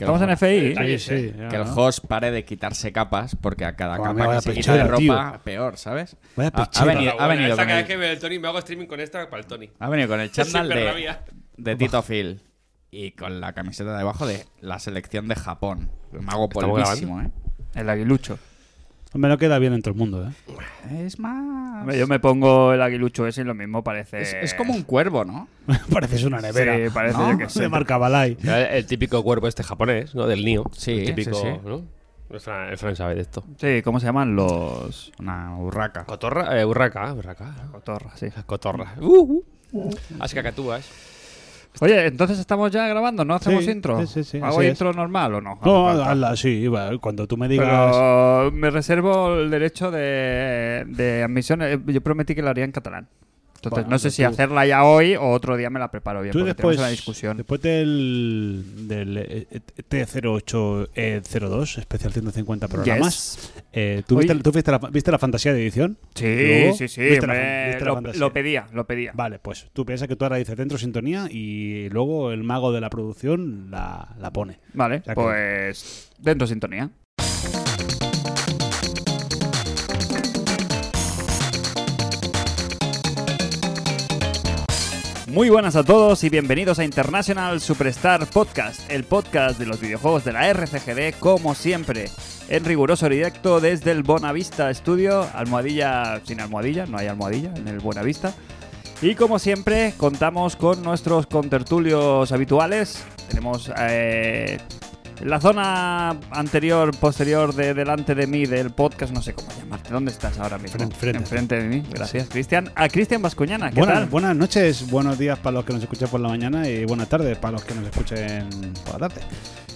Estamos en FI. Sí, sí, ya, Que el ¿no? host pare de quitarse capas, porque a cada Joder, capa vaya que se quita de pechera, ropa, tío. peor, ¿sabes? Vaya Ha- Ha, pechera. venido, ha Bueno, venido esta con cada el, vez que veo el Tony me hago streaming con esta para el Tony. ha venido con el chándal Siempre de, rabia. de Tito Phil y con la camiseta debajo de la selección de Japón. Me hago ¿Estamos polvísimo, ¿eh? El aguilucho. Hombre, no queda bien en todo el mundo, ¿eh? Es más... Hombre, yo me pongo el aguilucho ese y lo mismo parece. Es, es como un cuervo, ¿no? Pareces una nevera. Sí, parece ¿no? yo que De sé. marca Balay. El, el típico cuerpo este japonés, ¿no? Del Nio. Sí, El típico, sí, sí. ¿no? El Fran, el Fran sabe de esto. Sí, ¿cómo se llaman los. Una urraca. Cotorra, eh, urraca, urraca. Cotorras, sí. Cotorra. Uh, uh. Las cacatúas. Oye, entonces estamos ya grabando, ¿no hacemos Sí, intro? sí, sí, sí, ¿Hago así es. intro normal o no? No, Hace falta. hazla, sí, va, cuando tú me digas. Pero me reservo el derecho de, de admisión. Eh, Yo prometí que la haría en catalán. Entonces, Bueno, no sé pues si tú- hacerla ya hoy o otro día me la preparo bien. tú porque tenemos después, una discusión. después del, del eh, eh, T08E02, especial 150 programas, Yes. eh, ¿tú, viste, Oye. tú viste la, viste la fantasía de edición? Sí, Luego, sí, sí. ¿viste la hombre, fan- viste la lo, fantasía? lo pedía, lo pedía. Vale, pues tú piensas que tú ahora dices dentro sintonía y luego el mago de la producción la, la pone. Vale, Ya que- pues dentro sintonía. Muy buenas a todos y bienvenidos a International Superstar Podcast, el podcast de los videojuegos de la RCGD, como siempre, en riguroso directo desde el Bonavista Studio, almohadilla sin almohadilla, no hay almohadilla en el Bonavista. Y como siempre, contamos con nuestros contertulios habituales. Tenemos eh, la zona anterior, posterior, de delante de mí del podcast, no sé cómo llamarte. ¿Dónde estás ahora mismo? Frente- frente. Enfrente de mí, gracias, Cristian. A Cristian Vascuñana, ¿qué Buenas, tal? buenas noches, buenos días para los que nos escuchan por la mañana y buenas tardes para los que nos escuchen por la tarde.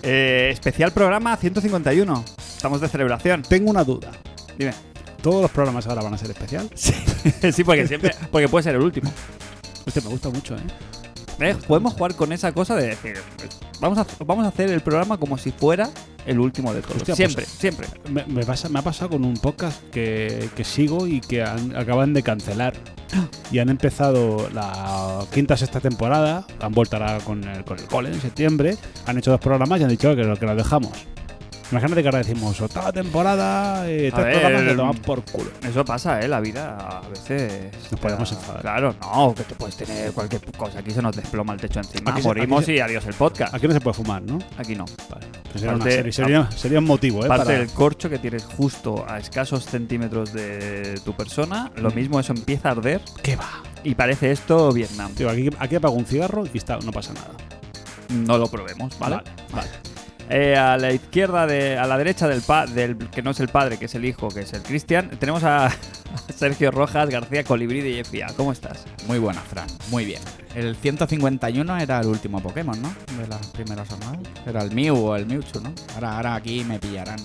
Eh, especial programa 151. Estamos de celebración. Tengo una duda. Dime. ¿Todos los programas ahora van a ser especial? Sí, sí, porque siempre. Porque puede ser el último. Este me gusta mucho, ¿eh? ¿Eh? Podemos jugar con esa cosa de decir. Vamos a, vamos a hacer el programa como si fuera el último de todos. Hostia, siempre, pues- siempre. Me, me pasa, me ha pasado con un podcast que, que sigo y que han- acaban de cancelar. Y han empezado la quinta, sexta temporada. Han vuelto ahora con el, con el cole en septiembre. Han hecho dos programas y han dicho que lo, que lo dejamos. Imagínate que ahora decimos octava temporada, eh, A tres programas ver, te toman por culo. Eso pasa, ¿eh? La vida a veces. ah, Nos podemos enfadar. Claro, no, que te puedes tener cualquier cosa. Aquí se nos desploma el techo encima. Aquí se- Morimos aquí y adiós el podcast. Aquí, Aquí no se puede fumar, ¿no? no. Pues Sería, una Parte- serie- sería- sería un motivo, ¿eh? Parte para- del corcho que tienes justo a escasos centímetros de tu persona. Mm. Lo mismo, eso empieza a arder. ¿Qué va? Y parece esto Vietnam. Tío, aquí, aquí apago un cigarro y está, no pasa nada. No lo probemos, ¿vale? Vale, vale. Eh, a la izquierda, de, a la derecha del, pa- del que no es el padre, que es el hijo, que es el Cristian, tenemos a, a Sergio Rojas, García Colibrí de Jeffia. ¿Cómo estás? Muy buena, Fran. Muy bien. El 151 era el último Pokémon, ¿no? De las primeras armadas. Era el Mew o el Mewtwo, ¿no? Ahora, ahora aquí me pillarán.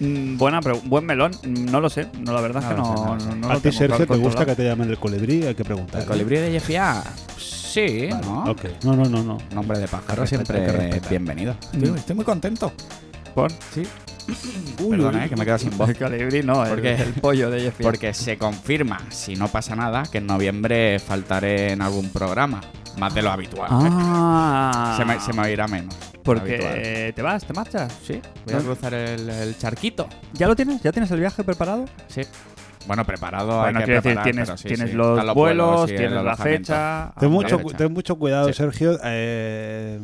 Mm, buena pregu- buen melón, Mm, no lo sé, no la verdad es que No lo sé, no, no lo sé. no- no a lo ti, tengo Sergio, ¿te controlado. gusta que te llamen el colibrí? Hay que preguntar. ¿El ¿eh? colibrí de Jeffia? Sí, ¿no? Ok. No, no, no, no. Nombre de pájaro Hay que respetar, hay que siempre respetar. bienvenido. Estoy, estoy muy contento. Pon. Perdona, eh, que me quedo sin voz. El colibrí no, el, ¿Por qué? el pollo de Jeffia. Porque se confirma, si no pasa nada, que en noviembre faltaré en algún programa. Más de lo habitual. Ah, Se, me, se me oirá menos. porque Habitual. eh, te vas, te marchas. Sí, voy a ¿no? cruzar el, el charquito. ¿Ya lo tienes? ¿Ya tienes el viaje preparado? Sí. Bueno, preparado. hay bueno, que quiero decir, preparar, tienes, pero sí, tienes sí. los, Están vuelos, y el tienes la alojamiento. fecha. Ten Ah, mucho, vale. fecha. ten mucho cuidado, Sí. Sergio. eh,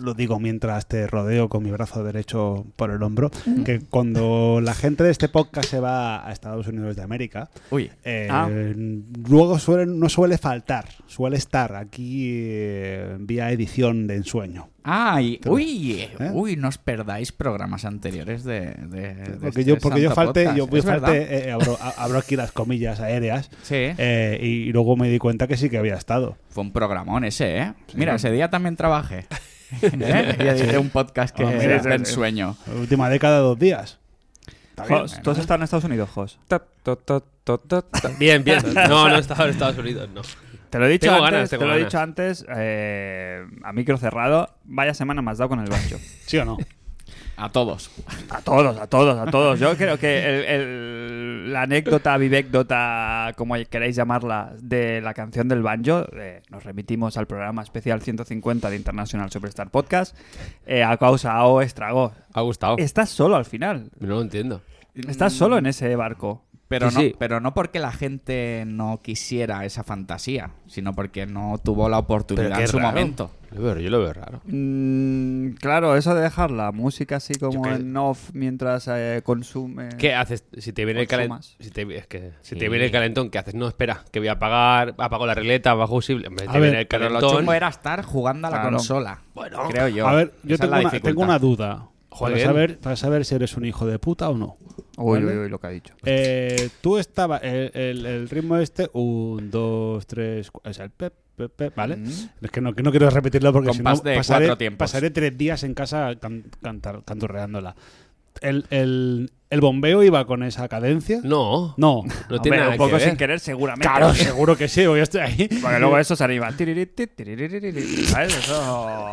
lo digo mientras te rodeo con mi brazo derecho por el hombro. Que cuando la gente de este podcast se va a Estados Unidos de América, Uy, eh, Ah. luego suele- no suele faltar, suele estar aquí eh, vía edición de ensueño. ay, uy, ¿Eh? uy, no os perdáis programas anteriores de. de- de Porque este yo, porque yo santo falte, podcast. yo voy Es verdad. falte, eh, abro, a- abro aquí las comillas aéreas. Sí, eh, y luego me di cuenta que sí que había estado. fue un programón ese, ¿eh? Mira, ese día también trabajé. ¿Eh? Y edité un podcast que Ah, mira. es de ensueño. La última década, dos días. Está bien. Jos, tú has estado en Estados Unidos, Jos. Ta, ta, ta, ta, ta, ta. Bien, bien. No, no he estado en Estados Unidos, no. Te lo he dicho Tengo antes, ganas, te tengo lo he ganas. dicho antes eh, a micro cerrado. Vaya semana me has dado con el gancho. ¿Sí o no? A todos. a todos, a todos, a todos. Yo creo que el, el el- la anécdota, vivecdota, como queráis llamarla, de la canción del banjo, eh, nos remitimos al programa especial 150 de International Superstar Podcast, eh, a causa o estrago. Ha gustado. Estás solo al final. No lo entiendo. Estás solo en ese barco. Pero, Sí, no, sí. pero no porque la gente no quisiera esa fantasía, sino porque no tuvo la oportunidad en su momento. Lo veo- yo lo veo raro. Mm, claro, eso de dejar la música así como Yo que- en off mientras eh, consume. ¿Qué haces? Si te viene el calentón. Consumas. Si te, es que, si Sí. te viene el calentón, ¿qué haces? No, espera, que voy a apagar, apago la releta, bajo fusible. En vez A de ver, viene el Pero calentón. lo chungo era estar jugando a la Claro. consola. creo yo. A ver, Esa yo es tengo la una, dificultad. tengo una duda. Joder. Para saber, para saber si eres un hijo de puta o no. Uy, ¿Vale? uy, uy, lo que ha dicho. Eh, tú estabas. El, el- el ritmo este: 1, 2, 3, 4. O sea, el pep, pep, pep, ¿vale? Mm. Es que no, que no quiero repetirlo porque si no Compás de cuatro pasaré, tiempos. pasaré tres días en casa can- cantar- canturreándola. El, el- el bombeo iba con esa cadencia? No, no, No. Hombre, tiene nada un poco que ver. sin querer, seguramente. Claro, seguro que sí, porque yo estoy ahí. Porque luego eso se anima. Tiririti, tiriririri, ¿Sabes? Eso.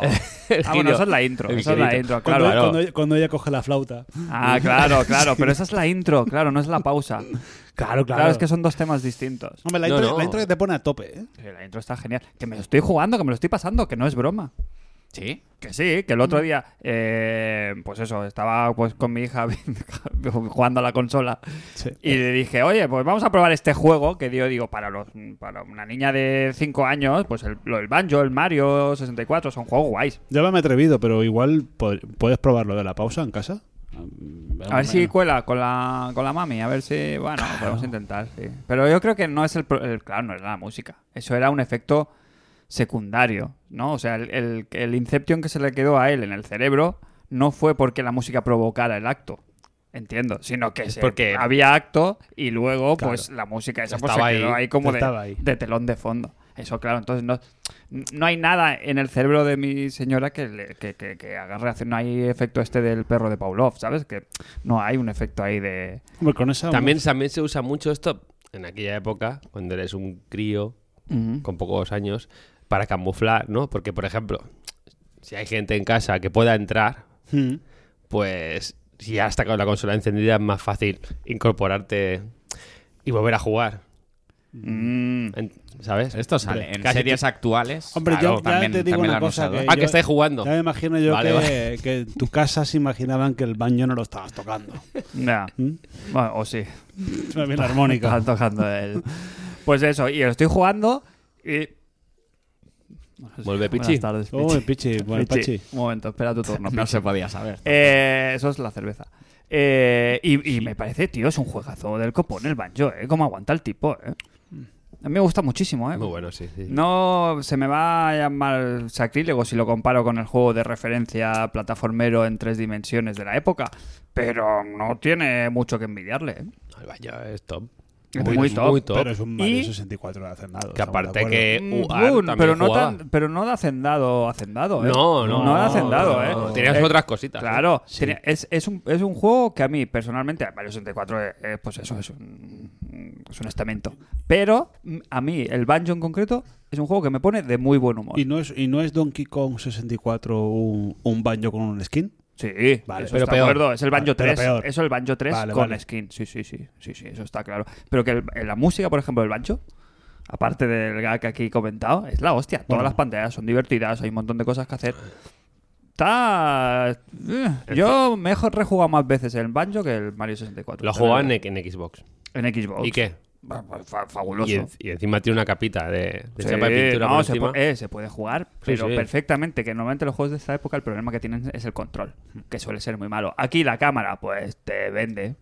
Ah, bueno, giro. eso es la intro. El Eso es la girito. intro, Cuando, claro. cuando ella- cuando ella coge la flauta. Ah, claro, claro. Pero esa es la intro, claro, no es la pausa. Claro, claro. Claro, es que son dos temas distintos. Hombre, la No, intro, no. la intro que te pone a tope, ¿eh? Sí, La intro está genial. Que me lo estoy jugando, que me lo estoy pasando, que no es broma. Sí. Que sí, que el otro día, eh, pues eso, estaba pues con mi hija jugando a la consola Sí. y le dije, oye, pues vamos a probar este juego que dio, digo, para los para una niña de 5 años, pues el, lo del Banjo, el Mario 64, son juegos guays. Yo me he atrevido, pero igual pod- puedes probar lo de la pausa en casa. Mm, A ver si cuela con la, con la mami, a ver si, bueno, lo podemos intentar, sí. Pero yo creo que no es el, pro- el- claro, no era la música. Eso era un efecto secundario, ¿no? O sea, el, el, el Inception que se le quedó a él en el cerebro no fue porque la música provocara el acto. Entiendo, sino que Es se- porque- había acto y luego pues la música esa pues, se Estaba quedó ahí, ahí como de, estaba ahí. de telón de fondo. Eso claro, entonces no, no hay nada en el cerebro de mi señora que, le- que, que- que haga reacción, no hay efecto este del perro de Pavlov, ¿sabes? Que no hay un efecto ahí de... Hombre, con esa. También, también se usa mucho esto en aquella época, cuando eres un crío con pocos años, para camuflar, ¿no? Porque, por ejemplo, si hay gente en casa que pueda entrar, Mm. pues si ya está con la consola encendida es más fácil incorporarte y volver a jugar, Mm. En- ¿sabes? Esto sale en Casi series actuales. Hombre, Claro, yo ya te digo también una la han cosa. usado. ¿eh? Que Ah, yo- que estáis jugando. Ya me imagino yo Vale, que, vale. que en tu casa se imaginaban que el baño no lo estabas tocando. Ya. Bueno, o sí. Suena bien la armónica. Estaba tocando el... Pues eso, y lo estoy jugando y... Vuelve Pichi. Buenas tardes, Pichi. Uy, Pichi, bueno, Pichi, Pachi. Un momento, espera tu turno. No se podía saber. Eh, eso es la cerveza. Eh, y, y me parece, tío, es un juegazo del copón el banjo, ¿eh? Cómo aguanta el tipo, ¿eh? A mí me gusta muchísimo, ¿eh? Muy bueno, sí. sí. No se me va a llamar sacrílego si lo comparo con el juego de referencia plataformero en tres dimensiones de la época, pero no tiene mucho que envidiarle. ¿eh? Ay, vaya, es top. Es muy top, Pero Este es un Mario Y- 64 de hacendado. Que estamos de aparte acuerdo. que Mm, UAR Boon, también pero no jugaba. tan, pero no de hacendado, hacendado, ¿eh? No, no, no de hacendado, ¿eh? no. Tenías Eh, otras cositas, Claro, tenía- es, es un, es un juego que a mí personalmente, a Mario 64, eh, eh, pues eso es un, es un estamento. Pero mm, a mí el banjo en concreto es un juego que me pone de muy buen humor. ¿Y no, es, ¿Y no es Donkey Kong 64 un, un baño con un skin? Sí, Vale, eso pero está de peor. acuerdo. Es el Banjo Vale, pero 3. peor. Eso el Banjo 3 Vale, con vale. skin. Sí, sí, sí, sí, sí, eso está claro. Pero que el- la música, por ejemplo, el Banjo, aparte del gag que aquí he comentado, es la hostia. Todas Bueno. las pantallas son divertidas, hay un montón de cosas que hacer. Está. eh, Yo me he rejugado más veces el Banjo que el Mario 64. Lo de jugaba en, verdad. en Xbox. en Xbox. ¿Y qué? Fa- fa- Fabuloso. Y, en- y encima tiene una capita de, de Sí, chapa de pintura no, por se, encima. pu- eh, se puede jugar, pero sí. perfectamente, que normalmente los juegos de esta época el problema que tienen es el control, que suele ser muy malo. Aquí la cámara, pues te vende,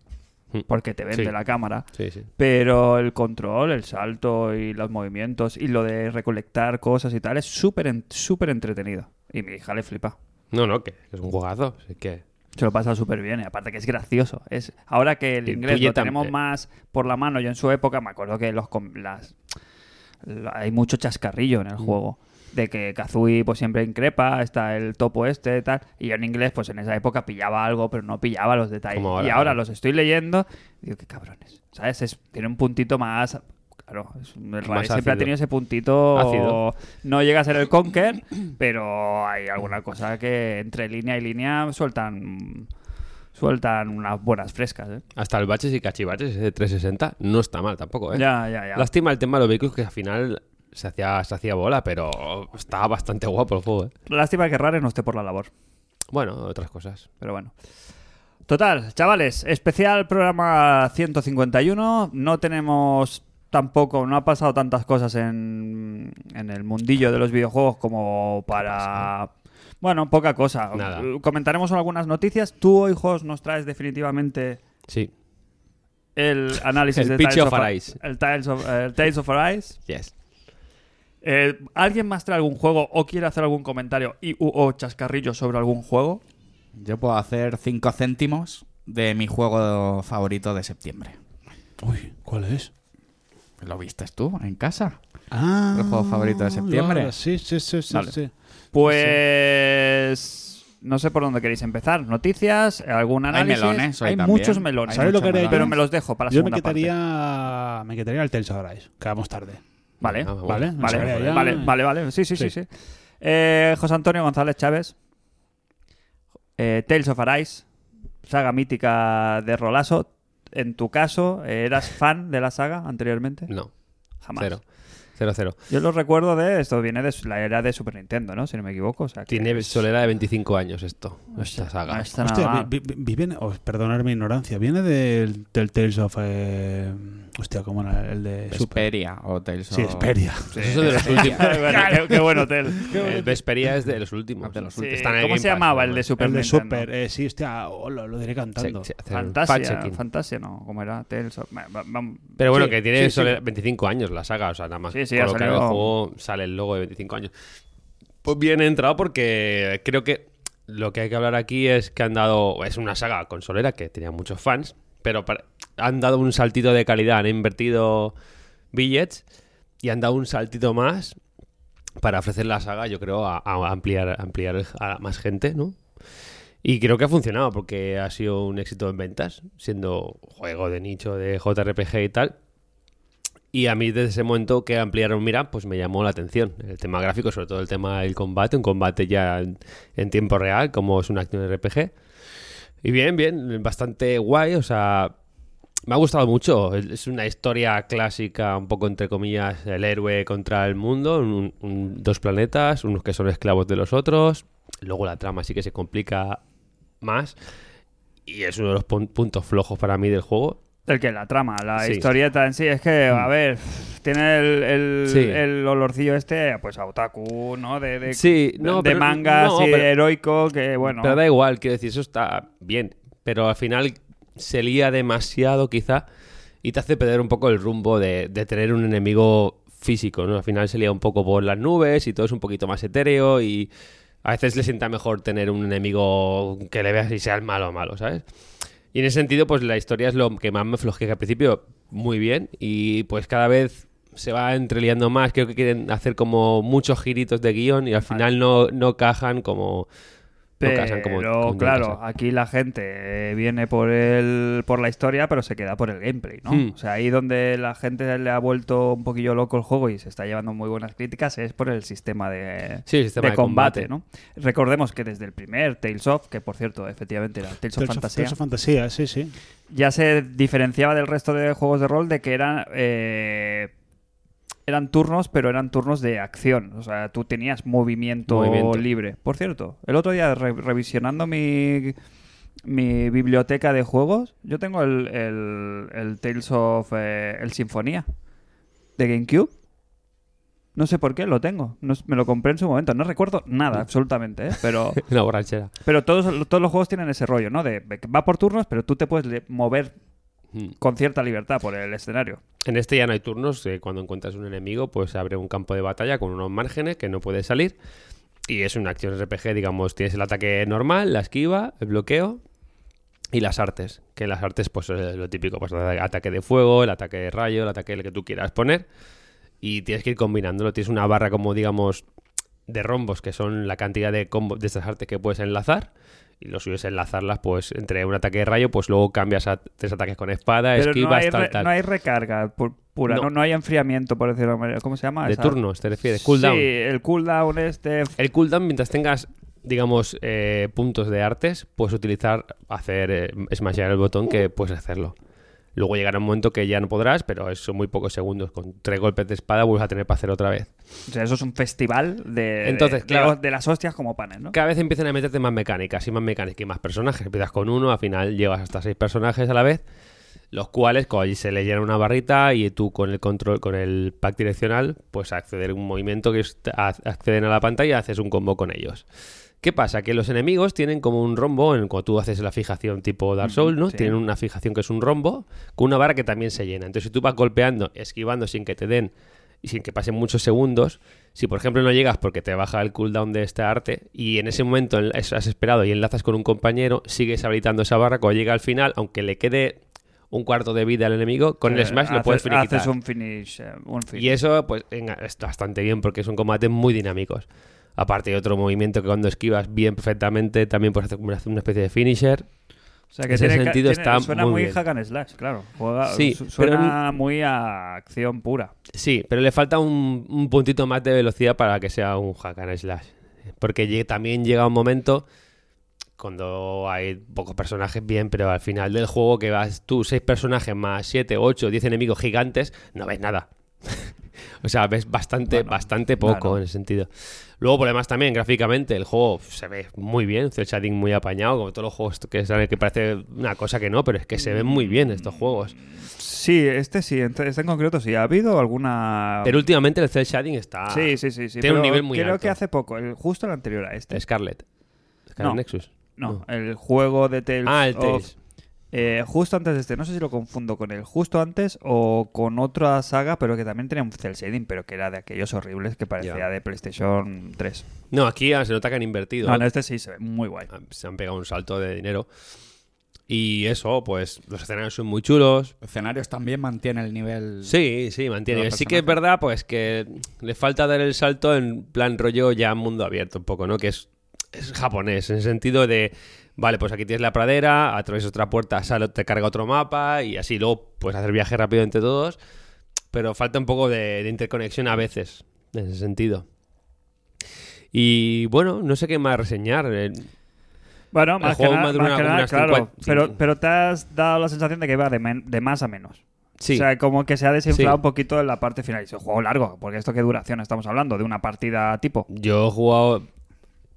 Mm. porque te vende Sí. la cámara, Sí, sí. pero el control, el salto y los movimientos y lo de recolectar cosas y tal es súper en- súper entretenido. Y mi hija le flipa. No, no, que es un jugazo. Es que Se lo pasa súper bien, y aparte que es gracioso. Es, ahora que el Y inglés tú ya lo tam- tenemos más por la mano, yo en su época me acuerdo que los com- las la- hay mucho chascarrillo Mm. en el juego. De que Kazui pues siempre increpa, está el topo este tal. Y yo en inglés, pues en esa época pillaba algo, pero no pillaba los detalles. Como ahora, y ahora ¿no? los estoy leyendo. y Digo, qué cabrones. ¿Sabes? Es- tiene un puntito más. Claro, es un- el Rai siempre ácido. ha tenido ese puntito. Ácido. No llega a ser el Conker, pero hay alguna cosa que entre línea y línea sueltan sueltan unas buenas frescas, ¿eh? Hasta el baches y cachivaches ese de 360 no está mal tampoco, ¿eh? Ya, ya, ya. Lástima el tema de los vehículos que al final se hacía, se hacía bola, pero estaba bastante guapo el juego, ¿eh? Lástima que Rare no esté por la labor. Bueno, otras cosas. Pero bueno. Total, chavales, especial programa 151. No tenemos tampoco, no ha pasado tantas cosas en, en el mundillo de los videojuegos como para... Bueno, poca cosa. Nada. Comentaremos algunas noticias. Tú hoy, Jos, nos traes definitivamente Sí. el análisis El de Pitch Tales of Arise. El Tales of, el Tales of Arise. Yes. Eh, ¿Alguien más trae algún juego o quiere hacer algún comentario y u, o chascarrillo sobre algún juego? Yo puedo hacer 5 céntimos de mi juego favorito de septiembre. Uy, ¿cuál es? ¿Lo viste tú en casa? Ah, El juego favorito de septiembre. vale, Sí, sí, sí, sí, Vale. sí. Pues no sé por dónde queréis empezar. Noticias, algún análisis. Hay melones hoy Hay también. muchos melones. Hay ¿Sabes lo muchos que haría Pero melones. me los dejo para la Yo me segunda parte. quitaría, me quitaría el Tales of Arise. que vamos tarde. Vale, Ah, bueno. Vale, vale, Vale, vale, Mm. ya. vale, vale, vale. Sí, sí, sí, sí. Eh, José Antonio González Chávez. Eh, Tales of Arise, saga mítica de Rolazo. En tu caso, eh, ¿eras fan de la saga anteriormente? No, Jamás. cero. Cero, cero. Yo lo recuerdo de esto, viene de la era de Super Nintendo, ¿no? Si no me equivoco. O sea, que- Tiene solera de 25 años esto, esta No saga. está nada Hostia, mal. vi- vi- vi- viene, oh, perdonad mi ignorancia, viene del, del Tales of. eh, hostia, ¿cómo era? El de Super. Vesperia o Tales Sí, of- Esperia. Pues Eso de los últimos. Qué bueno, qué, qué buen hotel. El Vesperia es de los últimos. De los Sí, últimos. Está en el ¿Cómo Game se Pass, llamaba el de además. Super El de Nintendo? Super. eh, sí, hostia, oh, lo, lo diré cantando. Se- se hace el Fantasia, fact-checking. Fantasia, no, ¿cómo era? Tales of- va- va- va- Pero bueno, Sí, que tiene sí, sí. solo 25 años la saga, o sea, nada más Sí, sí, ha colocar el salido- juego sale el logo de 25 años. Pues bien he entrado porque creo que lo que hay que hablar aquí es que han dado, es una saga consolera que tenía muchos fans, pero para- han dado un saltito de calidad, han invertido billets y han dado un saltito más para ofrecer la saga, yo creo, a, a ampliar, ampliar a más gente, ¿no? Y creo que ha funcionado porque ha sido un éxito en ventas, siendo juego de nicho de JRPG y tal. Y a mí desde ese momento que ampliaron Mira, pues me llamó la atención. El tema gráfico, sobre todo el tema del combate, un combate ya en, en tiempo real, como es una acción RPG. Y bien, bien, bastante guay, o sea, me ha gustado mucho. Es una historia clásica, un poco entre comillas, el héroe contra el mundo, un- un- dos planetas, unos que son esclavos de los otros. Luego la trama sí que se complica más. Y es uno de los pun- puntos flojos para mí del juego. El que la trama, la Sí. Mm. historieta en sí, es que, a ver, tiene el, el, Sí. el olorcillo este, pues a otaku, ¿no? De, de, Sí, de- no, de pero- mangas no, y pero- heroico, que bueno. Pero da igual, quiero decir, eso está bien. Pero al final se lía demasiado, quizá, y te hace perder un poco el rumbo de, de tener un enemigo físico, ¿no? Al final se lía un poco por las nubes y todo es un poquito más etéreo y a veces le sienta mejor tener un enemigo que le veas y sea el malo o malo, ¿sabes? Y en ese sentido, pues la historia es lo que más me flojea, que al principio muy bien y pues cada vez se va entreliando más, creo que quieren hacer como muchos giritos de guión y al final no, no cajan como... no casan como- Pero, como tienen que claro, ser. aquí la gente eh, viene por el por la historia, pero se queda por el gameplay, ¿no? Mm. O sea, ahí donde la gente le ha vuelto un poquillo loco el juego y se está llevando muy buenas críticas es por el sistema de, Sí, el sistema de combate, combate. ¿no? Recordemos que desde el primer Tales of, que por cierto, efectivamente era Tales, of Tales of- Fantasía, Tales of Fantasía, sí, sí. ya se diferenciaba del resto de juegos de rol de que eran eh, eran turnos, pero eran turnos de acción. O sea, tú tenías movimiento, Movimiento. libre. Por cierto, el otro día re- revisionando mi mi biblioteca de juegos, yo tengo el, el- el Tales of eh, el Sinfonía de GameCube. No sé por qué lo tengo. No s- me lo compré en su momento. No recuerdo nada, absolutamente, ¿eh? pero Una borrachera. Pero todos, todos los juegos tienen ese rollo, ¿no? De de que va por turnos, pero tú te puedes le- mover Mm. con cierta libertad por el escenario. En este ya no hay turnos. eh, cuando encuentras un enemigo, pues abre un campo de batalla con unos márgenes que no puedes salir. Y es una acción RPG, digamos, tienes el ataque normal, la esquiva, el bloqueo y las artes. Que las artes, pues es lo típico, pues ata- ataque de fuego, el ataque de rayo, el ataque el que tú quieras poner. Y tienes que ir combinándolo. Tienes una barra como, digamos, de rombos, que son la cantidad de combos de estas artes que puedes enlazar. Y lo suyo es enlazarlas, pues, entre un ataque de rayo, pues luego cambias a tres ataques con espada, Pero no esquivas, hay, tal, re- tal. no hay recarga pu- pura, no. No. ¿no? hay enfriamiento, por decirlo de alguna manera. ¿Cómo se llama? De Ah, Eh. esa? turnos, te refieres. Cooldown. Sí, el cooldown este. El cooldown, mientras tengas digamos, eh, puntos de artes, puedes utilizar, hacer, eh, smashear el botón que puedes hacerlo. Luego llegará un momento que ya no podrás, pero son muy pocos segundos. Con tres golpes de espada vuelves a tener para hacer otra vez. O sea, eso es un festival de, Entonces, de, claro. de, las hostias como panes, ¿no? Cada vez empiezan a meterte más mecánicas y más mecánicas y más personajes. Empiezas con uno, al final llevas hasta seis personajes a la vez, los cuales cuando se le llena una barrita y tú con el control, con el pack direccional, pues acceder a un movimiento que es- a- acceden a la pantalla y haces un combo con ellos. ¿Qué pasa? Que los enemigos tienen como un rombo, en cuando tú haces la fijación tipo Dark Souls, ¿no? sí. Tienen una fijación que es un rombo, con una barra que también se llena. Entonces, si tú vas golpeando, esquivando sin que te den y sin que pasen muchos segundos, si por ejemplo no llegas porque te baja el cooldown de este arte y en ese momento enla- has esperado y enlazas con un compañero, sigues habilitando esa barra, cuando llega al final, aunque le quede un cuarto de vida al enemigo, con Eh, el smash haces- lo puedes finiquitar. Haces un finish, eh, un finish. Y eso, pues, venga, está bastante bien porque son combates muy dinámicos. Aparte de otro movimiento que cuando esquivas bien perfectamente, también puedes hacer como una- una especie de finisher. O sea, que en ese tiene ca- sentido tiene- está suena muy muy bien. hack and slash, claro. Juega- Sí, su- pero suena muy a acción pura. Sí, pero le falta un, un puntito más de velocidad para que sea un hack and slash. Porque lle- también llega un momento cuando hay pocos personajes, bien, pero al final del juego que vas tú, seis personajes más siete, ocho, diez enemigos gigantes, no ves nada. o sea, ves bastante, Bueno, bastante poco claro. en ese sentido. Luego, por lo demás, también gráficamente el juego se ve muy bien, el shading muy apañado, como todos los juegos que salen, que parece una cosa que no, pero es que se ven muy bien estos juegos. Sí, este sí, ent- este en concreto sí. ¿Ha habido alguna...? Pero últimamente el cel shading está... Ah. sí, sí, sí, sí. tiene un pero nivel muy creo alto. que hace poco, el, justo el anterior a este. Scarlet. Scarlet No. Nexus. No, el juego de Tales Ah, el of- Tales. eh, justo antes de este, no sé si lo confundo con el justo antes o con otra saga, pero que también tenía un cel shading, pero que era de aquellos horribles que parecía Ya. de PlayStation 3. No, aquí ah, se nota que han invertido. No, ¿eh? no, este sí se ve muy guay. Ah, Se han pegado un salto de dinero. Y eso, pues los escenarios son muy chulos. Escenarios también mantiene el nivel. Sí, sí, mantiene. Los Sí que es personajes. verdad, pues que le falta dar el salto en plan rollo ya mundo abierto un poco, ¿no? Que es, es japonés, en el sentido de, vale, pues aquí tienes la pradera, a través de otra puerta sale, te carga otro mapa y así luego puedes hacer viaje rápido entre todos. Pero falta un poco de, de interconexión a veces, en ese sentido. Y bueno, no sé qué más reseñar. eh, Bueno, El más que juego nada, madura más que como nada, unas claro. 50. Pero, pero te has dado la sensación de que va de, men- de más a menos. Sí, O sea, como que se ha desinflado Sí. un poquito en la parte final. Es un juego largo, porque esto qué duración estamos hablando, de una partida tipo. yo he jugado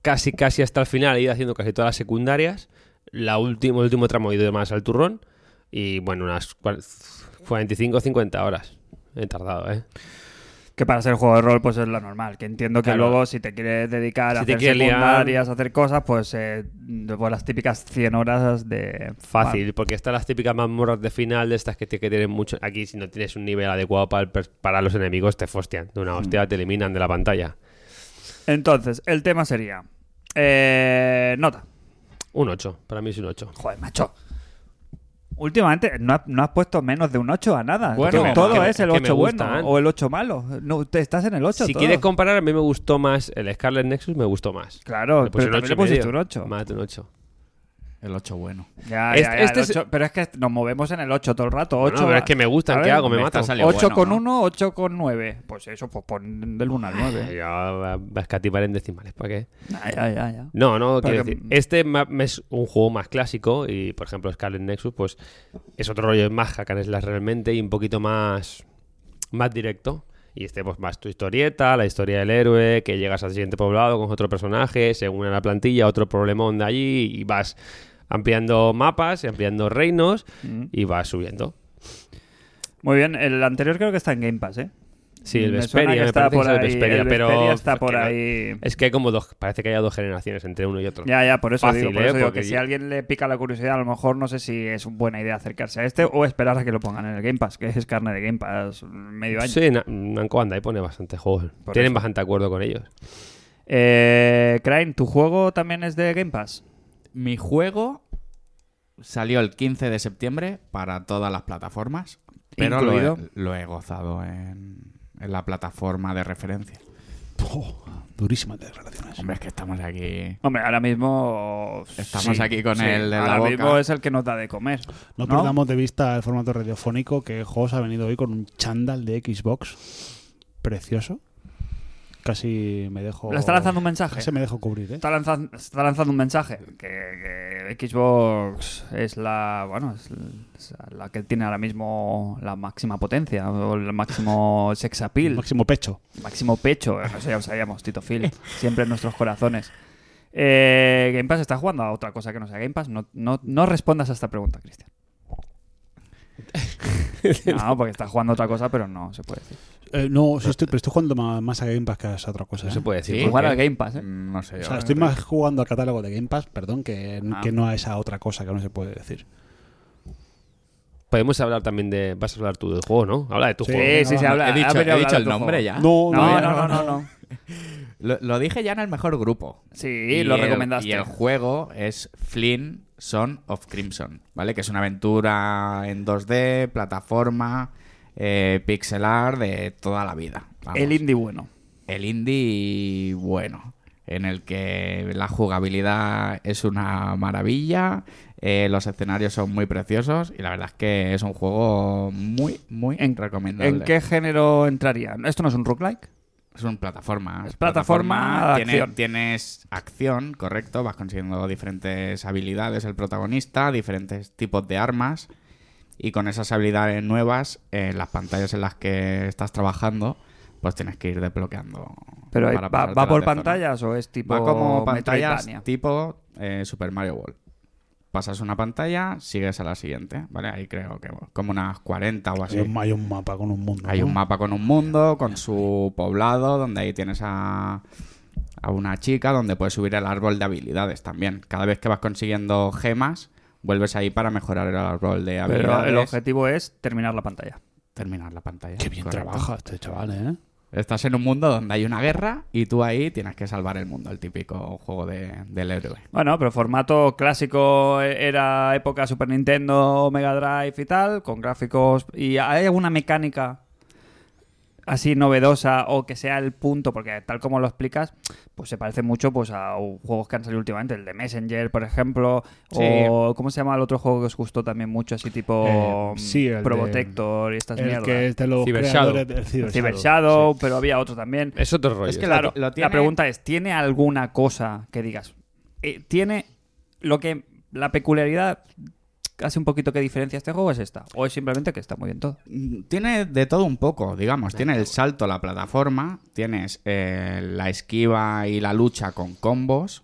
casi, casi hasta el final, he ido haciendo casi todas las secundarias. La última, el último tramo he ido más al turrón. Y bueno, unas cua- 45 o 50 horas he tardado, ¿eh? Que para ser juego de rol, pues es lo normal. Que entiendo que Claro. luego, si te quieres dedicar a Si te hacer quieres liar. secundarias, a hacer cosas, pues, eh, pues las típicas 100 horas de. Fácil, porque están las típicas mazmorras de final de estas que, te- que tienen mucho. Aquí, si no tienes un nivel adecuado para, el pers- para los enemigos, te fostean. De una Mm. hostia te eliminan de la pantalla. Entonces, el tema sería. eh, nota. Un 8, para mí es un 8. Joder, macho. Últimamente no, ha- no has puesto menos de un 8 a nada. Bueno, Que es todo que me- es el es que me 8 bueno gustan. o el 8 malo. No, te estás en el 8. Si todo. quieres comparar, a mí me gustó más el Scarlet Nexus, me gustó más. Claro, Le puse pero también un le ocho y pusiste medio. un 8. Más de un 8. El 8 bueno. Ya, Este- ya, ya, este el es- ocho- Pero es que nos movemos en el 8 todo el rato. 8 Bueno, pero es que me gustan, ¿qué hago? Me me matan. está saliendo. 8 Bueno, con ¿no? 1, 8 con 9. Pues eso, pues pon del 1 al 9. Ya va va a escatimar en decimales, ¿para qué? ya, Ah, ya, ya, ya. No, no, Para quiero que- decir, este ma- es un juego más clásico y, por ejemplo, Scarlet Nexus, pues es otro rollo de más hack and slash realmente y un poquito más, más directo. Y este, pues más tu historieta, la historia del héroe, que llegas al siguiente poblado con otro personaje, se une a la plantilla, otro problemón de allí y vas ampliando mapas, y ampliando reinos Mm. y vas subiendo. Muy bien, el anterior creo que está en Game Pass, ¿eh? Sí, el Me suena que Vesperia, me está parece que por es el ahí. Vesperia, el pero... Vesperia está por que no- ahí. Es que hay como dos, parece que haya dos generaciones entre uno y otro. Ya, ya, por eso Fácil, digo, por ¿eh? eso digo Porque que si ya- a alguien le pica la curiosidad, a lo mejor no sé si es buena idea acercarse a este o esperar a que lo pongan en el Game Pass, que es carne de Game Pass medio año. Sí, Na- Namco anda y pone bastante juegos. Por Tienen eso. bastante acuerdo con ellos. Eh, Crane, ¿tu juego también es de Game Pass? Mi juego salió el 15 de septiembre para todas las plataformas, pero lo Incluido. he, lo he gozado en, en la plataforma de referencia. Oh, durísimas declaraciones. Hombre, es que estamos aquí. Hombre, ahora mismo... Estamos aquí con el de la Ahora boca. mismo es el que nos da de comer. No, perdamos de vista el formato radiofónico que Jos ha venido hoy con un chándal de Xbox precioso. Casi me dejo. Oh. Le está lanzando un mensaje. Casi me dejo cubrir, ¿eh? Está, lanzan- está lanzando un mensaje que, que Xbox es la bueno es es la que tiene ahora mismo la máxima potencia o el máximo sex El appeal, máximo pecho. máximo pecho, eso ya lo sabíamos, Tito Phil, siempre en nuestros corazones. Eh, Game Pass está jugando a otra cosa que no sea Game Pass. No, no, no respondas a esta pregunta, Cristian. No, porque está jugando a otra cosa, pero no se puede decir. Eh, no, sí estoy, pero estoy jugando ma- más a Game Pass que a esa otra cosa. No ¿eh? se puede decir. Sí, ¿por Jugar qué? al Game Pass, ¿eh? Mm, No sé yo. O sea, estoy más jugando al catálogo de Game Pass, perdón, que, Ah. que no a esa otra cosa que no se puede decir. Podemos hablar también de. Vas a hablar tú del juego, ¿no? Habla de tu Sí. juego. Sí, sí, sí, No, habla. he dicho, habla- he habla dicho de el tu nombre juego. Ah. ya. No, No, no, no, no, no, no. Lo, lo dije ya en el mejor grupo. Sí, lo el- recomendaste. y el juego es Flynn, Son of Crimson, ¿vale? Que es una aventura en 2D, plataforma, eh, pixelar de toda la vida. vamos. El indie bueno. el indie bueno, en el que la jugabilidad es una maravilla, eh, los escenarios son muy preciosos y la verdad es que es un juego muy, muy ¿En- recomendable. ¿En qué género entraría? Esto no es un roguelike. Es un plataforma. Es plataforma, de tiene- acción. Tienes acción, correcto. Vas consiguiendo diferentes habilidades el protagonista, diferentes tipos de armas. Y con esas habilidades nuevas, en las pantallas en las que estás trabajando, pues tienes que ir desbloqueando. Pero ahí para va, pasarte va las por de zona. pantallas o es tipo Va como pantallas Metroidvania? tipo eh, Super Mario World. Pasas una pantalla, sigues a la siguiente, ¿vale? Ahí creo que como unas 40 o así. Hay, un, hay un mapa con un mundo. Hay ¿no? un mapa con un mundo, con su poblado, donde ahí tienes a, a una chica, donde puedes subir el árbol de habilidades también. Cada vez que vas consiguiendo gemas, vuelves ahí para mejorar el árbol de Pero habilidades. el objetivo es terminar la pantalla. Terminar la pantalla. Qué bien correcto. trabaja este chaval, ¿eh? Estás en un mundo donde hay una guerra y tú ahí tienes que salvar el mundo, el típico juego de, del héroe. Bueno, pero formato clásico eh, era época Super Nintendo, Mega Drive y tal, con gráficos. ¿Y hay alguna mecánica así novedosa o que sea el punto? Porque tal como lo explicas, pues se parece mucho pues a juegos que han salido últimamente, el de Messenger, por ejemplo, Sí. o ¿cómo se llama el otro juego que os gustó también mucho? Así tipo Eh, sí, el de- Probotector y estas El mierdas. que es de los Cyber creadores Shadow. del Cyber, Cyber Shadow. Shadow, pero había otro también. Es otro rollo. Es que está- la- Claro, lo la, tiene- pregunta es, ¿tiene alguna cosa que digas? eh, ¿Tiene lo que... La peculiaridad hace un poquito que diferencia este juego es esta? ¿O es simplemente que está muy bien todo? Mm, Tiene de todo un poco, digamos. Tiene el salto a la plataforma, tienes eh, la esquiva y la lucha con combos.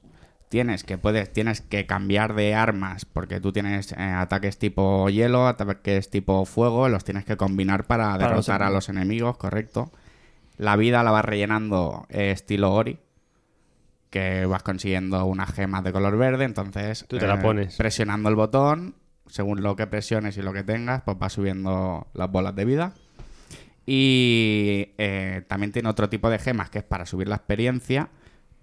Tienes que puedes, tienes que cambiar de armas porque tú tienes eh, ataques tipo hielo, ataques tipo fuego, los tienes que combinar para, Para los derrotar a los enemigos, correcto. La vida la vas rellenando eh, estilo Ori, que vas consiguiendo unas gemas de color verde, entonces eh, Tú te la pones. presionando el botón, según lo que presiones y lo que tengas, pues vas subiendo las bolas de vida. Y eh, también tiene otro tipo de gemas que es para subir la experiencia,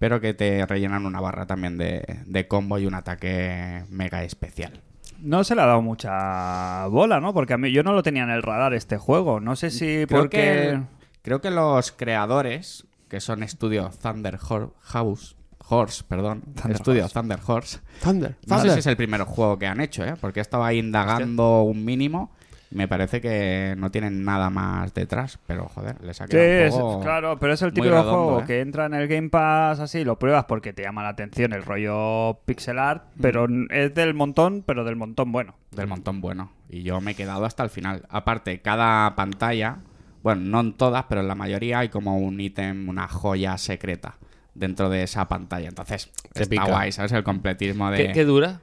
pero que te rellenan una barra también de, de combo y un ataque mega especial. No se le ha dado mucha bola, ¿no? Porque a mí yo no lo tenía en el radar este juego. No sé si Creo, porque... que, creo que los creadores, que son estudio Thunder Hor- House, Horse, perdón, Thunder estudio Thunder Horse, Thunder. No sé si es el primer juego que han hecho, ¿eh? Porque estaba indagando un mínimo. y Me parece que no tienen nada más detrás, pero joder, les ha Sí, quedado un es- juego claro, pero es el muy típico redondo, juego ¿eh? que entra en el Game Pass así, lo pruebas porque te llama la atención el rollo pixel art, pero n- es del montón, pero del montón bueno. del montón bueno. Y yo me he quedado hasta el final. Aparte, cada pantalla, bueno, no en todas, pero en la mayoría hay como un ítem, una joya secreta dentro de esa pantalla. Entonces, Te está pica. guay, ¿sabes? El completismo de... ¿Qué, qué dura?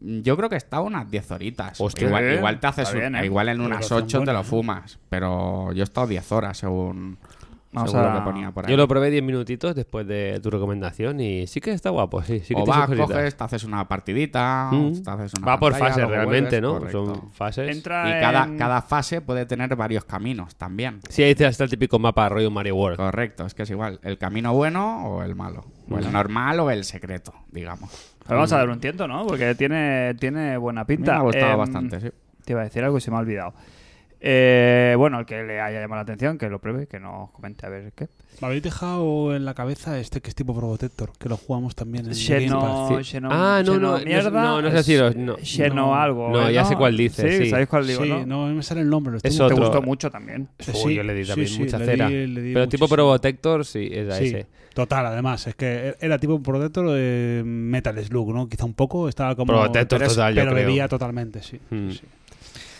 Yo creo que está unas 10 horitas. Hostia. igual, Eh, igual te haces está un- bien, ¿eh? igual en unas Duración 8 te buena, lo fumas, pero yo he estado 10 horas según Vamos según a- lo que ponía por ahí. Yo lo probé 10 minutitos después de tu recomendación y sí que está guapo, sí. sí que o tiene vas, sus cositas. coges, te haces una partidita, Mm. te haces una Va por pantalla, fases luego realmente, vuelves, ¿no? correcto. Son fases. Entra Y cada, en- cada fase puede tener varios caminos también. Sí, ahí está el típico mapa rollo Mario World. Correcto, es que es igual. El camino bueno o el malo. O Mm. el normal o el secreto, digamos. Pero vamos a dar un tiento, ¿no? Porque tiene, tiene buena A mí pinta. me ha gustado Em, bastante, sí. Te iba a decir algo y se me ha olvidado. Eh, bueno, el que le haya llamado la atención, que lo pruebe, que nos comente a ver qué. Me habéis dejado en la cabeza este que es tipo Probotector, que lo jugamos también en Game Xeno, Pass. Sí. Xeno, Ah, no, Xeno no, no es- mierda. no, no es así, no, no. Xeno No. algo. No, ya sé cuál dices, Sí, sí. ¿sabéis cuál digo? Sí, no? no? me sale el nombre. Lo Es tengo- Te otro. gustó mucho también. Uy, Sí, yo le di sí, también sí, mucha le di- cera. le di Pero tipo muchísimo. Probotector, sí, era Sí, ese. total, además, es que e-, era tipo Protector de Metal Slug, ¿no? Quizá un poco, estaba como... Protector pero, es- total, yo Pero creo. bebía totalmente, sí. Hmm. sí.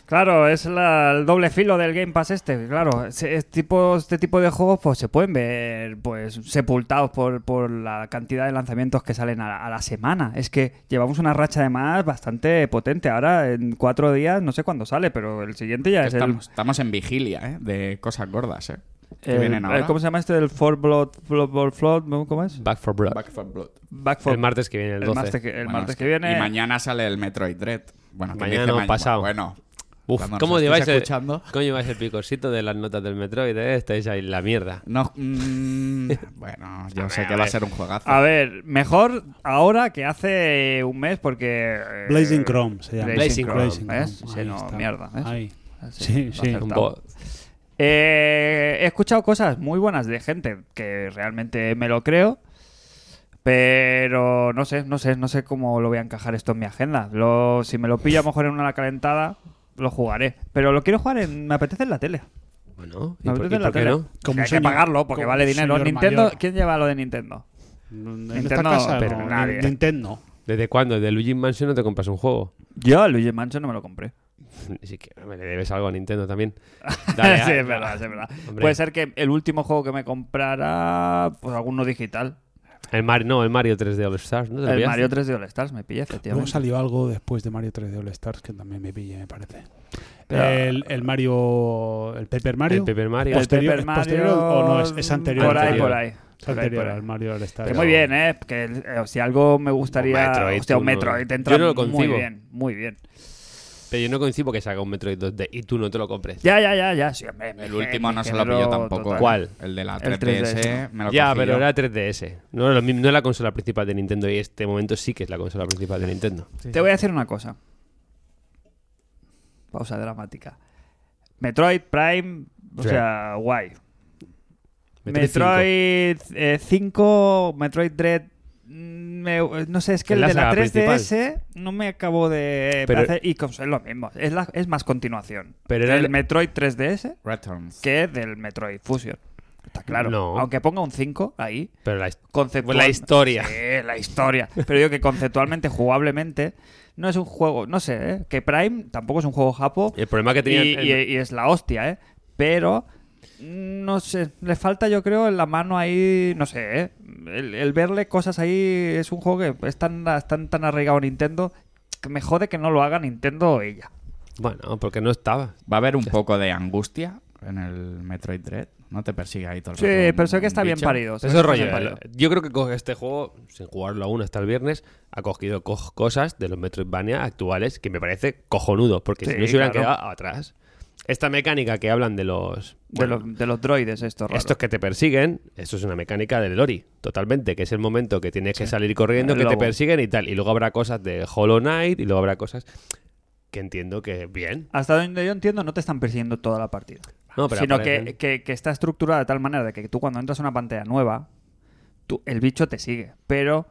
Claro, es la- el doble filo del Game Pass este, claro. Ese- es tipo, este tipo de juegos pues se pueden ver pues sepultados por, por la cantidad de lanzamientos que salen a la, a la semana. Es que llevamos una racha además bastante potente. Ahora en cuatro días, no sé cuándo sale, pero el siguiente ya es el, Estamos, estamos en vigilia, ¿eh? De cosas gordas, ¿eh? Que el- vienen ahora. ¿Cómo se llama este? ¿El Fort Blood, Blood, Blood, Blood- ¿Cómo es? Back for Blood. Back 4 Blood. Back for El martes que viene, el el 12. martes que, el Bueno, martes es que viene. Y mañana sale el Metroid Dread. Bueno, ¿quién Mañana dice o pasado. Bueno, Uf, cuando nos ¿cómo estéis lleváis, el, escuchando? ¿Cómo lleváis el picorcito de las notas del Metroid? eh? Estáis ahí en la mierda. No, mm, bueno, yo A sé ver, que a va a ver. ser un juegazo. A ver, mejor ahora que hace un mes porque... eh, Blazing Chrome se llama. Blazing Chrome, ¿ves? Sí, Ahí no, está. mierda, ¿ves? Ahí. Así, Sí, lo sí. acertado. Un bo- Eh, he escuchado cosas muy buenas de gente que realmente me lo creo. Pero no sé, no sé, no sé cómo lo voy a encajar esto en mi agenda. Lo- si me lo pillo a lo mejor en una calentada, lo jugaré. Pero lo quiero jugar en. Me apetece en la tele. Bueno, ¿y Me por, apetece y en la por qué tele. no? Como Que hay que señor- pagarlo porque como vale dinero. señor Nintendo, mayor. ¿Quién lleva lo de Nintendo? En Nintendo, esta casa, pero no, nadie. Nintendo. ¿Desde cuándo? ¿De Luigi Mansion no te compras un juego? Yo a Luigi Mansion no me lo compré. Así que me le debes algo a Nintendo también. ah, sí, a- es verdad, es verdad. Hombre. Puede ser que el último juego que me comprara, pues alguno digital. El Mario, no, el Mario 3D All Stars, ¿no? ¿Te lo El pillaste? Mario 3 de All Stars me pilla, Luego efectivamente. salió algo después de Mario 3D All Stars que también me pillé, me parece. Pero- el, el Mario. El Paper Mario. El Paper Mario. Pues- Posterior- ¿es posterior o no? Es- es anterior. Por ahí, Anterior. por ahí. Es Por ahí, anterior por ahí. al Mario All Stars. Que muy bien, ¿eh? Que eh, si algo me gustaría. Un Metroid, hostia, un tú no- Metroid. te Yo entra no lo muy concibo. bien, muy bien. Pero yo no coincido que salga un Metroid 2D y tú no te lo compres. Ya, ya, ya, ya. sí, hombre, me- el último me no se lo generó pilló tampoco. total. ¿eh? ¿Cuál? El de la El 3DS. Me lo Ya, cogí pero yo. era 3DS. No, era lo mismo- no es la consola principal de Nintendo y este momento sí que es la consola principal de Nintendo. Te voy a decir una cosa. Pausa dramática. Metroid Prime, o Sí. sea, guay. Metroid Metroid 5, Metroid Dread. mm, me- no sé, es que Es el la de la saga 3DS no me acabo de Pero- hacer- Y con- es lo mismo, es, la- es más continuación. Pero que era el el- Metroid 3DS Returns. que del Metroid Fusion. Está claro. No. Aunque ponga un 5 ahí, Pero la, pues conceptual... la historia. Sí, la historia. Pero digo que conceptualmente, jugablemente, no es un juego, no sé, ¿eh? que Prime tampoco es un juego japo el problema que y, tenían... el- y- y es la hostia, ¿eh? Pero, mm, no sé, le falta yo creo la mano ahí, no sé, ¿eh? El, el verle cosas ahí es un juego que es tan, tan, tan arraigado a Nintendo que me jode que no lo haga Nintendo o ella. Bueno, porque no estaba. Va a haber un poco de angustia en el Metroid Dread. No te persigue ahí todo el Sí, rato un- pero sé un que está bien bicho. parido. sé Eso es que está rollo. bien parido. el- Yo creo que coge este juego, sin jugarlo aún hasta el viernes, ha cogido co- cosas de los Metroidvania actuales que me parece cojonudo, porque si Sí, no se hubieran claro. quedado atrás. Esta mecánica que hablan de los... De, bueno, los, de los droides estos raros. Estos que te persiguen, eso es una mecánica del Lori, totalmente, que es el momento que tienes que salir corriendo, El que te lobo. persiguen y tal. Y luego habrá cosas de Hollow Knight y luego habrá cosas que entiendo que bien. Hasta donde yo entiendo, no te están persiguiendo toda la partida. No, pero sino aparecen. que, que- que está estructurada de tal manera de que tú cuando entras a una pantalla nueva, tú, el bicho te sigue. Pero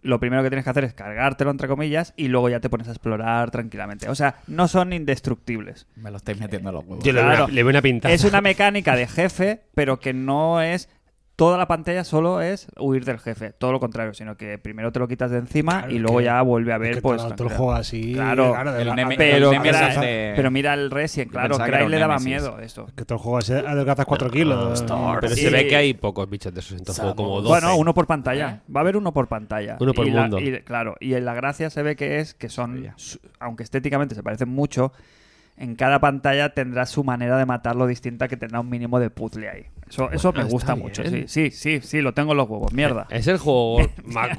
lo primero que tienes que hacer es cargártelo, entre comillas, y luego ya te pones a explorar tranquilamente. O sea, no son indestructibles. Me lo estáis metiendo en los huevos. Yo le, veo Claro. una, le veo una pintaza. Es una mecánica de jefe, pero que no es... Toda la pantalla solo es huir del jefe, todo lo contrario, sino que primero te lo quitas de encima Claro, y luego que- ya vuelve a Es ver que pues todo- todo el tranquila. juego así. Claro. de El la- neme- de- Pero, el de- mira, mira, Nemesis de- pero mira el Resident, claro, pensaba que Cry era un le daba Nemesis. miedo eso. Que todo el juego así ¿eh? adelgazas 4 kilos. Pero Sí. se ve que hay pocos bichos de esos en todo juego, como 12. Bueno, uno por pantalla. Va a haber uno por pantalla. ¿Eh? Uno por Y la- mundo. y- claro, y en la gracia se ve que es que son, Ya. su- aunque estéticamente se parecen mucho, en cada pantalla tendrá su manera de matarlo distinta que tendrá un mínimo de puzzle ahí. Eso, eso me está gusta mucho. Sí, bien. Eh, sí, sí, sí, lo tengo en los huevos. Mierda. Es el juego más-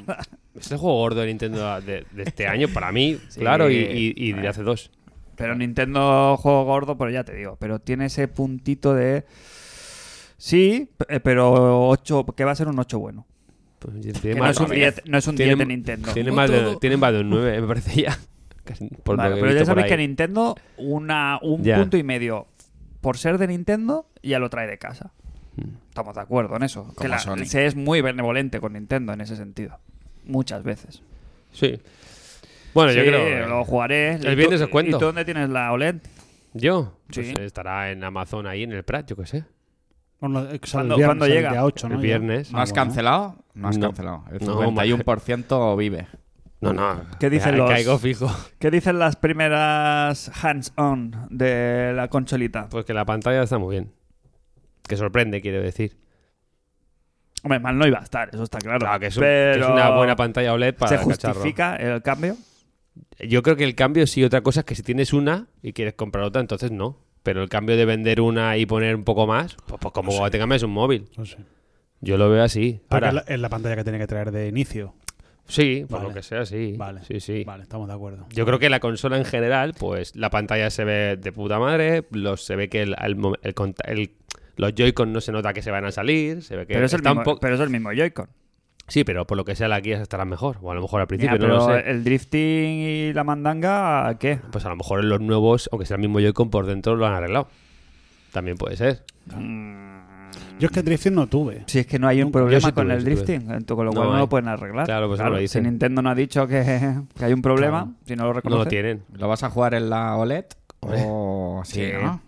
es el juego gordo de Nintendo de, de este año para mí, Sí. claro, y, y- y de hace dos. Pero Nintendo juego gordo, pero ya te digo, pero tiene ese puntito de... Sí, p- eh, pero 8, que va a ser un 8 bueno. Pues, tiene Que no más- es un 10, no es un tiene- 10 de Nintendo. Tiene más de, tiene más de un 9, me parece ya. Casi, Por lo Vale, que he pero ya visto por sabéis que ahí. Nintendo, una, un Ya. punto y medio por ser de Nintendo, ya lo trae de casa. Hmm. Estamos de acuerdo en eso. Que Como la- Sony. se es muy benevolente con Nintendo en ese sentido. Muchas veces. Sí. Bueno, yo Sí, creo. Lo jugaré. El ¿Y tú- viernes os cuento. ¿Y tú dónde tienes la E OLED? ¿Yo? Sí. Pues estará en Amazon ahí en el Prat, yo qué sé. Bueno, eh, sale ¿Cuándo- el viernes, cuándo sale llega? El, día 8, ¿no? El Ya. viernes. ¿No has bueno. cancelado? No has Ah, No. cancelado. El No, 51% vive. No, no. ¿Qué dicen Ya los- Caigo fijo. ¿Qué dicen las primeras hands-on de la concholita? Pues que la pantalla está muy bien. Que sorprende, quiero decir. Hombre, mal no iba a estar, eso está claro. Claro, que es, un- Pero que es una buena pantalla OLED para ¿Se el cacharro. justifica el cambio? Yo creo que el cambio sí, otra cosa es que si tienes una y quieres comprar otra, entonces no. Pero el cambio de vender una y poner un poco más, pues, pues como cuando tengamos un móvil. No sé. Yo lo veo así. Porque Ahora, es la- es la pantalla que tiene que traer de inicio. Sí, por Vale. lo que sea, sí. Vale. Sí, sí. Vale, estamos de acuerdo. Yo creo que la consola en general, pues la pantalla se ve de puta madre, los, se ve que el, al mo- el cont- el- los Joy-Con no se nota que se van a salir, se ve que Pero es, el está un mismo, eh, po- pero es el mismo Joy-Con. Sí, pero por lo que sea la guía estará mejor, o a lo mejor al Mira, principio, no pero eh, lo sé. el drifting y la mandanga, ¿qué? Pues a lo mejor en los nuevos, aunque sea el mismo Joy-Con, por dentro lo han arreglado. También puede ser. Yo es que Drifting no tuve. Si es que no hay un Nunca. Yo problema sí tuve, con el sí tuve. drifting, ento- con lo No cual no, hay. lo pueden arreglar. Claro, pues no lo si dicen. Nintendo no ha dicho que, que hay un problema, Claro. si no lo No reconoce. lo tienen. ¿Lo vas a jugar en la OLED? O... Oh, Sí, Sí. ¿no?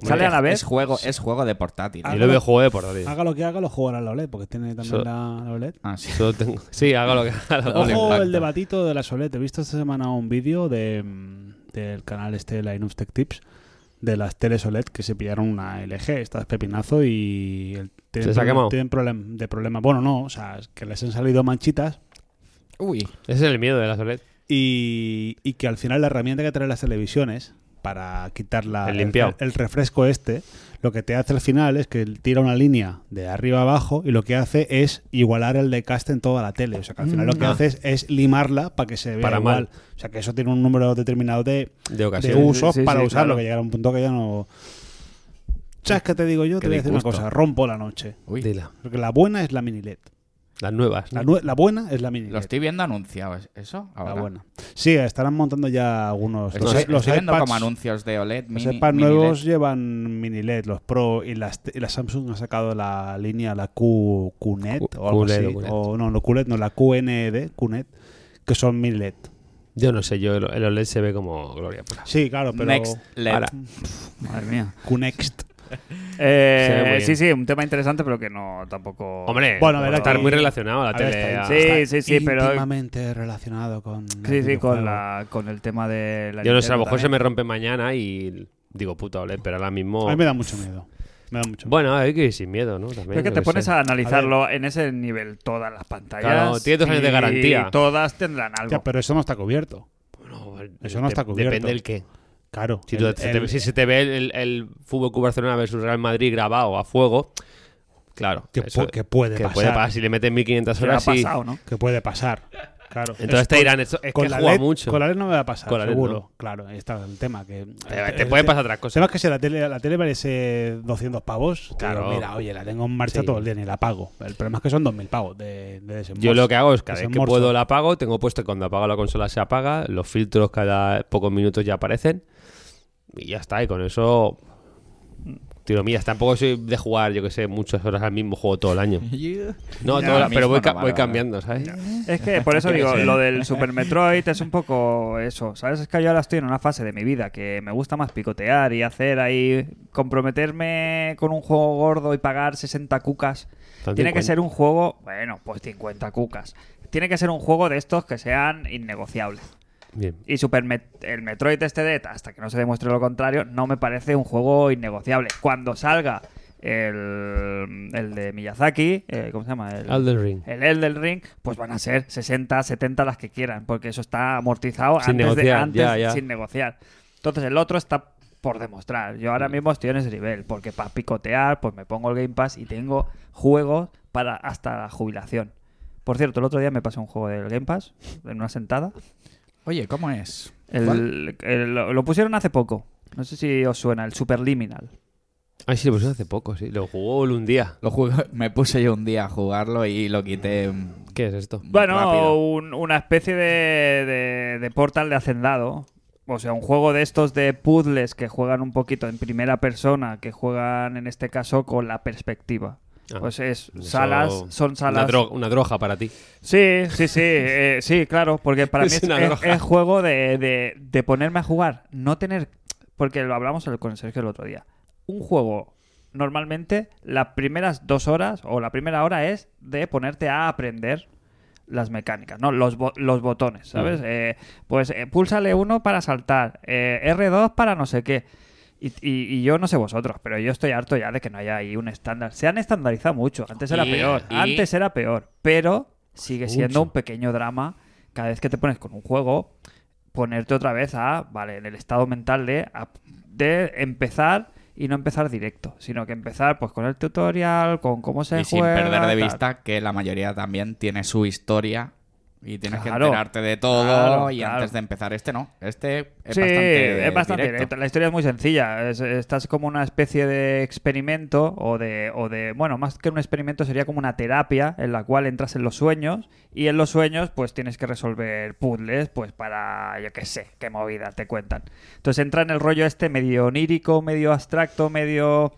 Sale a la vez. Es juego, es juego de portátil. Ah, Yo no. lo veo juego de portátil. Haga lo que haga, lo jugará la OLED, porque tiene también Solo- la, la OLED. Ah, sí. Solo tengo- Sí, haga lo que haga. lo- le Ojo impacta. el debatito de la OLED. He visto esta semana un vídeo de, mm, del canal este Linux Tech Tips de las teles OLED que se pillaron una LG, estas pepinazo y el, tienen, ¿Se les ha problem- quemado? tienen problem- de problema. Bueno, no, o sea, es que les han salido manchitas Uy. Ese es el miedo de la OLED. y, y que al final la herramienta que traen las televisiones para quitar la- El limpiado. el refresco este, lo que te hace al final es que tira una línea de arriba a abajo y lo que hace es igualar el decast en toda la tele. O sea, que al final lo que Ah. Mm. haces es limarla para que se vea Para igual. mal. O sea, que eso tiene un número determinado de, De de ocasión. usos Sí, sí, para sí, usarlo, claro. que llegará a un punto que ya no... ¿Sabes qué te digo yo? Qué te voy a decir una disgusto. cosa. Rompo la noche. Uy. Dila. Porque la buena es la mini LED. Las nuevas. La, nue- la buena es la mini LED. Lo estoy viendo anunciado. ¿es- ¿Eso? La Ah, Ahora. buena. Ah, Sí, estarán montando ya algunos... Estoy, los- los estoy viendo iPads- como anuncios de OLED. Los Mini, iPad mini nuevos LED. llevan mini LED, los Pro y las, y la Samsung ha sacado la línea, la Q, QNET Q- o algo QLED, así. QLED. O, no, no QLED, no, la E QNED, QNED, que son mini LED. Yo no sé, yo el el OLED se ve como gloria pura. Sí, claro, pero E Next LED. Ahora, Madre mía. QNEXT. Eh, Se ve muy sí, bien. sí, un tema interesante, pero que no tampoco. Hombre, Bueno, a ver, va a estar aquí- muy relacionado a la a ver, tele. está- a- Sí, sí, sí, pero- Íntimamente relacionado con... el Sí, sí, con, videojuego. la, con el tema de la. Yo no sé, Nintendo a lo mejor se también. me rompe mañana y digo puta OLED, pero ahora mismo. A mí me da mucho miedo. Me da mucho miedo. Bueno, hay que ir sin miedo, ¿no? También, Pero es que yo te qué pones sé. a analizarlo en ese nivel, todas las pantallas. Claro, tiene dos años de y garantía. todas tendrán Hostia, algo. pero eso no está cubierto. Bueno, Eso no de- está cubierto. Depende del qué. Claro. Si, el- tú- se te- el- si se te ve el, el Fútbol Club Barcelona versus Real Madrid grabado a fuego, claro. que, eso- pu- que puede que pasar. puede pasar. Si le meten 1500 Se me ha horas, sí. pasado, ¿no? Que puede pasar. Claro. Entonces Es te con- dirán, esto- es que juega LED, mucho. Con la LED no me va a pasar, Con la LED seguro. no. Claro, ahí está el tema. Que, Pero el- Eh, te el- pueden pasar otras cosas. Sabes que si la tele, la tele valiese 200 pavos, claro. Claro. mira, oye, la tengo en marcha Sí. todo el día ni la pago. El problema es que son 2.000 pavos de, de desembolso. Yo lo que hago es cada vez que Desembolso. puedo la apago, tengo puesto que cuando apago la consola se apaga, los filtros cada pocos minutos ya aparecen y ya está, y con eso tiro mías. Tampoco soy de jugar, yo que sé, muchas horas al mismo juego todo el año. No, Ya, todo el- ahora pero voy, mismo ca- no, voy ¿eh? vale, cambiando, ¿sabes? Es que por eso digo, lo del Super Metroid es un poco eso, ¿sabes? Es que yo ahora estoy en una fase de mi vida que me gusta más picotear y hacer ahí, comprometerme con un juego gordo y pagar 60 cucas. Son Tiene que 50. ser un juego, bueno, pues 50 cucas. Tiene que ser un juego de estos que sean innegociables. Bien. Y Super Met- el Metroid este de, hasta que no se demuestre lo contrario, no me parece un juego innegociable. Cuando salga el, el de Miyazaki, eh, ¿cómo se llama? El, Elden Ring. el Elden Ring, pues van a ser 60, 70 las que quieran, porque eso está amortizado Sin antes, de, negociar, antes ya, ya. sin negociar. Entonces el otro está por demostrar. Yo Mm. ahora mismo estoy en ese nivel, porque para picotear, pues me pongo el Game Pass y tengo juegos para hasta la jubilación. Por cierto, el otro día me pasó un juego del Game Pass en una sentada. Oye, ¿cómo es? ¿Cuál? El- el- lo lo pusieron hace poco. No sé si os suena, el Superliminal. Ay, Ah, sí, lo pusieron hace poco, sí. Lo jugó un día. Lo jugué- me puse yo un día a jugarlo y lo quité. mm, ¿Qué es esto? muy Bueno, rápido. un- una especie de, de- de portal de hacendado o sea, un juego de estos de puzzles que juegan un poquito en primera persona, que juegan en este caso con la perspectiva. Ah, pues es Eso- salas, son salas. Una, dro- una droga para ti. Sí, sí, sí, eh, sí, claro, porque para mí Es es, una es- droga. es juego de, de- de ponerme a jugar, no tener, porque lo hablamos con Sergio el otro día. Un juego, normalmente, las primeras dos horas o la primera hora es de ponerte a aprender las mecánicas, ¿no? Los, bo- los botones, ¿sabes? Mm. Eh, pues eh, púlsale uno para saltar, eh, R2 para no sé qué. Y, y- y yo no sé vosotros, pero yo estoy harto ya de que no haya ahí un estándar. Se han estandarizado mucho. Antes era Y- peor. y- Antes era peor. Pero sigue siendo Mucho. un pequeño drama cada vez que te pones con un juego, ponerte otra vez a, vale, en el estado mental de, a- de empezar y no empezar directo, sino que empezar pues con el tutorial, con cómo se y sin juega. perder de tal. vista que la mayoría también tiene su historia y tienes que Claro, enterarte de todo claro, y claro. antes de empezar este no este es sí, bastante es bastante directo. directo. La historia es muy sencilla. Es- estás como una especie de experimento o de, o de. Bueno, más que un experimento sería como una terapia en la cual entras en los sueños y en los sueños, pues tienes que resolver puzzles, pues para. Yo qué sé, qué movida te cuentan. Entonces entra en el rollo este medio onírico, medio abstracto, medio.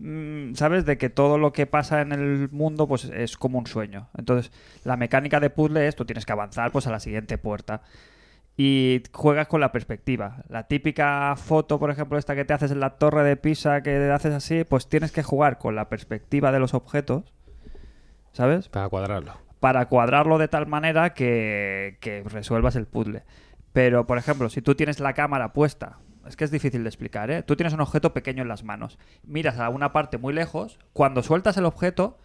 mm, ¿Sabes? De que todo lo que pasa en el mundo pues es como un sueño. Entonces, la mecánica de puzzle es tú tienes que avanzar pues a la siguiente puerta y juegas con la perspectiva. La típica foto, por ejemplo, esta que te haces en la torre de Pisa, que haces así, pues tienes que jugar con la perspectiva de los objetos, ¿sabes? Para cuadrarlo. Para cuadrarlo de tal manera que, que resuelvas el puzzle. Pero, por ejemplo, si tú tienes la cámara puesta, es que es difícil de explicar, ¿eh? Tú tienes un objeto pequeño en las manos, miras a una parte muy lejos, cuando sueltas el objeto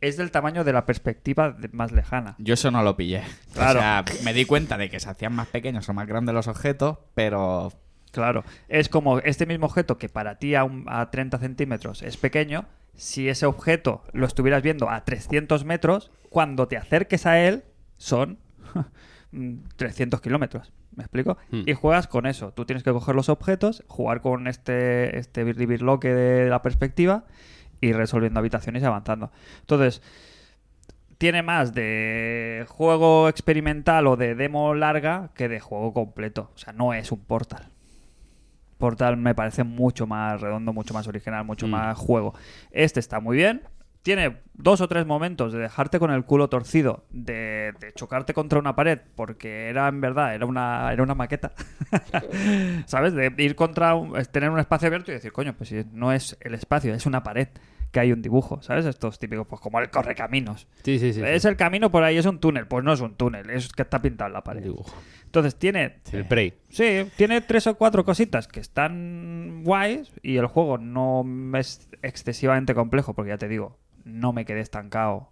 es del tamaño de la perspectiva de- más lejana. Yo eso no lo pillé. Claro. O sea, me di cuenta de que se hacían más pequeños o más grandes los objetos, pero Claro, es como este mismo objeto que para ti a, un- a 30 centímetros es pequeño, si ese objeto lo estuvieras viendo a 300 metros, cuando te acerques a él son mm, 300 kilómetros. ¿Me explico? Hmm. Y juegas con eso. Tú tienes que coger los objetos, jugar con este, este birli birloque de la perspectiva y resolviendo habitaciones y avanzando. Entonces, tiene más de juego experimental o de demo larga que de juego completo. O sea, no es un portal. Portal me parece mucho más redondo, mucho más original, mucho Mm. más juego. Este está muy bien. Tiene dos o tres momentos de dejarte con el culo torcido, de, de chocarte contra una pared, porque era en verdad, era una, era una maqueta. ¿Sabes? De ir contra, un- es tener un espacio abierto y decir, coño, pues si no es el espacio, es una pared, que hay un dibujo, ¿sabes? Estos típicos, pues como el correcaminos. Sí, sí, sí. Es el camino por ahí, es un túnel. Pues no es un túnel, es que está pintado en la pared. dibujo. Entonces tiene. El Prey. Sí, tiene tres o cuatro cositas que están guays y el juego no es excesivamente complejo, porque ya te digo, no me quedé estancado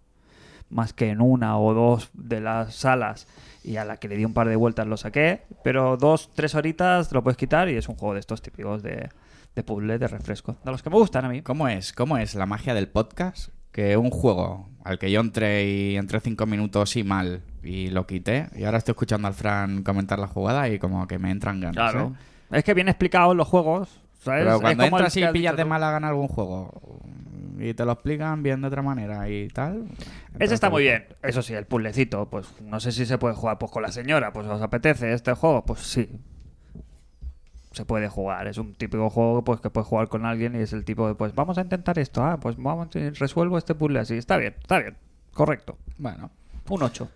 más que en una o dos de las salas y a la que le di un par de vueltas lo saqué, pero dos, tres horitas te lo puedes quitar y es un juego de estos típicos de, de puzzle, de refresco, de los que me gustan a mí. ¿cómo es? ¿Cómo es la magia del podcast? Que un juego al que yo entré y entré cinco minutos y mal y lo quité, y ahora estoy escuchando al Fran comentar la jugada y como que me entran ganas. ¿eh? Es que bien explicado en los juegos, ¿sabes? Pero Es cuando como el entras que y has pillas dicho de tú. mala gana algún juego y te lo explican bien de otra manera y tal. Ese está entonces- muy bien. Eso sí, el puzzlecito, pues no sé si se puede jugar pues con la señora, pues os apetece este juego, pues sí. Se puede jugar, es un típico juego pues que puedes jugar con alguien y es el tipo de pues vamos a intentar esto, ah, pues vamos eh, resuelvo este puzzle así, está bien, está bien. Correcto. Bueno, Un 8.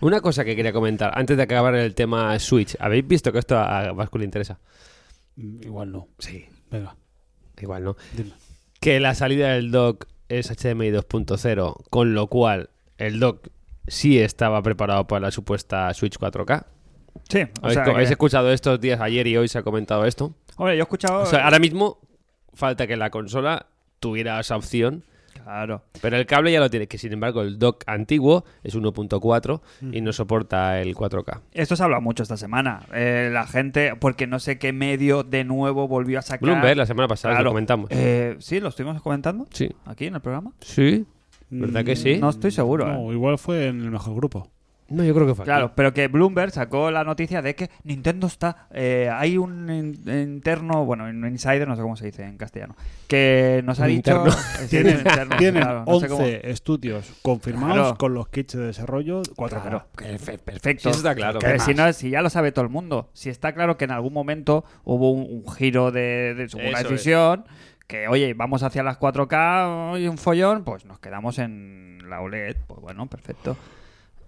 Una cosa que quería comentar antes de acabar el tema Switch. ¿Habéis visto que esto a a Vasco le interesa? Mm, Igual no. Sí. Venga, Igual, ¿no? dime. Que la salida del dock es HDMI 2.0, con lo cual el dock sí estaba preparado para la supuesta Switch 4K. Sí, o ¿Habéis, sea, co- habéis que- escuchado estos días? Ayer y hoy se ha comentado esto. hombre, yo he escuchado O sea, ahora mismo falta que la consola tuviera esa opción, claro. pero el cable ya lo tiene, que sin embargo el dock antiguo es 1.4 y no soporta el 4K. Esto se ha hablado mucho esta semana. Eh, la gente, porque no sé qué medio de nuevo volvió a sacar. Bloomberg la semana pasada Claro. lo comentamos. Eh, sí, lo estuvimos comentando Sí. aquí en el programa. Sí. ¿Verdad que sí? Mm, No estoy seguro. ¿eh? No, igual fue en el mejor grupo. No, yo creo que fue. aquí. Claro, pero que Bloomberg sacó la noticia de que Nintendo está. eh, hay un in- interno, bueno, un insider, no sé cómo se dice en castellano, que nos ha Un dicho. interno. Sí, Tienen, un interno, tienen claro, no sé 11 cómo- estudios confirmados Claro. con los kits de desarrollo 4K. Claro, perfe- perfecto. Sí, eso está claro. Que ¿Qué si, no, si ya lo sabe todo el mundo. Si está claro que en algún momento hubo un, un giro de, de- hubo una Eso es. decisión, que oye, vamos hacia las 4K y un follón, pues nos quedamos en la OLED. Pues bueno, perfecto.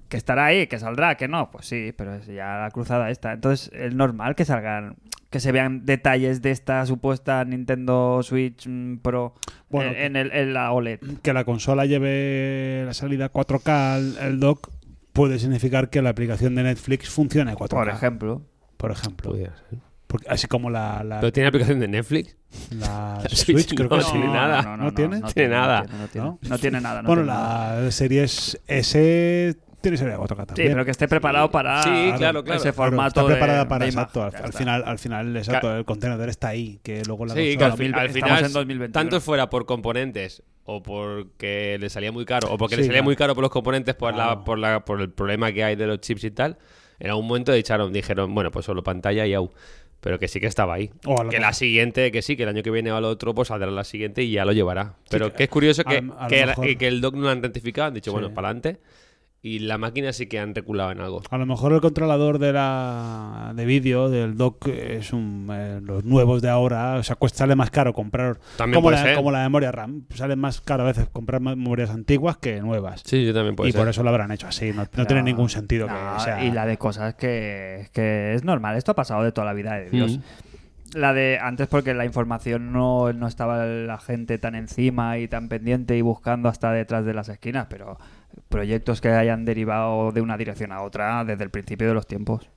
Que estará ahí, que saldrá, que no, pues sí, pero es ya la cruzada está. Entonces es normal que salgan, que se vean detalles de esta supuesta Nintendo Switch mm, Pro Bueno, en, en el, en la E OLED. Que la consola lleve la salida 4K al, al dock puede significar que la aplicación de Netflix funcione a 4K. Por ejemplo. Por ejemplo. Podía ser. Porque- así como la, la, ¿Pero tiene aplicación de Netflix? la La Switch, Switch creo no que sí. tiene nada. ¿No tiene? Tiene nada. No tiene, ¿No? No tiene nada. no bueno, tiene nada. la Series S tiene salida 4K Sí, también. pero que esté preparado para Sí, claro, claro. ese Claro, Claro, formato. está preparada de- para de exacto. imagen. Al, Ya al está. final, al final, exacto, el contenedor está ahí, que luego la Sí, que consola- al, fin- Estamos al en final, 2021. tanto fuera por componentes o porque le salía muy caro, o porque le Sí, salía claro. muy caro por los componentes, por, Claro. la, por, la, por el problema que hay de los chips y tal, en algún momento echaron, dijeron, bueno, pues solo pantalla y au. Pero que sí que estaba ahí. O a lo que mejor- la siguiente, que sí, que el año que viene o al otro, pues saldrá la siguiente y ya lo llevará. Pero que es curioso a que, lo- a lo que, la- mejor. que el doc no lo han rectificado, han dicho, Sí. bueno, para adelante. Y la máquina sí que han reculado en algo. A lo mejor el controlador de la de vídeo del dock es un eh, los nuevos de ahora, o sea, cuesta, sale más caro comprar También como puede la, ser. como la memoria RAM, sale más caro a veces comprar más memorias antiguas que nuevas. Sí, yo también puedo y por eso lo habrán hecho así, no, no tiene ningún sentido No, que sea Y la de cosas que, que es normal. Esto ha pasado de toda la vida de Dios. Mm. La de antes porque la información no, no estaba la gente tan encima y tan pendiente y buscando hasta detrás de las esquinas, pero proyectos que hayan derivado de una dirección a otra desde el principio de los tiempos.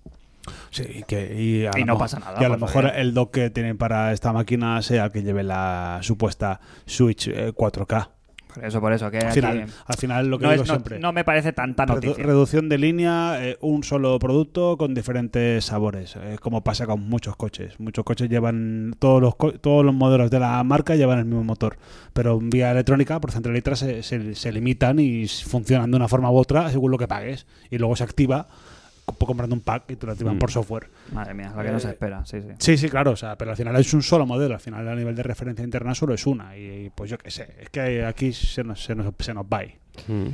Sí, y que, y a Y lo no mo- pasa nada, Y a lo pues, mejor oye. el dock que tienen para esta máquina sea el que lleve la supuesta Switch eh, 4K. Por eso, por eso, que Al Eh, aquí final, al final lo que no, digo es- no- siempre. no me parece tanta Redu- noticia. reducción de línea, eh, un solo producto con diferentes sabores. Es como pasa con muchos coches. Muchos coches llevan todos los co- todos los modelos de la marca llevan el mismo motor, pero en vía electrónica por central de letras se, se- se limitan y s- funcionan de una forma u otra según lo que pagues y luego se activa co- comprando un pack y te lo activan Mm. por software. Madre mía, la que Eh, nos espera, sí, sí. Sí, sí, claro, o sea, pero al final es un solo modelo, al final a nivel de referencia interna solo es una y, y pues yo qué sé, es que aquí se nos, se nos, se nos va. ahí. Mm.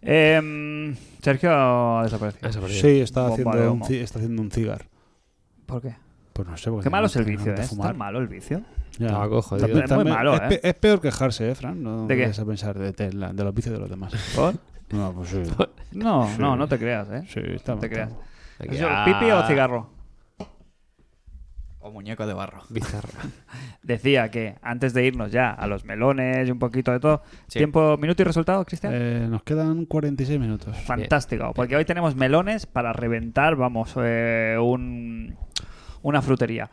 Em, Sergio ha desaparecido. Eso, por Dios. Sí, está Pues Bomba de haciendo, un, humo. ci- está haciendo un cigar. ¿Por qué? Pues no sé. porque Qué malo no es el tiene vicio, ¿eh? ganas de Es fumar. tan malo el vicio. Ya. Tabaco, jodido. También- Es muy también- malo, es, ¿eh? pe- es peor quejarse, ¿eh, Fran? No ¿De qué? vayas a pensar de, de la- de los vicios de los demás. ¿Por? No, pues sí. No, no, no te creas, ¿eh? Sí, está No te creas. Aquí, Eso, ah, ¿Pipi o cigarro? O muñeco de barro. Bizarro. Decía que antes de irnos ya a los melones y un poquito de todo, Sí. tiempo, minuto y resultado, Cristian. Eh, nos quedan 46 minutos. Eh, Fantástico, porque hoy tenemos melones para reventar, vamos, eh, un- una frutería.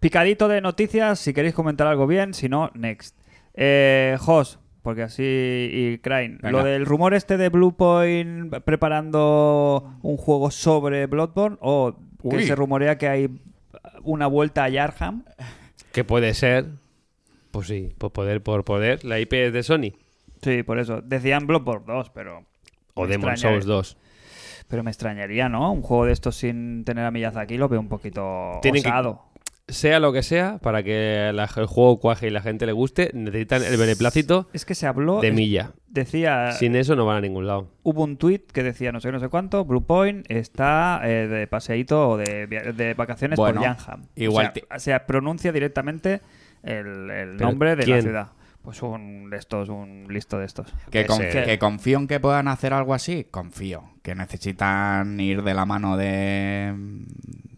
Picadito de noticias, si queréis comentar algo bien, si no, next. Eh, Jos, porque así, y Crane, Venga. lo del rumor este de Bluepoint preparando un juego sobre Bloodborne, o que Uy. se rumorea que hay una vuelta a Yarham. Que puede ser. Pues sí, por poder, por poder. La IP es de Sony. Sí, por eso. Decían Bloodborne 2, pero... O me Demon extraña- ¿eh? Souls 2. Pero me extrañaría, ¿no? Un juego de estos sin tener a Miyazaki lo veo un poquito Tienen que- osado. Sea lo que sea, para que la- el juego cuaje y la gente le guste, necesitan el beneplácito Es que se habló. de es- Milla. Decía. Sin eso no van a ningún lado. Hubo un tweet que decía no sé qué, no sé cuánto. Bluepoint está eh, de paseíto o de, via- de vacaciones Bueno, por Yanham. igual O sea, se pronuncia directamente el, el Pero nombre de la ¿quién? ciudad. Pues un de estos, un listo de estos. Que, Que con- se- que confío en que puedan hacer algo así, confío. Que necesitan ir de la mano de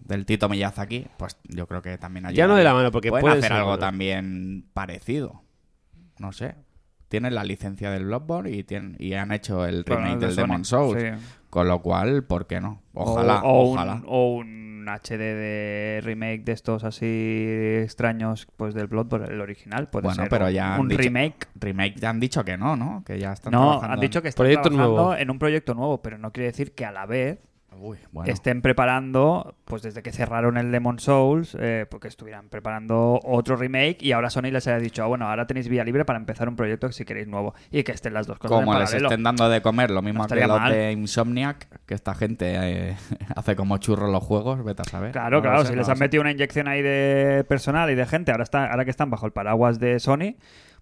del Tito Miyazaki, pues yo creo que también ayuda. Ya no de la mano, porque pueden, pueden hacer ser, algo bueno. también parecido. No sé. Tienen la licencia del Bloodborne y, tienen, y han hecho el Bueno, remake de del Sony, Demon Souls. sí. Con lo cual, ¿por qué no? Ojalá, O, o ojalá. Un, o un HD de remake de estos así extraños, pues del Bloodborne, el original. Puede Bueno, ser pero un- ya han un dicho- remake. Remake ya han dicho que no, ¿no? Que ya están No, trabajando han en- dicho que están Proyecto trabajando nuevo. en un proyecto nuevo, pero no quiere decir que este a la vez Uy, bueno. estén preparando, pues desde que cerraron el Demon Souls, eh, porque estuvieran preparando otro remake y ahora Sony les haya dicho, ah, bueno, ahora tenéis vía libre para empezar un proyecto si queréis nuevo y que estén las dos cosas Como en les paralelo. estén dando de comer, lo mismo No que estaría los mal. de Insomniac, que esta gente eh, hace como churro los juegos, vete a saber. Claro, ¿eh? No lo claro, sé, si no les lo han sé. metido una inyección ahí de personal y de gente, ahora está, ahora que están bajo el paraguas de Sony,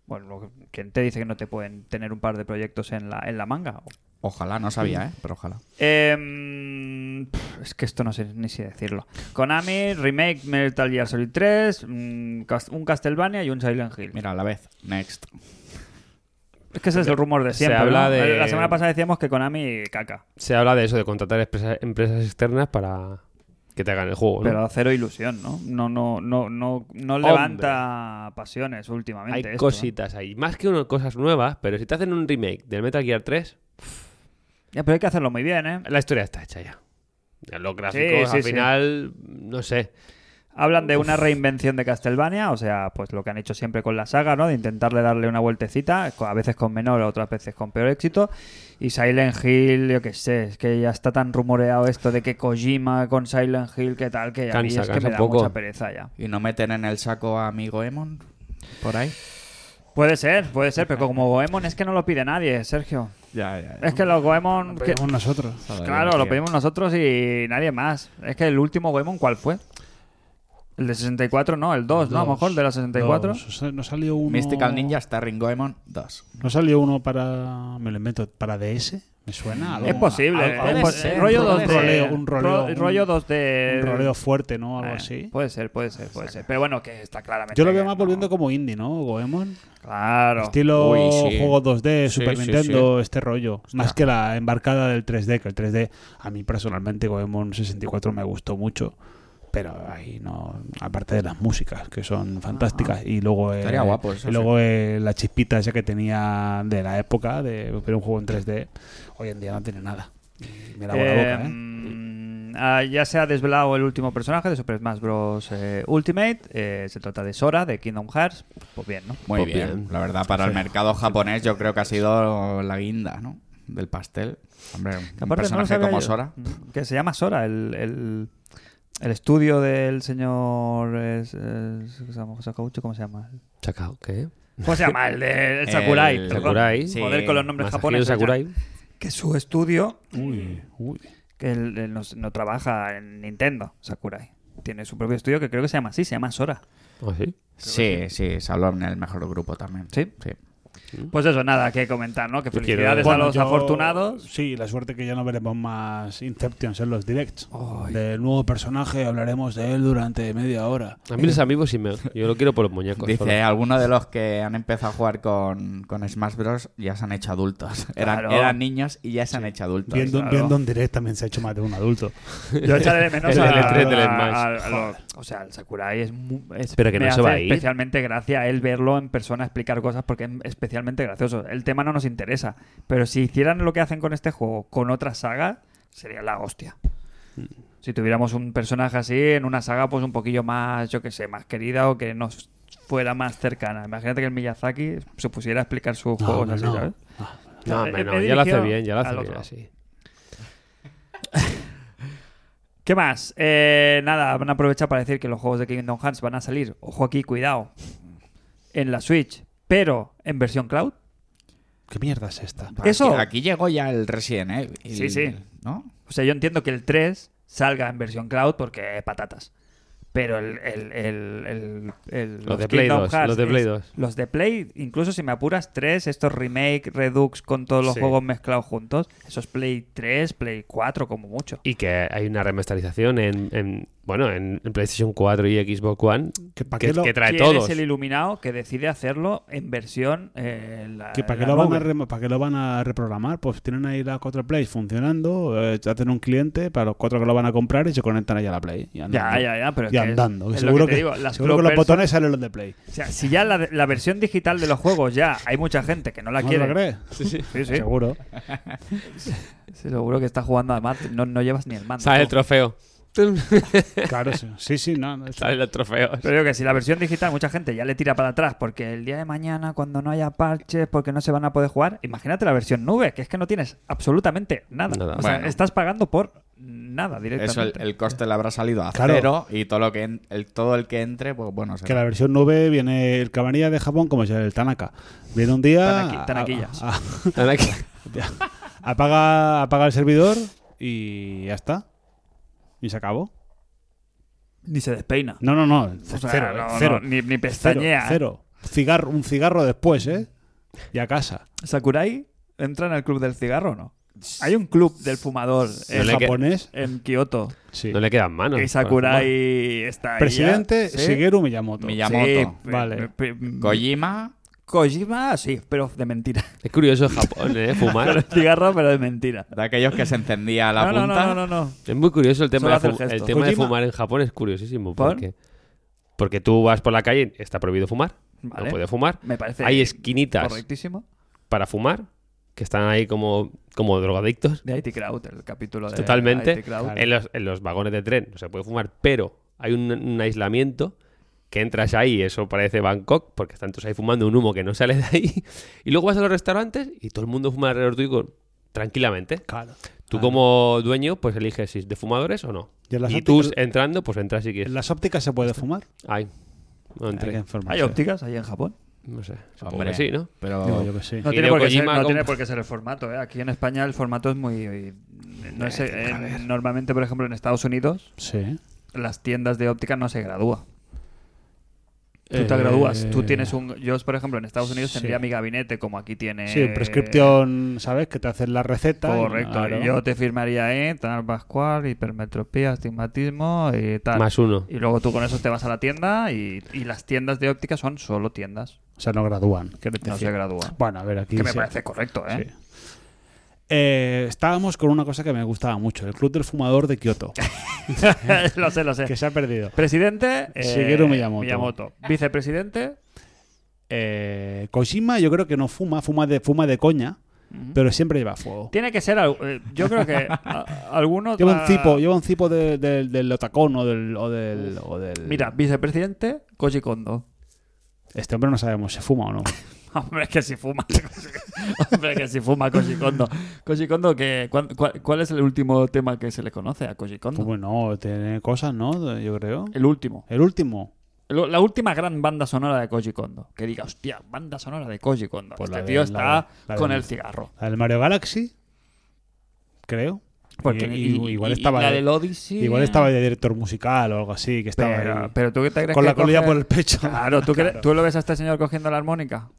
pues lo- ¿quién te dice que no te pueden tener un par de proyectos en la, en la manga? Ojalá, no sabía, ¿eh? Pero ojalá. Eh, pf, es que esto no sé ni si decirlo. Konami, remake Metal Gear Solid 3, mm, cas- un Castlevania y un Silent Hill. Mira, a la vez. Next. Es que ese es el rumor de Se siempre. habla ¿no? de- La semana pasada decíamos que Konami caca, Se habla de eso, de contratar empresa- empresas externas para que te hagan el juego. ¿no? pero cero ilusión, ¿no? No, no, no, no, no levanta pasiones Hay últimamente. esto, ¿eh? cositas ahí. Más que unas cosas nuevas, pero si te hacen un remake del Metal Gear 3, Ya, pero hay que hacerlo muy bien, ¿eh? la historia está hecha ya. Ya Los gráficos, sí, al sí. final, no sé. Hablan de una reinvención de Castlevania, o sea, pues lo que han hecho siempre con la saga, ¿no? De intentarle darle una vueltecita, co- a veces con menor, otras veces con peor éxito. Y Silent Hill, yo qué sé, es que ya está tan rumoreado esto de que Kojima con Silent Hill, qué tal, que a mí Cansa, es que cansa me da poco. mucha pereza ya. ¿Y no meten en el saco a amigo Emon? Por ahí. Puede ser, puede ser, pero como Goemon es que no lo pide nadie, Sergio. Ya, ya. Es que los Goemon... que- Somos nosotros. Eh, Claro, lo pedimos nosotros y nadie más. Es que el último Goemon, ¿cuál fue? El de 64, no, el 2, ¿no? A lo mejor de la 64. Dos. No salió uno. Mystical Ninja Starring Goemon 2. No salió uno para. Me lo invento. Para DS. Me suena. algo- Es posible. algo- es algo- po- ser, rollo puede 2D. ser. Un roleo, un roleo, Ro- rollo un- 2D. un roleo fuerte, ¿no? Algo Eh, así. Puede ser, puede ser, puede ser. Pero bueno, que está claramente. Yo lo veo que más no. volviendo como indie, ¿no? Goemon. Claro. Estilo Uy, sí. juego 2D, Sí, Super sí, Nintendo, este rollo. Más que la embarcada del 3D, que el 3D, a mí personalmente, Goemon 64 me gustó mucho. Pero ahí no. Aparte de las músicas, que son fantásticas. Y luego. eh, Ah. Estaría guapo eso, y luego eh, la chispita esa que tenía de la época, de ver un juego en 3D. Hoy en día no tiene nada. Y Me lavo la Eh, boca, Em, mm, ¿eh? ah, ya se ha desvelado el último personaje de Super Smash Bros. eh, Ultimate. Eh, se trata de Sora, de Kingdom Hearts. Pues bien, ¿no? Muy Pues bien. bien. La verdad, para el mercado japonés yo creo que ha sido la guinda, ¿no? Del pastel. Hombre, Que un aparte no lo personaje sabía como yo. Sora. Mm, Que se llama Sora, el, el, el estudio del señor. eh, es- es- ¿cómo se llama? Sakaguchi, ¿Cómo se llama? Chacao, ¿qué? ¿Cómo se llama? El, de, el Sakurai. Eh, El perdón. Sakurai. Sí. Joder, con los nombres Masahiro japoneses. Sakurai. Que su estudio, ¿eh? Uy, uy. que él, él no, no trabaja en Nintendo, Sakurai. Tiene su propio estudio que creo que se llama así, se llama Sora. ¿Ah, sí? Sí, sí, se habló en el mejor grupo también. ¿Sí? Sí. Pues eso, nada que comentar, ¿no? Que Yo felicidades quiero- a los yo- afortunados. Sí, la suerte que ya no veremos más Inceptions en los directs. Oh, Del nuevo personaje hablaremos de él durante media hora. A mí Eh. los amigos sí me... Yo lo quiero por los muñecos. Dice, solo. algunos de los que han empezado a jugar con, con Smash Bros. ya se han hecho adultos. Eran, Claro. eran niños y ya se han hecho adultos. Viendo, claro. viendo en direct también se ha hecho más de un adulto. Yo echaré de menos El a, E3 del a- Smash. a- a lo- O sea, el Sakurai es. mu- es- Pero que me no se va hace a ir. Especialmente gracia a él verlo en persona explicar cosas porque es especialmente gracioso. El tema no nos interesa. Pero si hicieran lo que hacen con este juego con otra saga, sería la hostia. Mm. Si tuviéramos un personaje así en una saga, pues un poquillo más, yo que sé, más querida o que nos fuera más cercana. Imagínate que el Miyazaki se pusiera a explicar sus No, juegos no, así, no. Ah, ¿sabes? No, hombre, eh, He- no, he ya lo hace dirigido bien, ya lo al hace bien otro. así. ¿Qué más? Eh, nada, van a aprovechar para decir que los juegos de Kingdom Hearts van a salir, ojo aquí, cuidado, en la Switch, pero en versión cloud. ¿Qué mierda es esta? Aquí- Eso- Aquí, llegó ya el Resident Evil. Sí, sí. ¿No? O sea, yo entiendo que el 3 salga en versión cloud porque patatas. Pero el, el, el, el- el- Los de Play Kingdom 2, Hearts los de es- Play 2. los de Play, incluso si me apuras, 3, estos remake, redux con todos los Sí. juegos mezclados juntos, eso es Play 3, Play 4 como mucho. Y que hay una remasterización en, en- bueno, en, en PlayStation 4 y Xbox One Que pa' que, qué lo- que trae ¿Quién todos. es el iluminado que decide hacerlo en versión eh, la- Que para la qué, lo van a nube? rem- para qué lo van a reprogramar, pues tienen ahí la 4 Play funcionando, eh, hacen un cliente para los cuatro que lo van a comprar y se conectan ahí a la Play. Y andando. Ya, ya, ya, pero es Y que es- andando. que es lo seguro que que, te digo, las seguro que Pro los Person- botones salen los de Play. O sea, si ya la, la versión digital de los juegos ya hay mucha gente que no la ¿No te quiere. lo crees? Sí, sí. Seguro. Sí, seguro que está jugando además, no, no llevas ni el mando. Sale el trofeo. Claro, sí. Sí, sí, no. no, Sale los trofeos. Pero digo que si la versión digital mucha gente ya le tira para atrás porque el día de mañana cuando no haya parches porque no se van a poder jugar, imagínate la versión nube, que es que no tienes absolutamente nada. Nada. O sea, Bueno. estás pagando por nada directamente. Eso, el, el coste le habrá salido a Claro. cero y todo, lo que en- el, todo el que entre, pues bueno, Que será. la versión 9 viene el camarilla de Japón, como es el Tanaka. Viene un día. Tanaki- tanaquillas. a- a- Están aquí. apaga, apaga el servidor y ya está. Y se acabó. Ni se despeina. No, no, no. O sea, cero, no, no, cero. ni, ni cero, pestañea. cero. Cigarro, un cigarro después, ¿eh? Y a casa. ¿Sakurai entra en el club del cigarro o no? Hay un club del fumador No El en, le que- japonés, en Kioto. sí. No le quedan manos. y Sakurai está ahí. Presidente ¿sí? Shigeru Miyamoto. Miyamoto. Yamamoto. Vale. Kojima, mm, Kojima, sí, pero de mentira. Es curioso Japón, ¿eh? Con el Fumar. cigarro, pero de mentira. de aquellos que se encendía la no, no, punta. no, no, no. Es muy curioso el tema, Solo de, hace el fu- el gesto. tema de Kojima. fumar en Japón. Es curiosísimo. ¿Por? Porque, porque tú vas por la calle, está prohibido fumar. Vale. No puedes fumar. Me parece Hay esquinitas correctísimo. para fumar que están ahí como, como drogadictos. De IT Crowd, el capítulo de Totalmente. IT Crowd. En los, en los vagones de tren no se puede fumar, pero hay un, un aislamiento que entras ahí, eso parece Bangkok, porque están todos ahí fumando un humo que no sale de ahí. Y luego vas a los restaurantes y todo el mundo fuma alrededor tuyo con- tranquilamente. Claro. Tú Claro. como dueño, pues eliges si es de fumadores o no. Y en Ah. las Y tú ópticas- entrando, pues entras si ¿En quieres. las ópticas se Este, puede fumar? Ay, no Hay que entré. Hay informarse. ópticas ahí en Japón. No sé. Supongo Hombre, que sí, ¿no? Pero Digo yo que sí. No, Y tiene Hideo por, qué ser, Kojima no con- Eh, tiene por qué ser el formato. ¿eh? Aquí en España el formato es muy... No sé, en- normalmente, por ejemplo, en Estados Unidos Sí. las tiendas de óptica no se gradúa. Tú te Eh, gradúas. Tú tienes un... Yo, por ejemplo, en Estados Unidos sí. tendría mi gabinete como aquí tiene... Sí, prescripción, ¿sabes? Que te hacen la receta. y- eh, Correcto. claro. Y yo te firmaría ¿eh? tal Pascual, hipermetropía, astigmatismo y tal. Más uno. Y luego tú con eso te vas a la tienda y, y las tiendas de óptica son solo tiendas. O sea, no gradúan. ¿quieres No decir? se gradúa. Bueno, a ver, aquí. Que me sí. parece correcto, ¿eh? Sí. Eh, estábamos con una cosa que me gustaba mucho: el Club del Fumador de Kioto, lo sé, lo sé. que se ha perdido. Presidente... eh, Shigeru Miyamoto. Vicepresidente... Eh, Kojima, yo creo que no fuma, fuma de, fuma de coña, pero siempre lleva fuego. Tiene que ser... al- eh, Yo creo que a- algunos... Lleva ah, un cipo, lleva un cipo de- del- del otacón o del, o del, o del- Mira, vicepresidente Koji Kondo. Este hombre no sabemos si fuma o no. Hombre, que si fuma. Hombre, que si fuma Koji Kondo. Koji Kondo, que, ¿cuál, cuál, cuál es el último tema que se le conoce a Koji Kondo? Bueno, Pues tiene cosas, ¿no? Yo creo. El último. El último. Lo- La última gran banda sonora de Koji Kondo. Que diga, hostia, banda sonora de Koji Kondo. Pues la este de- tío la está de- la de- con el cigarro. La del Mario Galaxy, creo. Porque Y- y- igual Pues y- estaba y la de- del Odyssey. Igual estaba de director musical o algo así, que estaba ahí Pero, pero tú qué te crees con que Ah. la colilla coge- por el pecho. Claro, ¿tú, crees- ¿tú lo ves a este señor cogiendo la armónica?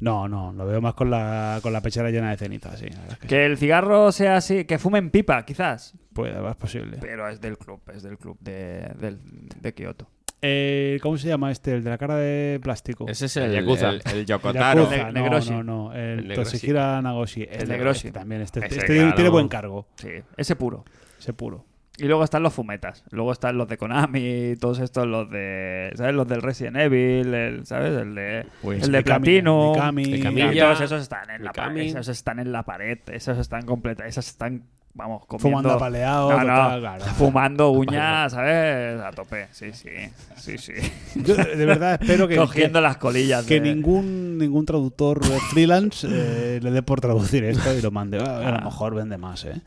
No, no, lo veo más con la, con la pechera llena de ceniza, sí. la verdad es que Que el cigarro sea así, que fume en pipa, quizás. sí. Puede, es posible. Pero es del club, es del club de, del, de Kioto. Eh, ¿Cómo se llama este? El de la cara de plástico. Ese es el, El Yakuza. el- el El Yokotaro. Yakuza, Ne- no, Negroshi. no, no, El, El Negroshi. Toshihira Nagoshi. Este- Negroshi. este también. Este, Ese, este claro. tiene buen cargo. Sí, ese puro. Ese puro. Y luego están los fumetas. Luego están los de Konami, todos estos, los de. ¿Sabes? Los del Resident Evil, el, ¿sabes? El de. Pues Uy, el de Mikami, Platino. Mikami. Mikami. Y Milla, todos esos están en la pared. Mikami. Esos están en la pared. Esos están completos. Esos están, vamos, comiendo. Fumando apaleado. No, no, total, claro. Fumando uñas, ¿sabes? A tope. Sí, sí. Sí, sí. Yo de verdad espero que, Cogiendo que, las colillas. que de- ningún, ningún traductor freelance eh, le dé por traducir esto y lo mande. Ah, A lo mejor vende más, ¿eh?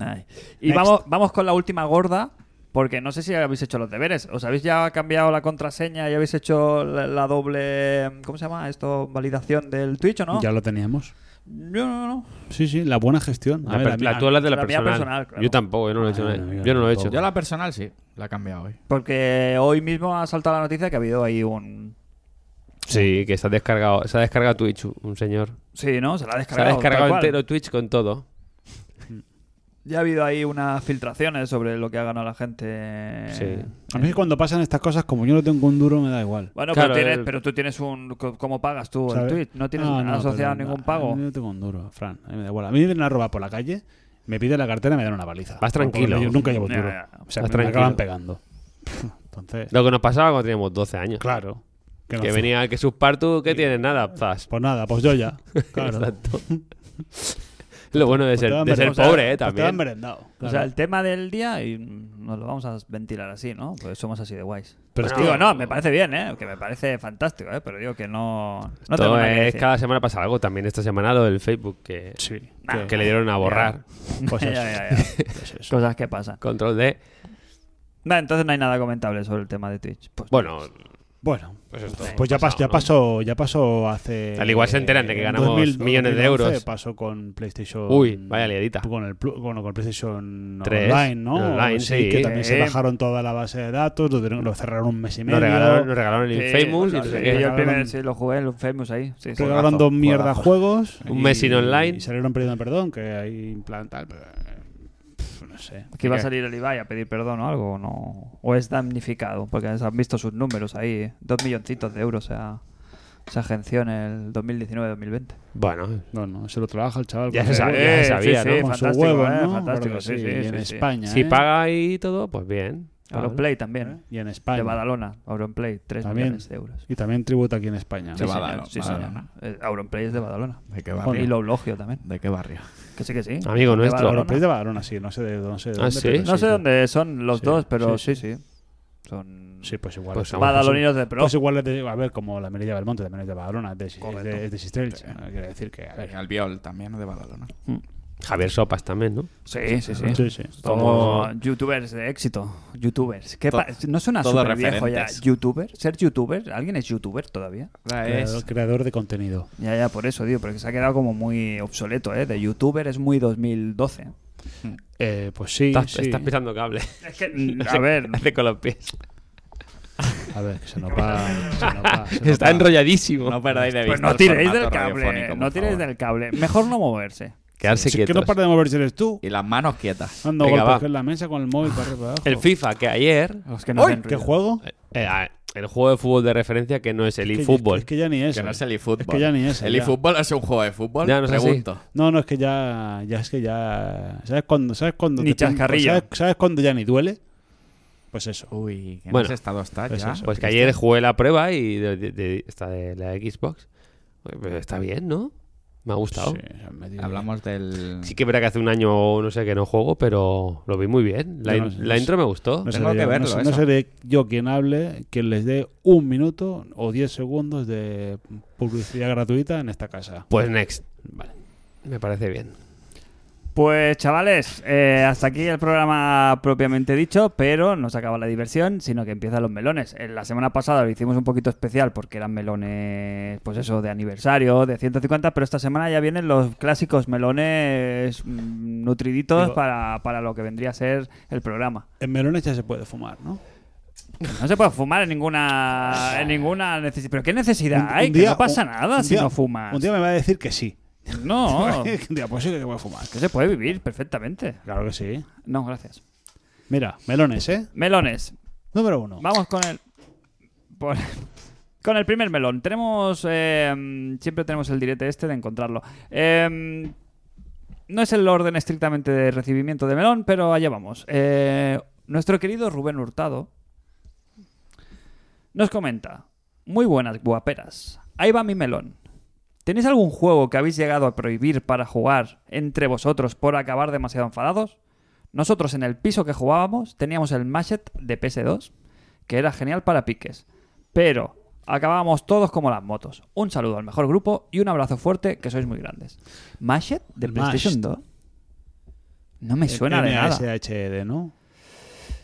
Ay. Y Next. vamos, vamos con la última gorda, porque no sé si habéis hecho los deberes. ¿Os habéis ya cambiado la contraseña y habéis hecho la, la doble. ¿Cómo se llama esto? ¿Validación del Twitch o no? Ya lo teníamos. Yo no, no, no. Sí, sí, la buena gestión. A La ver, per- la la- mía- tú hablas de la, la mía personal. personal, claro. Yo tampoco, yo no lo he hecho. Ay, eh. no, yo yo no lo he hecho. tampoco. Yo la personal sí, la he cambiado hoy. Porque hoy mismo ha saltado la noticia que ha habido ahí un. Sí, que se ha descargado, se ha descargado Twitch un señor. Sí, ¿no? Se la ha Se descargado. ha tal descargado cual. entero Twitch con todo. Ya ha habido ahí unas filtraciones sobre lo que ha ganado la gente. Sí. A mí cuando pasan estas cosas, como yo no tengo un duro, me da igual. Bueno, Claro, pero, tienes, el- pero tú tienes un. ¿Cómo pagas tú el ¿sabes? Twitch? No tienes Ah, No, no, asociado pero ningún no, pago. A mí no tengo un duro, Fran. A mí me da igual. A mí me vienen a robar por la calle, me piden la cartera y me dan una paliza. Vas tranquilo. Yo nunca llevo un Ya, Pues duro. ya. O sea, Vas me, me acaban tranquilo. pegando. Entonces, Lo que nos pasaba cuando teníamos 12 años. claro. Que, no Que sé. venía el que sus partu, ¿qué tienes? Nada, zas. Pues nada, pues yo ya. Claro. Exacto. Lo bueno de Pues ser, te dan de ser merendado. pobre, ¿eh? Pues Te dan También. merendado. O claro. sea, el tema del día y nos lo vamos a ventilar así, ¿no? Pues somos así de guays. Pero es Pues que- digo, no, me parece bien, ¿eh? Que me parece fantástico, ¿eh? Pero digo que no... no tengo Todo nada que es- decir. cada semana pasa algo. También esta semana lo del Facebook que, Sí. que- que le dieron a borrar. Pues Ya, eso. ya, ya. pues eso. Cosas que pasan. Control D. Nah, entonces no hay nada comentable sobre el tema de Twitch. Pues, Bueno, Bueno, pues esto. Eh, pues ya, pas- pasado, ya ¿no? pasó, ya pasó hace. eh, Al igual se enteran de que en ganamos millones de euros. Pasó con PlayStation. Uy, vaya liadita. Con el plu- bueno, con PlayStation Tres, Online, ¿no? online, sí. Que también se Sí. bajaron toda la base de datos, lo, tuvieron- lo cerraron un mes y medio. Nos regalaron, nos regalaron el Sí, Infamous y claro, no sé sí, qué. Yo el primer Regalaron- sí lo jugué, el Infamous ahí. Sí, sí. regalaron dos mierda juegos. Un y- mes sin online. Y salieron pidiendo perdón, que ahí implantar. eh, No sé. Que iba a salir el Ibai a pedir perdón o algo, o no. O es damnificado, porque han visto sus números ahí. ¿eh? Dos milloncitos de euros se, ha- se agenció en el 2019-2020. Bueno, No, no, se lo trabaja el chaval. Ya con se su- sabe, ya se sabía, sí, ¿no? sí, Con su fantástico, huevo, ¿eh? ¿no? Fantástico, Claro sí, que sí, y en sí, sí. España. si ¿eh? paga y todo, pues bien. Auronplay también, Y en de España. Badalona. Auronplay, 3 También. millones de euros. Y también tributa aquí en España. ¿eh? De Sí, Badalo- señor, sí, Badalona. señor. Eh, Auronplay es de Badalona. ¿De qué Bueno. Y barrio? lo elogio también. ¿De qué barrio? Que sí, que sí. Amigo De nuestro. Badalona. Bueno, pero es de Badalona, sí, no sé de dónde. sé de Ah, dónde, ¿sí? pero No sé dónde son los Sí, dos, pero sí, sí, sí. Son Sí, pues igual. Pues Pues, vamos, badaloninos de pro. pues igual es de, a ver, como la Merilla Belmonte también es de Badalona, es de, es de, es de Sistrelch, ¿no? Quiere decir que, a ver, Albiol también de Badalona. Javier Sopas también, ¿no? Sí, sí, sí. sí, Pues, sí. Como youtubers de éxito. Youtubers. ¿Qué pa- ¿No suena todo súper viejo ya? referentes. ¿Youtuber? ¿Ser youtuber? ¿Alguien es youtuber todavía? Creador, creador de contenido. Ya, ya, por eso, tío. Porque se ha quedado como muy obsoleto, ¿eh? De youtuber es muy 2012. Eh, pues sí, Estás, sí. estás pisando cable. Es que, a ver, Hace con los pies. A ver, que se nos va. se nos va, se nos Está va. enrolladísimo. No perdáis de vista. pues no el tiréis formato del radiofónico, cable. por No tiréis favor. del cable. Mejor no moverse. Quedarse Si es que quietos. no para de moverse eres tú. Y las manos quietas. Dando Venga, va. golpes en la mesa con el móvil para arriba y para abajo. El FIFA, que ayer. Los que no ¡Ay! hacen ¿Qué ruido. juego? eh, ah, el juego de fútbol de referencia que no es el Que- eFootball. Es que ya ni eso. Que no es el eFootball. eFootball. Es que ya ni eso. ¿El ya. eFootball es un juego de fútbol? Ya, no es así. Pregunto. No, no, es que ya, ya es que ya. ¿Sabes cuándo? ¿Sabes cuándo? Ni te- pues, chascarrillo. ¿sabes, ¿Sabes cuándo ya ni duele? Pues eso. Uy, ¿qué Bueno, bueno, estado está pues ya? eso. Pues que ayer jugué la prueba y de, de- de- esta de la Xbox. Oye, Pero está bien, ¿no? Me ha gustado. Sí, se han metido- Hablamos del... Sí que verá que hace un año o no sé que no juego, pero lo vi muy bien. La, Yo no in- sé, la no intro me gustó. No Tengo seré que yo, verlo, No, sé- eso. no seré yo quien hable, quien les dé un minuto o diez segundos de publicidad gratuita en esta casa. Pues next. Vale. Me parece bien. Pues chavales, eh, hasta aquí el programa propiamente dicho, pero no se acaba la diversión, sino que empiezan los melones. En la semana pasada lo hicimos un poquito especial porque eran melones, pues eso, de aniversario, de 150, pero esta semana ya vienen los clásicos melones mm, nutriditos Digo- para, para lo que vendría a ser el programa. En melones ya se puede fumar, ¿no? No se puede fumar en ninguna, en ninguna necesidad. ¿Pero qué necesidad Un- hay? un Que día- no pasa un- nada un si día- no fumas. Un día me va a decir que sí. No, un día, pues sí que voy a fumar. que se puede vivir perfectamente. Claro que sí. No, gracias. Mira, melones, ¿eh? Melones, Número uno. Vamos con el. por- con el primer melón. Tenemos. eh, siempre tenemos el direte este de encontrarlo. Eh, no es el orden estrictamente de recibimiento de melón, pero allá vamos. Eh, nuestro querido Rubén Hurtado nos comenta: Muy buenas guaperas. Ahí va mi melón. ¿Tenéis algún juego que habéis llegado a prohibir para jugar entre vosotros por acabar demasiado enfadados? Nosotros en el piso que jugábamos teníamos el Mashet de PS2, que era genial para piques. Pero acabábamos todos como las motos. Un saludo al mejor grupo y un abrazo fuerte, que sois muy grandes. ¿Mashet de El PlayStation Mashed. 2? No me suena de nada. MSHD, E ¿no?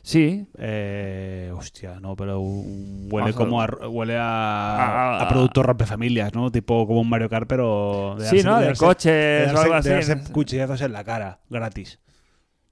Sí. Eh, hostia, no, pero un- huele Vamos a como a, huele a, Ah. a producto rompefamilias, ¿no? Tipo como un Mario Kart, pero Sí, ¿no? De coches de o darse- algo así. De darse cuchillazos en la cara, gratis.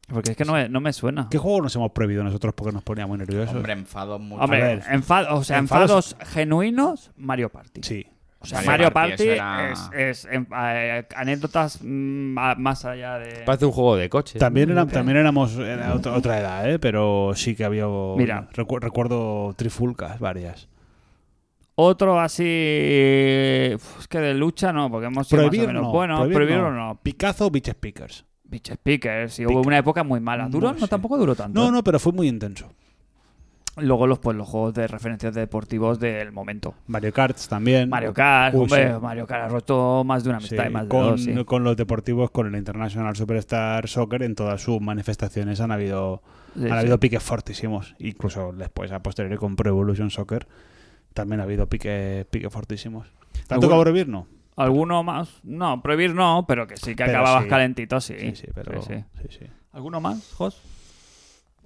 Porque es que no me, no me suena. ¿Qué juego nos hemos prohibido nosotros porque nos ponía muy nerviosos? Hombre, enfado mucho. Hombre, A ver. enfad- o sea, enfados, Enfados- genuinos, Mario Party. Sí. O sea, Mario, Mario Party, Party, eso es, es, em, eh, anécdotas mm, a- más allá de... Parece un juego de coche. También, era- también éramos era otra, otra edad, ¿eh? Pero sí que había... Mira. recu- recuerdo trifulcas varias. Otro así... uf, Es que de lucha no, porque hemos sido más o Prohibir menos no. buenos. prohibir prohibirlo no. Picazo, bitch speakers. Bitch Speakers. Y hubo una época muy mala. ¿Duró? No, No sé. tampoco duró tanto. No, no, pero fue muy intenso. Luego los, pues, los juegos de referencias deportivos del momento. Mario Kart también. Mario Kart, Uy, hombre, sí. Mario Kart ha roto más de una Sí, amistad y más de con, dos, sí. con los deportivos, con el International Superstar Soccer, en todas sus manifestaciones han habido, Sí, han sí. habido piques fortísimos. Incluso después, a posteriori, con Pro Evolution Soccer, también ha habido piques, piques fortísimos. ¿Te ha Alguno- tocado prohibir? No. ¿Alguno más? No, prohibir no, pero que sí que Pero acababas sí. calentito, sí. Sí, sí, pero. Sí, sí. sí, sí. ¿Alguno más, Jos?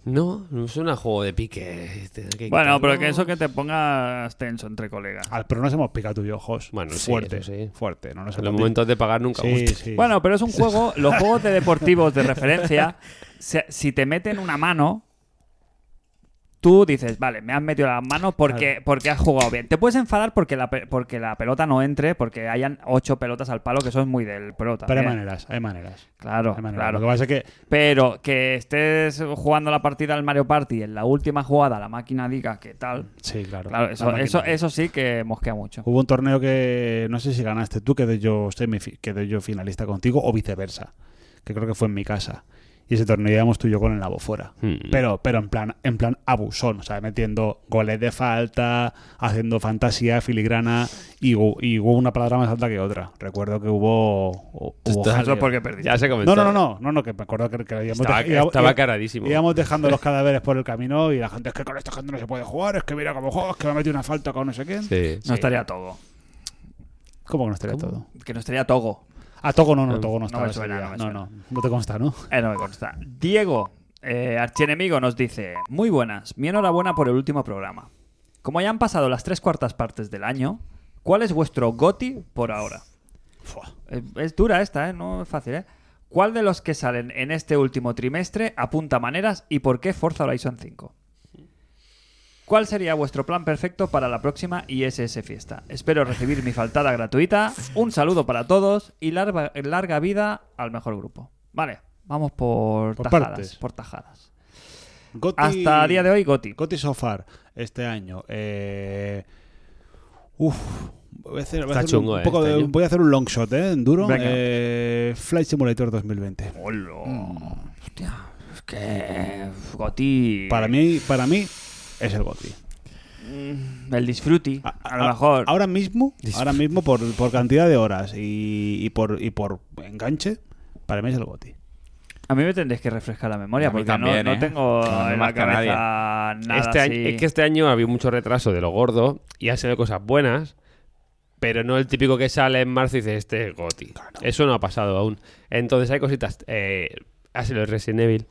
No, no suena a juego de pique. Tener que Bueno, quitarlo. pero que eso que te pongas tenso entre colegas. Ah, pero nos hemos picado tú y yo, Jos. Bueno, sí, fuerte, eso sí. fuerte. No nos En los hemos momentos de pagar nunca Sí, gusta. sí. Bueno, pero es un juego, los juegos de deportivos de referencia, se- si te meten una mano, tú dices, vale, me has metido las manos porque, porque has jugado bien. Te puedes enfadar porque la, pe- porque la pelota no entre, porque hayan ocho pelotas al palo, que eso es muy del prota. pero hay maneras, hay maneras. Claro, hay maneras. Lo claro. que pasa es que Pero que estés jugando la partida del Mario Party y en la última jugada la máquina diga que tal. Sí, claro. Claro, La eso, máquina. eso, eso sí que mosquea mucho. Hubo un torneo que no sé si ganaste tú, quedé yo, semifi- quedé yo finalista contigo o viceversa, que creo que fue en mi casa. Y ese torneo íbamos tú y yo con el nabo fuera. Hmm. Pero, pero en plan, en plan abusón, o sea, metiendo goles de falta, haciendo fantasía, filigrana, y, hu- y hubo una palabra más alta que otra. Recuerdo que hubo. hu- hubo Estás- Eso jaleo. es porque perdiste. Ya se comentó. no, no, no, no, no, no, que me acuerdo que, que habíamos Estaba, dej- íbamos- estaba íbamos- caradísimo. Íbamos dejando los cadáveres por el camino y la gente, es que con esta gente no se puede jugar, es que mira cómo juegas, que me ha metido una falta con no sé quién. Sí. No estaría Togo. ¿Cómo que no estaría ¿Cómo? todo? Que no estaría Togo. A Ah, Togo no, no, Togo Eh, no no estaba me suena, ese día. no me No, no, no te consta, ¿no? Eh, no me consta. Diego, eh, archienemigo, nos dice: Muy buenas, mi enhorabuena por el último programa. Como ya han pasado las tres cuartas partes del año, ¿cuál es vuestro goti por ahora? Eh, Es dura esta, ¿eh? No es fácil, ¿eh? ¿Cuál de los que salen en este último trimestre apunta maneras y por qué Forza Horizon 5? ¿Cuál sería vuestro plan perfecto para la próxima ISS fiesta? Espero recibir mi faltada gratuita. Un saludo para todos y larga, larga vida al mejor grupo. Vale, vamos por, Por tajadas. partes. Por tajadas. Hasta día de hoy, Goti. Goti Sofar, este año. Eh... Uf. Voy a hacer, voy a Está hacer chungo, un eh, poco este de- año. voy a hacer un long shot, ¿eh? En duro. Venga. Eh, Flight Simulator 2020. Hostia, es que Goti. Para mí, para mí es el Goti. Mm, El disfruti, a, lo a- mejor. Ahora mismo, ahora mismo por, por cantidad de horas y, y por, y por enganche, para mí es el Goti. A mí me tendréis que refrescar la memoria A mí porque también, no, no ¿eh? tengo No, no en la marca cabeza nadie. nada Este año- así. es que este año había mucho retraso de lo gordo y han salido cosas buenas, pero no el típico que sale en marzo y dice este es Goti. Eso no ha pasado aún. Entonces hay cositas. Eh, ha salido el Resident Evil.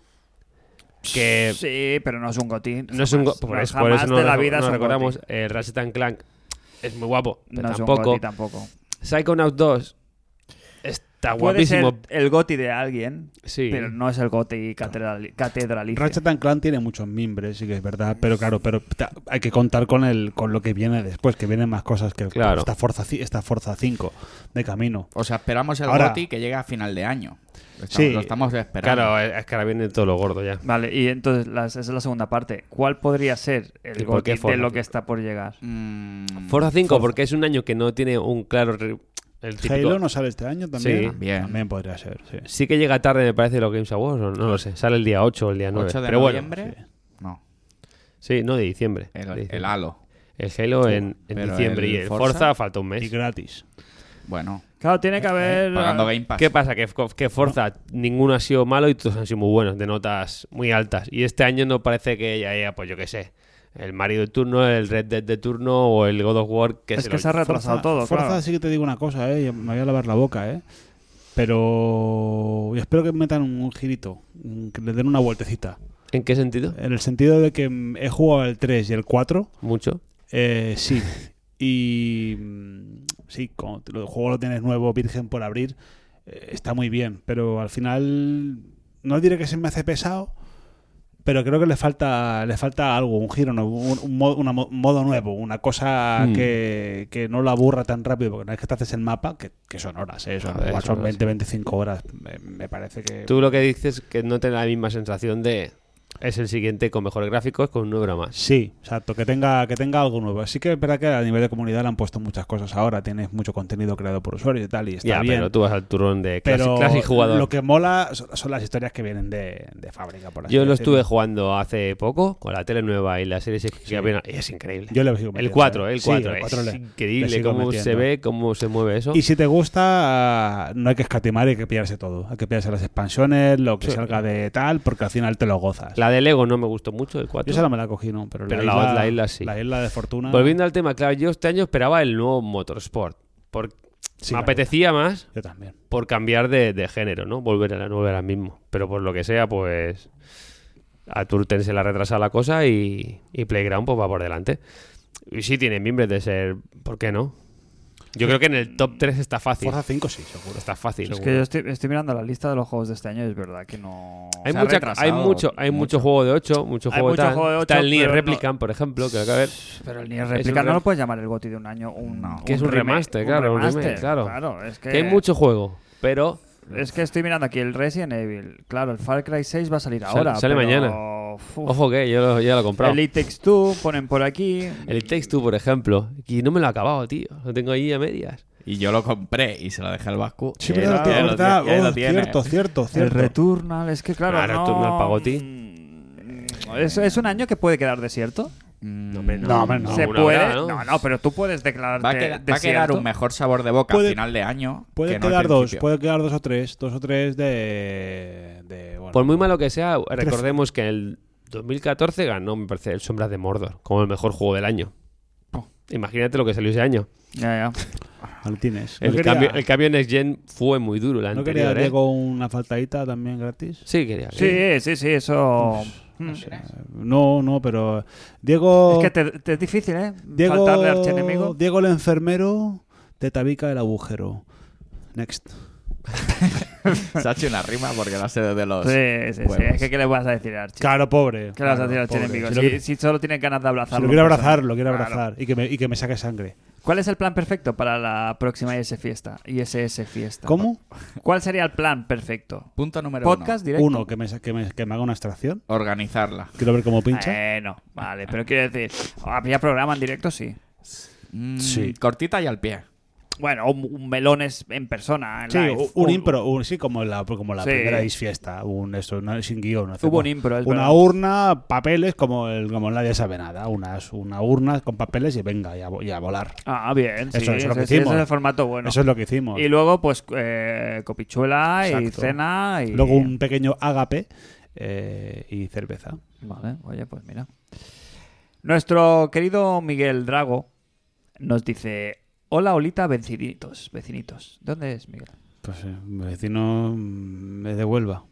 Que Sí, pero no es un gotín. eh, no es un go- Jamás, por, no, eso, por eso jamás no, de la lo- vida no es un recordamos. goti. El Ratchet and Clank es muy guapo, pero No es un tampoco. goti tampoco. Psychonauts 2 está Puede ser guapísimo. el goti de alguien, Sí. pero no es el goti catedral, catedralicio. Ratchet and Clank tiene muchos mimbres, sí que es verdad, pero claro, pero ta- hay que contar con el con lo que viene después, que vienen más cosas que Claro. esta Forza ci- esta Forza 5 de camino. O sea, esperamos el Ahora- Goti que llegue a final de año. Lo estamos, Sí. lo estamos esperando. Claro, es que ahora viene todo lo gordo ya. Vale, y entonces las- esa es la segunda parte. ¿Cuál podría ser el ¿Y por goti qué Forza de lo que cinco? está por llegar? Mm, Forza 5, porque es un año que no tiene un claro. re- El típico, Halo no sale este año Sí. también. También. También podría ser, sí. Sí que llega tarde, me parece, los Games Awards, o no lo sé. Sale el día 8 o el día 9. 8 de pero bueno, noviembre. No, sí, no, de diciembre. el, De el diciembre. Halo. El Halo en, en pero diciembre el y el Forza, Forza- falta un Y mes. gratis. Bueno, Claro, tiene que Eh, haber. eh, pagando Game Pass. ¿Qué pasa? Que, que Forza ninguno ha sido malo y todos han sido muy buenos, de notas muy altas. Y este año no parece que ya haya, pues yo qué sé, el Mario de turno, el Red Dead de turno o el God of War que es se que lo- se ha retrasado todo, Forza claro. sí que te digo una cosa, eh, me voy a lavar la boca, eh. Pero yo espero que metan un girito, un- que le den una vueltecita. ¿En qué sentido? En el sentido de que mm, he jugado el 3 y el 4 Mucho. Eh, sí. Y mm, sí, como te- el juego lo tienes nuevo, virgen por abrir, eh, está muy bien. Pero al final, no diré que se me hace pesado, pero creo que le falta, le falta algo, un giro nuevo, un, un mo- una mo- modo nuevo, una cosa Hmm. que, que no la aburra tan rápido, porque una vez que te haces el mapa, que, que son horas, eh, son, Joder, igual son son horas, 20, 25 horas, me, me parece que... Tú lo que dices es que no te da la misma sensación de Es el siguiente con mejores gráficos, con un número más. Sí, exacto, que tenga, que tenga algo nuevo. Sí que es verdad que a nivel de comunidad le han puesto muchas cosas ahora, tienes mucho contenido creado por usuarios y tal, y está ya, bien. pero tú vas al turón de clase, Pero clase y jugador. lo que mola son son las historias que vienen de, de fábrica, por así Yo lo decirlo. estuve jugando hace poco con la tele nueva y la serie X que apenas- Es increíble. Yo le sigo el metiendo, 4, ¿eh? el Sí, 4. el es 4 le- le increíble sigo cómo se metiendo. ve, cómo se mueve eso. Y si te gusta, no hay que escatimar, hay que pillarse todo. Hay que pillarse las expansiones, lo que Sí. salga de tal, porque al final te lo gozas. La de Lego no me gustó mucho, el 4. Yo esa no me la cogí, no, pero, Pero la, la isla, otra isla sí. La isla de fortuna. Volviendo al tema, claro, yo este año esperaba el nuevo Motorsport. Porque Sí, me la apetecía más Yo también. por cambiar de, de género, ¿no? Volver a volver al mismo. Pero por lo que sea, pues a Turten se la retrasa la cosa y, y Playground pues va por delante. Y sí tiene mimbres de ser, ¿por qué no? Yo creo que en el top 3 está fácil. Forza 5 sí, seguro. Está fácil. Es seguro. que yo estoy, estoy mirando la lista de los juegos de este año y es verdad que no. Hay, se ha mucha- retrasado hay mucho, hay mucho. juego de 8, mucho Hay juego, mucho tal. juego de ocho, Está el Nier pero no- Replicant, por ejemplo, que lo acaba de ver. Pero el Nier un Replica no re- lo puedes llamar el GOTI de un año. Un, Que es un remake, remaster, claro, un remaster, remake, claro. es que, Que hay mucho juego, pero Es que estoy mirando aquí el Resident Evil. Claro, el Far Cry 6 va a salir Sale- ahora. sale pero, mañana. uf, ojo que yo lo, ya lo he comprado. el It Takes Two ponen por aquí. El It Takes Two, por ejemplo, y no me lo he acabado, tío. Lo tengo ahí a medias. Y yo lo compré y se lo dejé al Vasco. Sí, Y ahí verdad, lo- y ahí lo- verdad. y ahí lo Oh, tiene. cierto, cierto, El cierto. Returnal, es que claro. Ah, no, Returnal pa' GOTY. mm, Es, es un año que puede quedar desierto. Mm, No, hombre, no. Se una puede. hora, ¿no? ¿no? no, pero tú puedes declararte. Va a, queda- va a quedar desierto. un mejor sabor de boca Puede- a final de año. Pueden que no al quedar dos, principio. pueden quedar dos o tres, dos o tres de. de bueno, Por Pues muy malo que sea, recordemos que en el 2014 ganó, me parece, el Sombras de Mordor como el mejor juego del año. Oh. Imagínate lo que salió ese año. Ya, ya. Martínez. No El, quería- cambio, el cambio Next Gen fue muy duro. La ¿No anterior, quería ¿eh? Diego una faltadita también gratis? Sí, quería. Sí, sí, sí, eso. Mm. No, no, pero. Diego. Es que te, te es difícil, ¿eh? Diego, Faltarle archienemigo. Diego el enfermero, te tabica el agujero. Next. Se ha hecho una rima porque la sé de los. Sí, sí, sí. huevos. Es que, ¿qué le vas a decir al archi? Claro, pobre. ¿Qué le vas a Claro, decir al pobre. archienemigo? Si Si, lo, si solo tiene ganas de abrazarlo. si lo quiero en persona. abrazar, lo quiero Claro. abrazar. Y, que me, y que me saque sangre. ¿Cuál es el plan perfecto para la próxima IS Fiesta? ISS Fiesta. ¿Cómo? ¿Cuál sería el plan perfecto? Punto número ¿Podcast directo? Uno, que me, sa- que, me, que me haga una extracción. uno. Organizarla. Quiero ver cómo Eh, pincha. Bueno, vale, pero quiero decir, ¿habría programa en directo? Sí. Mm, Sí. Cortita y al pie. Bueno, un, un melones en persona. en Sí, live. un, un impro, un- sí, como la, como la Sí. primera disfiesta, un eso, no, sin guión. Hubo hacemos un impro, es una verdad. urna, papeles, como el, como nadie sabe nada, unas, una urna con papeles y venga, y a, vo- y a volar. Ah, bien, sí, Eso es lo que sí, sí, hicimos. ese es el formato bueno. Eso es lo que hicimos. Y luego, pues, eh, copichuela y Exacto. cena y... Luego un pequeño ágape eh, y cerveza. Vale, oye, pues mira. Nuestro querido Miguel Drago nos dice... Hola, Olita, vecinitos, vecinitos. ¿Dónde es Miguel? Pues eh, mi vecino mm, es de Huelva.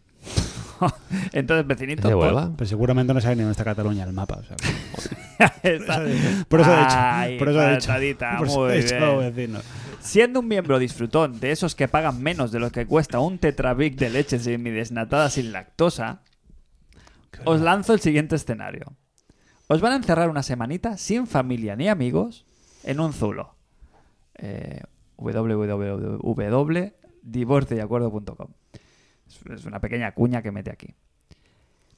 Entonces, vecinitos... pues, ¿De por- Huelva? Pero Pues seguramente no sabe ni dónde está Cataluña en el mapa. o sea que- Está- por eso he dicho. Ay, por eso he dicho. patadita, por eso muy he dicho bien. vecino. Siendo un miembro disfrutón de esos que pagan menos de lo que cuesta un tetrabric de leche semidesnatada sin lactosa, os lanzo el siguiente escenario. Os van a encerrar una semanita sin familia ni amigos en un zulo. Eh, www.divorcioyacuerdo.com Es- Es una pequeña cuña que mete aquí.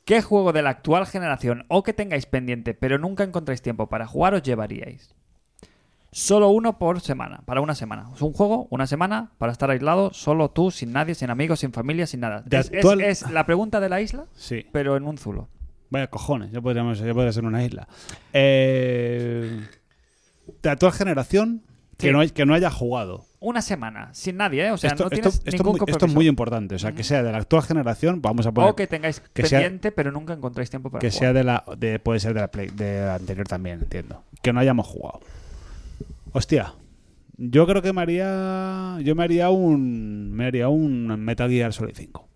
¿Qué juego de la actual generación o que tengáis pendiente pero nunca encontráis tiempo para jugar os llevaríais? Solo uno por semana, para una semana. Es un juego, una semana, para estar aislado, solo tú, sin nadie, sin amigos, sin familia, sin nada. De es, es- actual- es la pregunta de la isla, Sí. pero en un zulo. Vaya cojones, ya podríamos, ya podría ser una isla. Eh, de actual generación Sí. que, no hay- que no haya jugado. Una semana, sin nadie, ¿eh? O sea, esto, no esto- tienes esto es ningún muy- esto es compromiso. muy importante. O sea, que sea de la actual generación, vamos a poner. o que tengáis que sea- pendiente, pero nunca encontráis tiempo para que sea jugar. de la. de- puede ser de la, play- de la anterior también, entiendo. Que no hayamos jugado. Hostia. Yo creo que me haría. Yo me haría un. Me haría un Metal Gear Solid 5.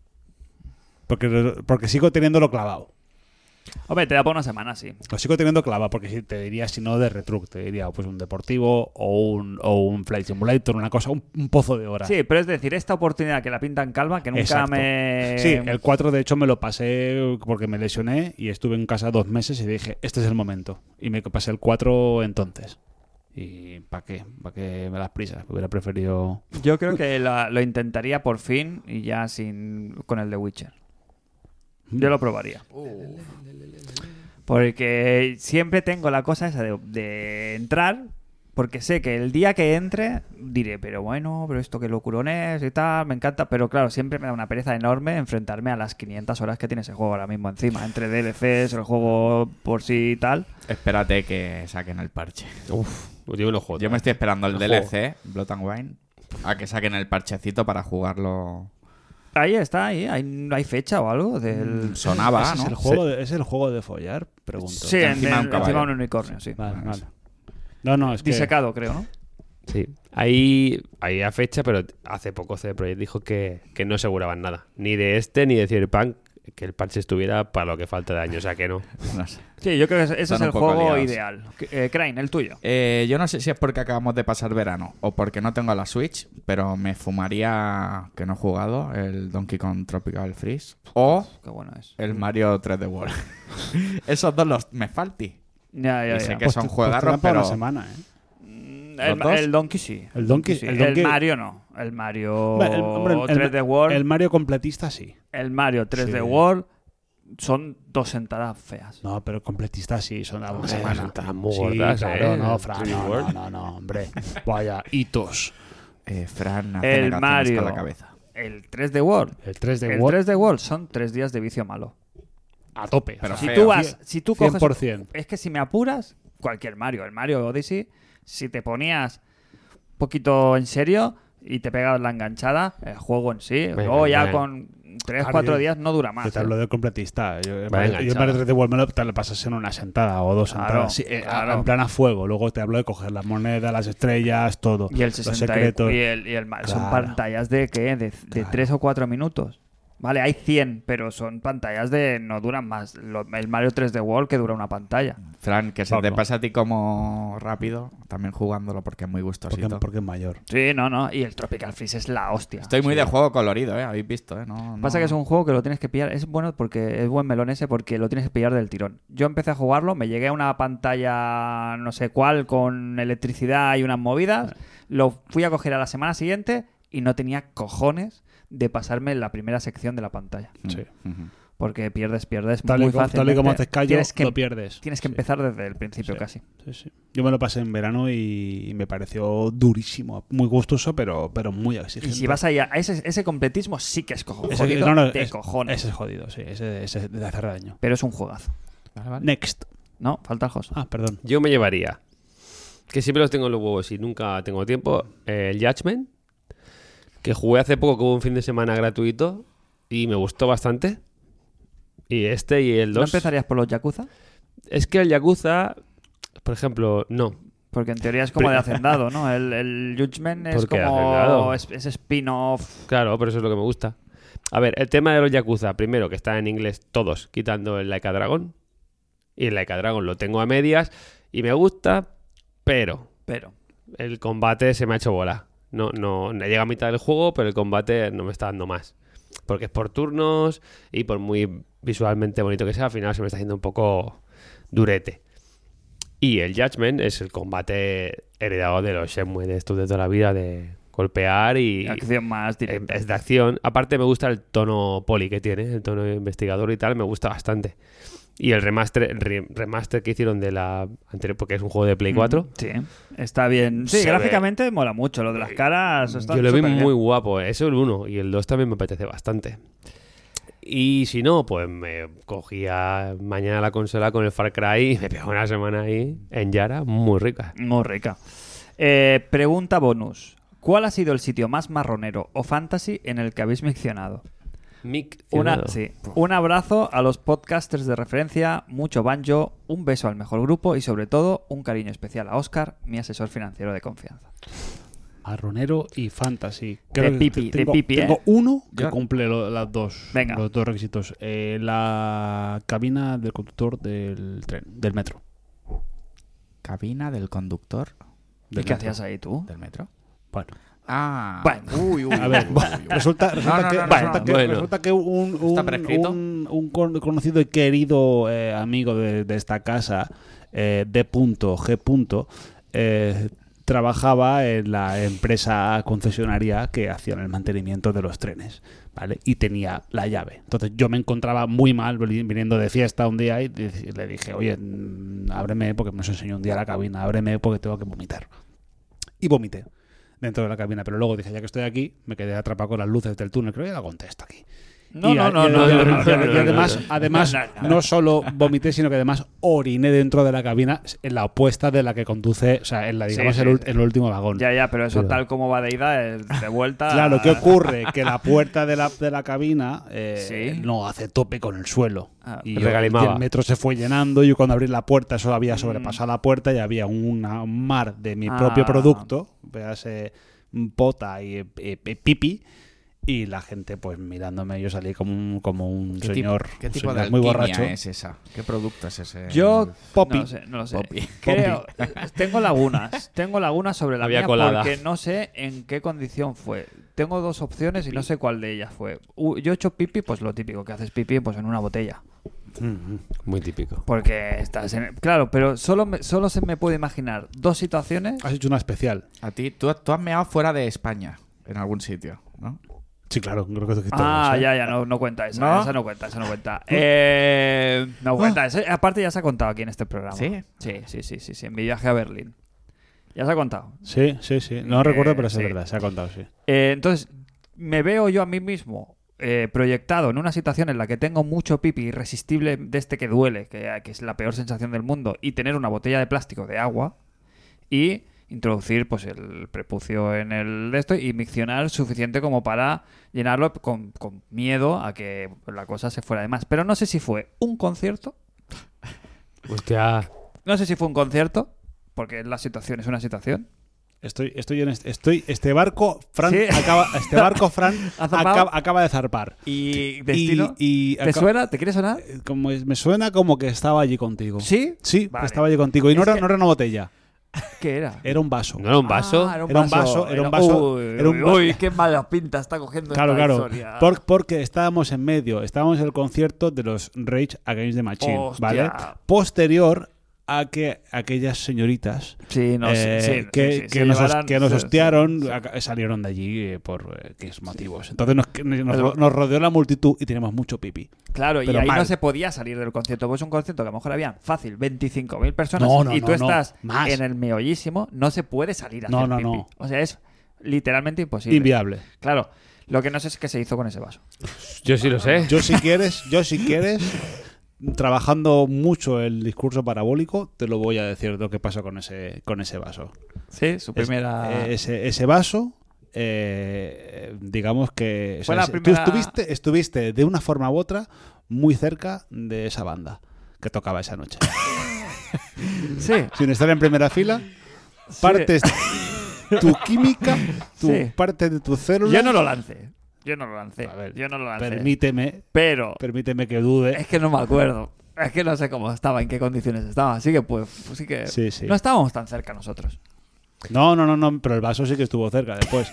Porque, porque sigo teniéndolo clavado. Hombre, te da por una semana, sí. Lo sigo teniendo clava, porque si te diría, si no, de retruc, te diría pues un deportivo o un, o un flight simulator, una cosa, un, un pozo de horas. Sí, pero es decir, esta oportunidad que la pintan calma, que nunca Exacto. me... Sí, el 4 de hecho me lo pasé porque me lesioné y estuve en casa dos meses y dije, este es el momento. Y me pasé el 4 entonces. ¿Y para qué? ¿Para qué me las prisas? Hubiera preferido... Yo creo que la- lo intentaría por fin y ya sin con el de Witcher. Yo lo probaría. Porque siempre tengo la cosa esa de, de entrar, porque sé que el día que entre diré, pero bueno, pero esto que locurones y tal, me encanta. Pero claro, siempre me da una pereza enorme enfrentarme a las 500 horas que tiene ese juego ahora mismo encima, entre DLCs, el juego por sí y tal. Espérate que saquen el parche. Uf, yo me lo juego. Yo me estoy esperando el El DLC, Blood and Wine, a que saquen el parchecito para jugarlo. Ahí está, ahí, hay, hay fecha o algo del. Sonaba, ¿Ese Ah, ¿no? es, el juego de, ¿Es el juego de follar? Pregunto. Sí, en- en- Encima encima un un, caballo. unicornio, sí. Vale, vale. No, no, es que. Disecado, creo, ¿no? Sí. Ahí, ahí a fecha, pero hace poco CD Projekt dijo que, que no aseguraban nada. Ni de este, ni de Cyberpunk, que el parche estuviera para lo que falta de año. O sea que no. Pues No sé. Sí, yo creo que ese- ese Están es un el poco juego liados. ideal. Eh, Crane, el tuyo. Eh, yo no sé si es porque acabamos de pasar verano o porque no tengo la Switch, pero me fumaría, que no he jugado, el Donkey Kong Tropical Freeze o Qué bueno es. el Mario 3D World. Esos dos los me falti. Ya, ya, Y sé ya. que son te- juegarros, pues te dan para pero- una semana, ¿eh? El, dos? el Donkey sí. El Donkey- sí. el Donkey- Mario no. El Mario Hombre, el- hombre, el- 3D World. El El, Mario completista sí. Mario 3D Sí. World son dos sentadas feas. No, pero completista sí, son algunas Hombre, semanas. son tan muy gordas, sí, claro, ¿eh? no, Fran, Dream no, no, World. no, no, hombre. Vaya, hitos. Eh, Fran hace El negaciones Mario. con la cabeza. El 3D World. El 3D El World 3D World son tres días de vicio malo. a tope. Pero o sea, Si Feo. tú vas, si tú coges 100%. es que si me apuras, cualquier Mario, el Mario Odyssey, si te ponías un poquito en serio y te pegabas la enganchada, el juego en sí, Venga, luego ya venga. con 3, Claro, 4 yo- días no dura Yo más. te ¿eh? hablo de completista. Yo, yo Vaya el Mario 3D World me lo te lo pasas en una sentada o dos Claro, sentadas. sí, eh, a- claro. En plan a fuego. Luego te hablo de coger las monedas, las estrellas, todo. Y el los 60 y- secretos. y el, y el Mario. Son Claro. pantallas de ¿qué? De, 3 o 4 minutos. Vale, hay 100, pero son pantallas de no duran más. Lo- el Mario 3D World que dura una pantalla. Mm. Fran, que se te Pablo. pasa a ti como rápido, también jugándolo porque es muy gustosito. Porque, porque es mayor. Sí, no, no. Y el Tropical Freeze es la hostia. Estoy muy de juego colorido, ¿eh? Habéis visto, ¿eh? No, no- Pasa que es un juego que lo tienes que pillar. Es bueno porque es buen melón ese porque lo tienes que pillar del tirón. Yo empecé a jugarlo, me llegué a una pantalla no sé cuál con electricidad y unas movidas. Lo fui a coger a la semana siguiente y no tenía cojones de pasarme la primera sección de la pantalla. Sí. Mm. Ujú. Porque pierdes, pierdes Tal y, muy como, Mm. fácil. tal y como haces callo, tienes que, em- lo pierdes. Tienes que Sí. empezar desde el principio Sí. casi. Sí, sí. Yo me lo pasé en verano y y me pareció durísimo, muy gustoso, pero, pero muy Y exigente. si vas ahí a a ese, ese completismo sí que es cojo- Ese- jodido no, no, de es- cojones. Ese es jodido, sí, ese, ese es de hacer daño. Pero es un juegazo. Vale, vale. Next. ¿No? Falta el host. Ah, perdón. Yo me llevaría. Que siempre los tengo en los huevos y nunca tengo tiempo. eh, El Judgment. Que jugué hace poco como un fin de semana gratuito. Y me gustó bastante. Y este y el 2. ¿No empezarías por los Yakuza? Es que el Yakuza, por ejemplo, no. Porque en teoría es como de hacendado, ¿no? El, el Judgment es Porque como hacendado. es, es spin-off. Claro, pero eso es lo que me gusta. A ver, el tema de los Yakuza, primero, que está en inglés todos, quitando el Laika Dragon. Y el Laika Dragon lo tengo a medias y me gusta, pero Pero el combate se me ha hecho bola. No, no, no llega a mitad del juego, pero el combate no me está dando más. Porque es por turnos y por muy visualmente bonito que sea, al final se me está haciendo un poco durete. Y el Judgment es el combate heredado de los Shenmue de estos de toda la vida, de golpear y, acción más en directa. vez de acción. Aparte me gusta el tono poli que tiene, el tono investigador y tal, me gusta bastante. Y el remaster, el re- remaster que hicieron de la anterior, porque es un juego de Play 4. Mm, Sí, está bien. Sí, Se Eh, gráficamente mola mucho. Lo de las caras. está Yo lo vi superbién. muy guapo, eh. eso el 1 y el 2 también me apetece bastante. Y si no, pues me cogía mañana la consola con el Far Cry y me pegó una semana ahí en Yara, muy rica. Muy rica. Eh, pregunta bonus. ¿Cuál ha sido el sitio más marronero o fantasy en el que habéis mencionado? Mic, Una, sí. Un abrazo a los podcasters de referencia, mucho banjo, un beso al mejor grupo y sobre todo un cariño especial a Oscar, mi asesor financiero de confianza. Marronero y fantasy. que pipi, de tengo, pipi, ¿eh? tengo uno que Yo- cumple lo- las dos, Venga. los dos requisitos. Eh, la cabina del conductor del tren, del metro. Cabina del conductor ¿Y qué hacías ahí tú? del metro. Bueno, Ah. Bueno. Uy, uy, a ver, uy, uy, uy. resulta, resulta no, que, no, no, resulta no. que- Bueno. resulta que un, un- ¿Está prescrito? un- un con- conocido y querido eh, amigo de, de esta casa, eh, D. G. punto, eh, trabajaba en la empresa concesionaria que hacía el mantenimiento de los trenes, ¿vale? Y tenía la llave. Entonces yo me encontraba muy mal veni- viniendo de fiesta un día y di- le dije, oye, mm, ábreme porque nos enseñó un día la cabina, ábreme porque tengo que vomitar. Y vomité dentro de la cabina, pero luego dije, ya que estoy aquí, me quedé atrapado con las luces del túnel, creo que ya la contesto aquí. No, Y a- no, no, y no, a- y no, a- no, y a- no, y además, no, no, además no, no, no. no solo vomité, sino que además oriné dentro de la cabina en la opuesta de la que conduce, o sea, en la, Sí, digamos, sí, el, ul- sí. el último vagón. Ya, ya, pero eso Pero- tal como va de ida, eh, de vuelta. Claro, ¿qué ocurre? Que la puerta de la, de la cabina eh, Sí. no hace tope con el suelo. Ah, y, yo- regalimaba. y el metro se fue llenando. Y cuando abrí la puerta, eso había sobrepasado la puerta y había una- un mar de mi Mm. Ah. propio producto, véase mm, pota y eh, eh, pipi. Y la gente, pues mirándome, yo salí como un, como un ¿Qué señor, tipo, qué un tipo de señor muy alquimia borracho. es esa? ¿Qué producto es ese? Yo eh, No Poppy. lo sé, no lo sé. Poppy. Creo, eh, tengo lagunas. Tengo lagunas sobre la Había mía colada. porque no sé en qué condición fue. Tengo dos opciones y no sé cuál de ellas fue. U- Yo he hecho pipi, pues lo típico que haces pipi pues en una botella. Muy típico. Porque estás en... Claro, pero solo, me- solo se me puede imaginar dos situaciones. Has hecho una especial. A ti, tú, tú has meado fuera de España, en algún sitio, ¿no? Sí, claro, creo que todos, Ah, ¿eh? ya, ya, no, no cuenta esa. ¿No? Ah. Esa no cuenta, esa no cuenta. Eh, no cuenta. esa- aparte ya se ha contado aquí en este programa. ¿Sí? Sí, sí, sí, sí, sí, en mi viaje a Berlín. Ya se ha contado. Sí, sí, sí. No Eh, recuerdo, pero es sí. verdad, se ha contado, sí. Eh, entonces, me veo yo a mí mismo eh, proyectado en una situación en la que tengo mucho pipi irresistible de este que duele, que, que es la peor sensación del mundo, y tener una botella de plástico de agua y introducir pues el prepucio en el de esto y miccionar suficiente como para llenarlo con, con miedo a que la cosa se fuera de más. Pero no sé si fue un concierto Hostia. no sé si fue un concierto, porque la situación es una situación. Estoy, estoy en este, estoy, este barco, Fran, Sí. acaba, este barco, Fran, Ha zarpado. acaba, acaba de zarpar. Y destino. y ¿Te acá- suena? ¿Te quiere sonar? eh, Como es- me suena como que estaba allí contigo. ¿Sí? Sí, Vale. que estaba allí contigo. Y no Es era, que- no era una botella, ¿Qué era? era un vaso. ¿No era un vaso? Ah, Era un vaso, era un vaso, Uy, era un uy, vaso. uy, qué mala pinta está cogiendo Claro, esta claro. historia. Por- porque estábamos en medio, estábamos en el concierto de los Rage Against the Machine, Hostia. ¿vale? Posterior a que aquellas señoritas Sí, no sé. eh, sí, que, sí, sí, que se nos, llevarán- host- que nos sí, hostiaron sí, sí. aca- salieron de allí eh, por eh, X motivos. Entonces nos, que- nos- nos rodeó la multitud y tenemos mucho pipí. Claro, y pero ahí mal. no se podía salir del concierto. Pues un concierto que a lo mejor habían fácil 25.000 personas No, no, y no, tú no, estás más. en el meollísimo, no se puede salir a No, hacer no, pipí. no. O sea, es literalmente imposible. Inviable. Claro, lo que no sé es qué se hizo con ese vaso. Yo sí lo sé. Yo si quieres, yo si quieres, trabajando mucho el discurso parabólico, te lo voy a decir lo que pasa con ese, con ese vaso. Sí, su Es- primera... eh, ese, ese vaso, eh, digamos que... o Fue sea, la ese- Tú primera- estuviste, estuviste de una forma u otra muy cerca de esa banda que tocaba esa noche. Sí, Sin estar en primera fila, partes tu química, tu Sí. parte de tu célula... Yo no lo lancé. Yo no lo lancé. A ver, Yo no lo lancé. Permíteme, Pero permíteme que dude. es que no me acuerdo. Es que no sé cómo estaba, en qué condiciones estaba. Así que pues, pues sí que Sí, sí. no estábamos tan cerca nosotros. No, no, no, no, pero el vaso sí que estuvo cerca después.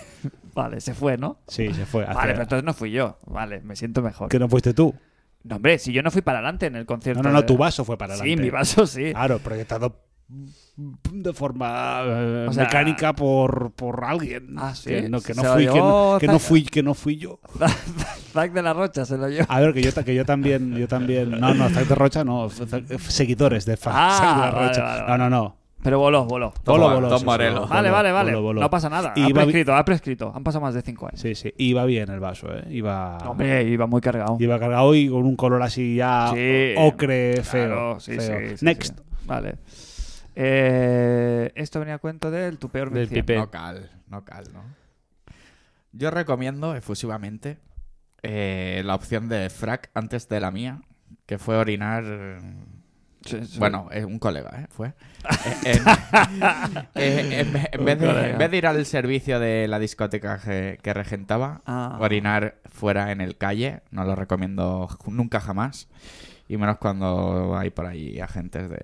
Vale, se fue, ¿no? Sí, se fue. hacia- Vale, pero entonces no fui yo. Vale, me siento mejor. Que no fuiste tú. No, hombre, si yo no fui para adelante en el concierto. No, no, no, de- tu vaso fue para adelante. Ah. Sí, mi vaso sí. Claro, proyectado mm, de forma eh, O sea- mecánica por, por alguien. Ah, sí. Que no, que no Se lo fui, que llevó no, que no Zac. fui, que no fui yo. Zack de la Rocha se lo llevó. A ver, que yo, ta- que yo también, yo también. No, no, Zac de Rocha no. f- Zac- seguidores de Zac Ah, Zac de la vale, Rocha. vale, No, vale. no, no. Pero voló, voló. Tom- Bolo, bolo, Tom sí, sí, Morello. bolo, Vale, vale, vale. bolo, bolo. No pasa nada. Y ha iba, bi- prescrito, ha prescrito. Han pasado más de cinco años. sí, sí, iba bien el vaso, ¿eh? Iba, Hombre, iba muy cargado. iba cargado y con un color así ya Sí. ocre, feo. Claro, sí, feo. sí, sí, Next. sí. Vale. Eh, esto venía a cuento del tu peor Del mención. Pipe. No cal, no cal, ¿no? Yo recomiendo efusivamente eh, la opción de Frack antes de la mía, que fue orinar. eh, Sí, sí. Bueno, eh, un colega, ¿eh? Fue. Eh, en- eh, en ve- en vez Un de, colega. en vez de ir al servicio de la discoteca que, que regentaba, Ah. orinar fuera en el calle, no lo recomiendo ju- nunca jamás. Y menos cuando hay por ahí agentes de,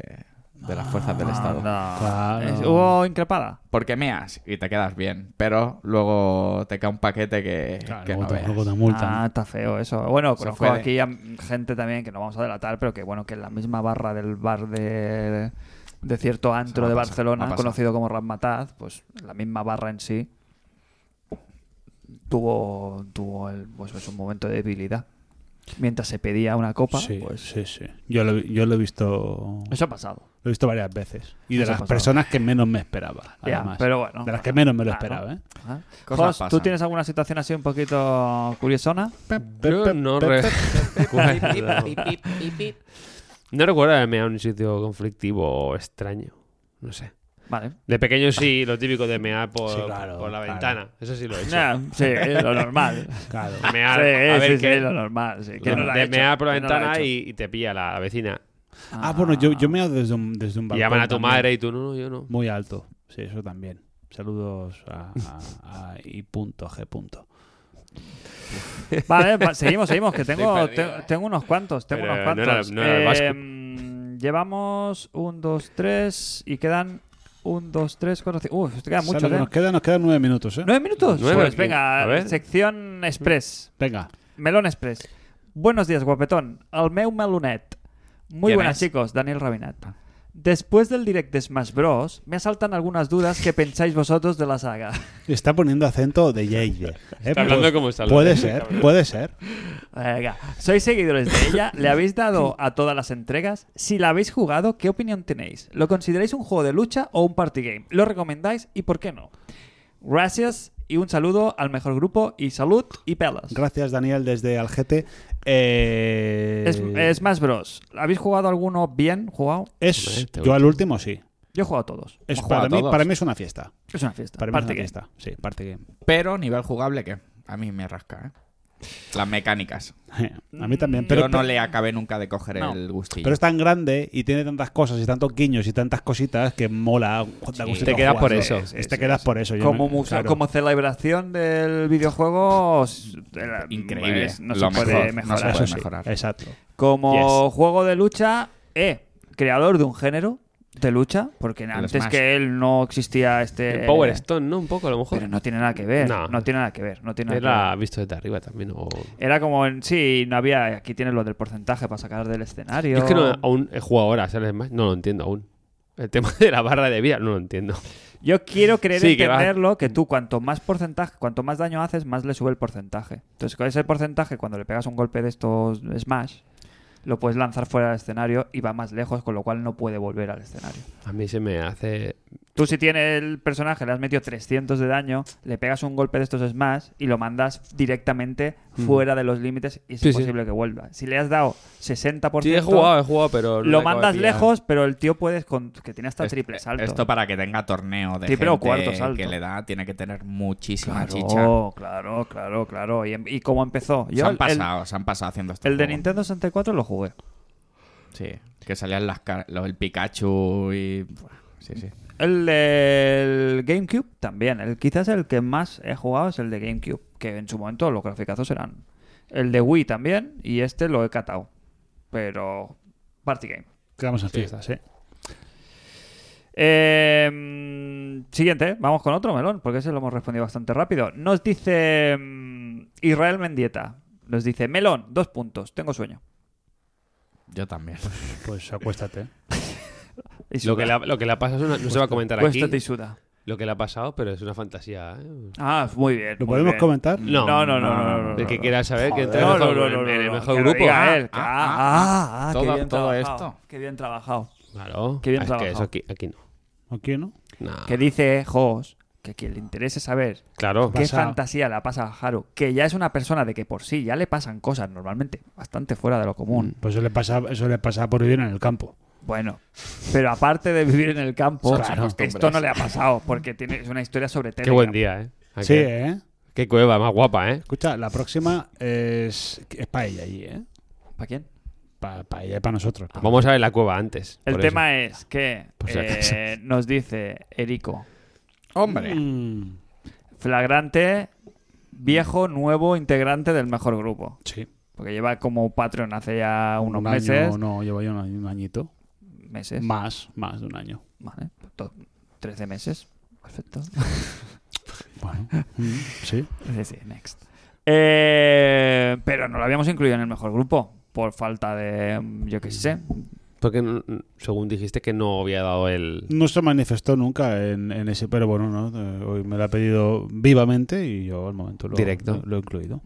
de las fuerzas del Estado. Ah, Anda. Claro. Es- Hubo increpada. Porque meas y te quedas bien, pero luego te cae un paquete que, Claro, que luego no te- veas. luego te multan. Ah, está feo eso. Bueno, Se conozco fue de- aquí a m- gente también que no vamos a delatar, pero que bueno, que en la misma barra del bar de, de cierto antro ha de pasado, ha Barcelona, pasado. conocido como Ramataz, pues la misma barra en sí tuvo, tuvo el- pues, es un momento de debilidad. Mientras se pedía una copa, Sí, pues sí, sí. Yo lo, yo lo he visto. eso ha pasado. Lo he visto varias veces. Y de Eso ha las pasado. personas que menos me esperaba. Ya, Además. pero bueno. de las que menos me lo Ah, esperaba, ¿no? ¿eh? Ajá. Cosas Jos, ¿tú pasan. tienes alguna situación así un poquito curiosona? Yo no re- recuerdo. No recuerdo haberme ido a un sitio conflictivo o extraño. No sé. Vale. De pequeño sí, lo típico de mear por, Sí, claro, por la claro. ventana. Eso sí lo he hecho. Nah, sí, es lo normal. Claro. Mear, Sí, a ver sí, sí, qué- es lo normal. sí. ¿Quién no lo ha de hecho? mear por la ¿Quién no lo ha ventana hecho? y, y te pilla la, la vecina. Ah, bueno, yo, yo me hago desde un, desde un Y balcón. llaman a tu también. madre y tú, no, no, yo no. Muy alto. Sí, eso también. Saludos a, a- a y punto G punto. Vale, va- seguimos, seguimos, que tengo, Estoy perdido, te- eh. tengo unos cuantos, tengo Pero unos no era- cuantos. no era el vasco. Em, llevamos un, dos, tres y quedan un, dos, tres, cuatro, cinco. Uf, te quedan Sale, muchos, ¿eh? nos, queda, nos quedan nueve minutos, ¿eh? ¿Nueve minutos? Nueve, pues ¿qué? venga, A ver. sección express, Venga. melón express. Buenos días, guapetón. El meu melonet. Muy ¿Quién buenas, es? chicos. Daniel Rabinat. Después del direct de Smash Bros, me asaltan algunas dudas que pensáis vosotros de la saga. Está poniendo acento de Jade. Está hablando como está pues, Puede hablando, ser, cabrón. puede ser. Venga, sois seguidores de ella, le habéis dado a todas las entregas. Si la habéis jugado, ¿qué opinión tenéis? ¿Lo consideráis un juego de lucha o un party game? ¿Lo recomendáis y por qué no? Gracias y un saludo al mejor grupo y salud y pelas. Gracias, Daniel, desde Algete. Eh, Es, Smash Bros. ¿Habéis jugado alguno bien jugado? es- Hombre, te yo al último sí. Yo he jugado a todos. Es, Hemos para, jugado mí, todos. para mí es una fiesta. Es una fiesta. Para mí party es game. una fiesta. Sí, party game. Pero nivel jugable que a mí me rasca, ¿eh? Las mecánicas. A mí también. Pero Pero, Yo no le acabé nunca de coger No. el gustillo. pero es tan grande y tiene tantas cosas y tantos guiños y tantas cositas que mola. da Sí, gustito te quedas por jugarlo. eso. Sí, te quedas por eso. yo Como, me- museo- claro. como celebración del videojuego, s- era- Increíble. es- no Lo se puede mejor. No mejorar. se Eso puede sí, mejorar. Exacto. Como juego de lucha, eh, creador de un género de lucha, porque antes Smash. que él no existía este. El Power Stone, ¿no? Un poco, a lo mejor. Pero no tiene nada que ver. No, No. tiene nada que ver. No tiene nada que Era visto desde arriba también. O... ver. Era como en sí, no había. Aquí tienes lo del porcentaje para sacar del escenario. Yo es que no, aún he jugado ahora, ¿sabes? Más, No lo entiendo aún. El tema de la barra de vida, no lo entiendo. Yo quiero creer Sí, que va- entenderlo que, tú cuanto más porcentaje, cuanto más daño haces, más le sube el porcentaje. Entonces, con ese porcentaje, cuando le pegas un golpe de estos Smash, lo puedes lanzar fuera del escenario y va más lejos, con lo cual no puede volver al escenario. A mí se me hace. Tú si tienes el personaje, le has metido 300 de daño, le pegas un golpe de estos smash y lo mandas directamente fuera de los límites y es Mm. Sí, sí. imposible que vuelva. Si le has dado 60%, Sí, he jugado, he jugado, pero. no le lo acabo de mandas pillar. lejos, pero el tío puedes con... que tiene hasta triple Est- salto. Esto para que tenga torneo de Triple o gente cuarto salto. que le da, tiene que tener muchísima chicha. claro, claro, claro, claro. Y, en- y cómo empezó. se Yo han el, pasado, se han pasado haciendo este esto. el de Nintendo 64 lo jugué. Sí, que salían las car- los, el Pikachu y... Sí, sí. El del GameCube también. El, quizás el que más he jugado es el de GameCube, que en su momento los graficazos eran. El de Wii también, y este lo he catado. Pero. Party Game. Quedamos en fiestas, ¿eh? Eh, siguiente, vamos con otro melón, porque ese lo hemos respondido bastante rápido. Nos dice mm, Israel Mendieta. Nos dice, melón, dos puntos, tengo sueño. Yo también. Pues acuéstate. Y Pues Lo suda. que, le, ha- lo que le ha pasado es una- no se va a comentar aquí. Acuéstate y suda. Lo que le ha pasado, pero es una fantasía. ¿eh? Ah, muy bien. ¿Lo muy podemos bien. comentar? No, No, no, no, no, no, El no, que no. quiera saber que entra No, no, mejor no, en no, en el no, mejor que lo grupo. diga él, Ah, que- ah, ah, ah, qué todo- bien todo trabajado, esto. Qué bien trabajado. Claro. Ah, Qué bien es que trabajado. eso aquí, aquí no. ¿O quién no? No. Que dice Jos que a quien le interese saber Claro. qué Pasa- fantasía la pasa a Haru, que ya es una persona de que por sí ya le pasan cosas normalmente bastante fuera de lo común. Mm. Pues eso le pasa, eso le pasa por vivir en el campo. Bueno, pero aparte de vivir en el campo, Claro. claro, esto no le ha pasado porque tiene es una historia sobre Qué Telegram. buen día, ¿eh? Sí, Aquel- ¿eh? Qué cueva más guapa, ¿eh? Escucha, la próxima es, es para ella allí, ¿eh? ¿Para quién? Para ella y para nosotros. Ah, pero- Vamos a ver la cueva antes. El por tema es que Por si eh, acaso. nos dice Erico, Hombre, Mm, flagrante viejo nuevo integrante del mejor grupo. sí. Porque lleva como Patreon hace ya unos Un año, meses. no, llevo yo un, año- un añito. Meses. Más, más de un año. vale. to- 13 meses. Perfecto. Bueno, mm, sí. sí, sí, next. Eh, pero no lo habíamos incluido en el mejor grupo. Por falta de, mm, yo qué sé, Porque n- n- según dijiste que no había dado el... No se manifestó nunca en, en ese, pero bueno, no, eh, hoy me lo ha pedido vivamente y yo al momento lo, Directo. lo, lo he incluido.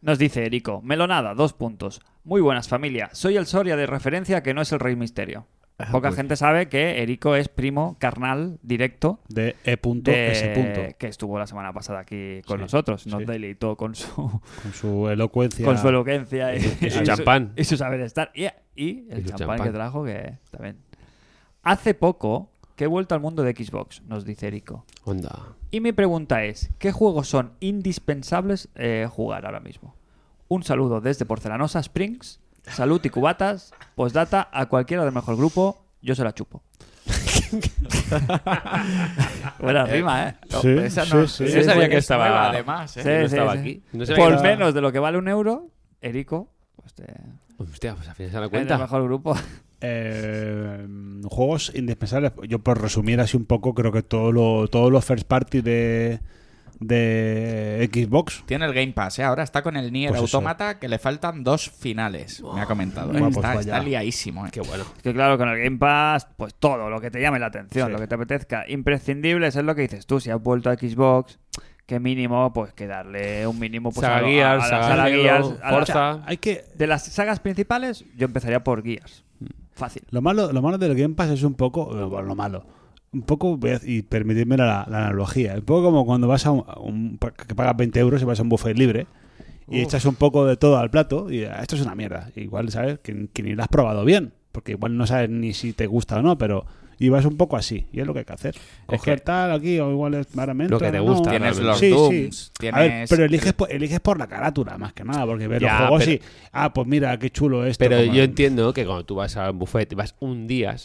Nos dice Erico, melonada, dos puntos. Muy buenas familia, soy el Soria de referencia que no es el Rey Misterio. Ah, Poca pues. gente sabe que Erico es primo carnal directo De E.S. de E punto, que estuvo la semana pasada aquí con Sí, nosotros. Nos sí. deleitó con su, con su elocuencia. con su elocuencia y, Y su y champán. y su saber estar. Y, y el Y su champán, que champán. trajo que también. Hace poco que he vuelto al mundo de Xbox, nos dice Erico. Onda. Y mi pregunta es, ¿qué juegos son indispensables eh, jugar ahora mismo? Un saludo desde Porcelanosa Springs, salud y cubatas, postdata a cualquiera del mejor grupo, yo se la chupo. Buena rima, ¿eh? Sí, pero esa sí, sí. Yo sabía fue- que es estaba- nueva, además, ¿eh? Sí, Yo no sí, estaba sí. aquí. No sabía que Por estaba- menos de lo que vale un euro, Erico, pues te... Hostia, pues al final se da el cuenta. mejor grupo. Eh, juegos indispensables. Yo, por resumir así un poco, creo que todo lo, todos los first party de, de Xbox. Tiene el Game Pass, ¿eh? Ahora está con el Nier Pues eso. Automata, que le faltan dos finales, me ha comentado. ¿eh? Buah, pues está, vaya. está liadísimo, ¿eh? Qué bueno. Es que claro, con el Game Pass, pues todo, lo que te llame la atención, Sí. lo que te apetezca. Imprescindibles es lo que dices tú, si has vuelto a Xbox, que mínimo, pues que darle un mínimo pues, Saga a, lo- a- Gears, a la Saga saga Halo, Gears, a la- Forza. Hay que. de las sagas principales, yo empezaría por Gears. Mm. Fácil. Lo malo, lo malo del Game Pass es un poco. Bueno, lo malo. Un poco, voy a- y permitidme la, la analogía. Un poco como cuando vas a un, a un- que pagas 20 euros y vas a un buffet libre y echas un poco de todo al plato y ah, esto es una mierda. Igual sabes que, que ni lo has probado bien, porque igual no sabes ni si te gusta o no, pero. Y vas un poco así, y es lo que hay que hacer. Coger tal aquí, o igual es meramente. Lo que te no. gusta, Tienes los Sí, sí. Dooms, A ver, tienes... pero eliges por, eliges por la carátula, más que nada, porque ver Ya, los juegos pero- y. Ah, pues mira, qué chulo esto. Pero como- yo entiendo que cuando tú vas a un buffet, y vas un día,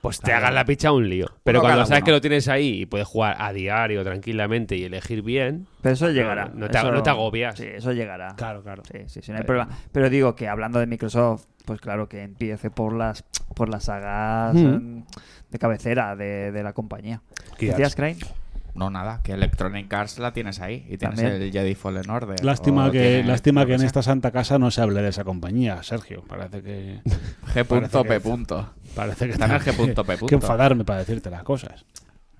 pues te Claro. hagas la picha un lío. Pero cuando cada sabes que uno. lo tienes ahí y puedes jugar a diario tranquilamente y elegir bien, Pero eso llegará. no te- Eso- no te agobias. Sí, eso llegará. Claro, claro. Sí, sí, sí, no hay problema. Pero digo que hablando de Microsoft, pues claro que empiece por las por las sagas Mm. eh, de cabecera de, de la compañía. Gears. ¿Decías, Crane? No, nada, que Electronic Arts la tienes ahí. Y tienes También. el Jedi Fallen Order. Lástima o que, tienes- lástima yo que en sé, esta santa casa no se hable de esa compañía, Sergio. Parece que. parece que- G.P. punto. Parece que Está en el tengo G.P. que- Que punto. enfadarme para decirte las cosas.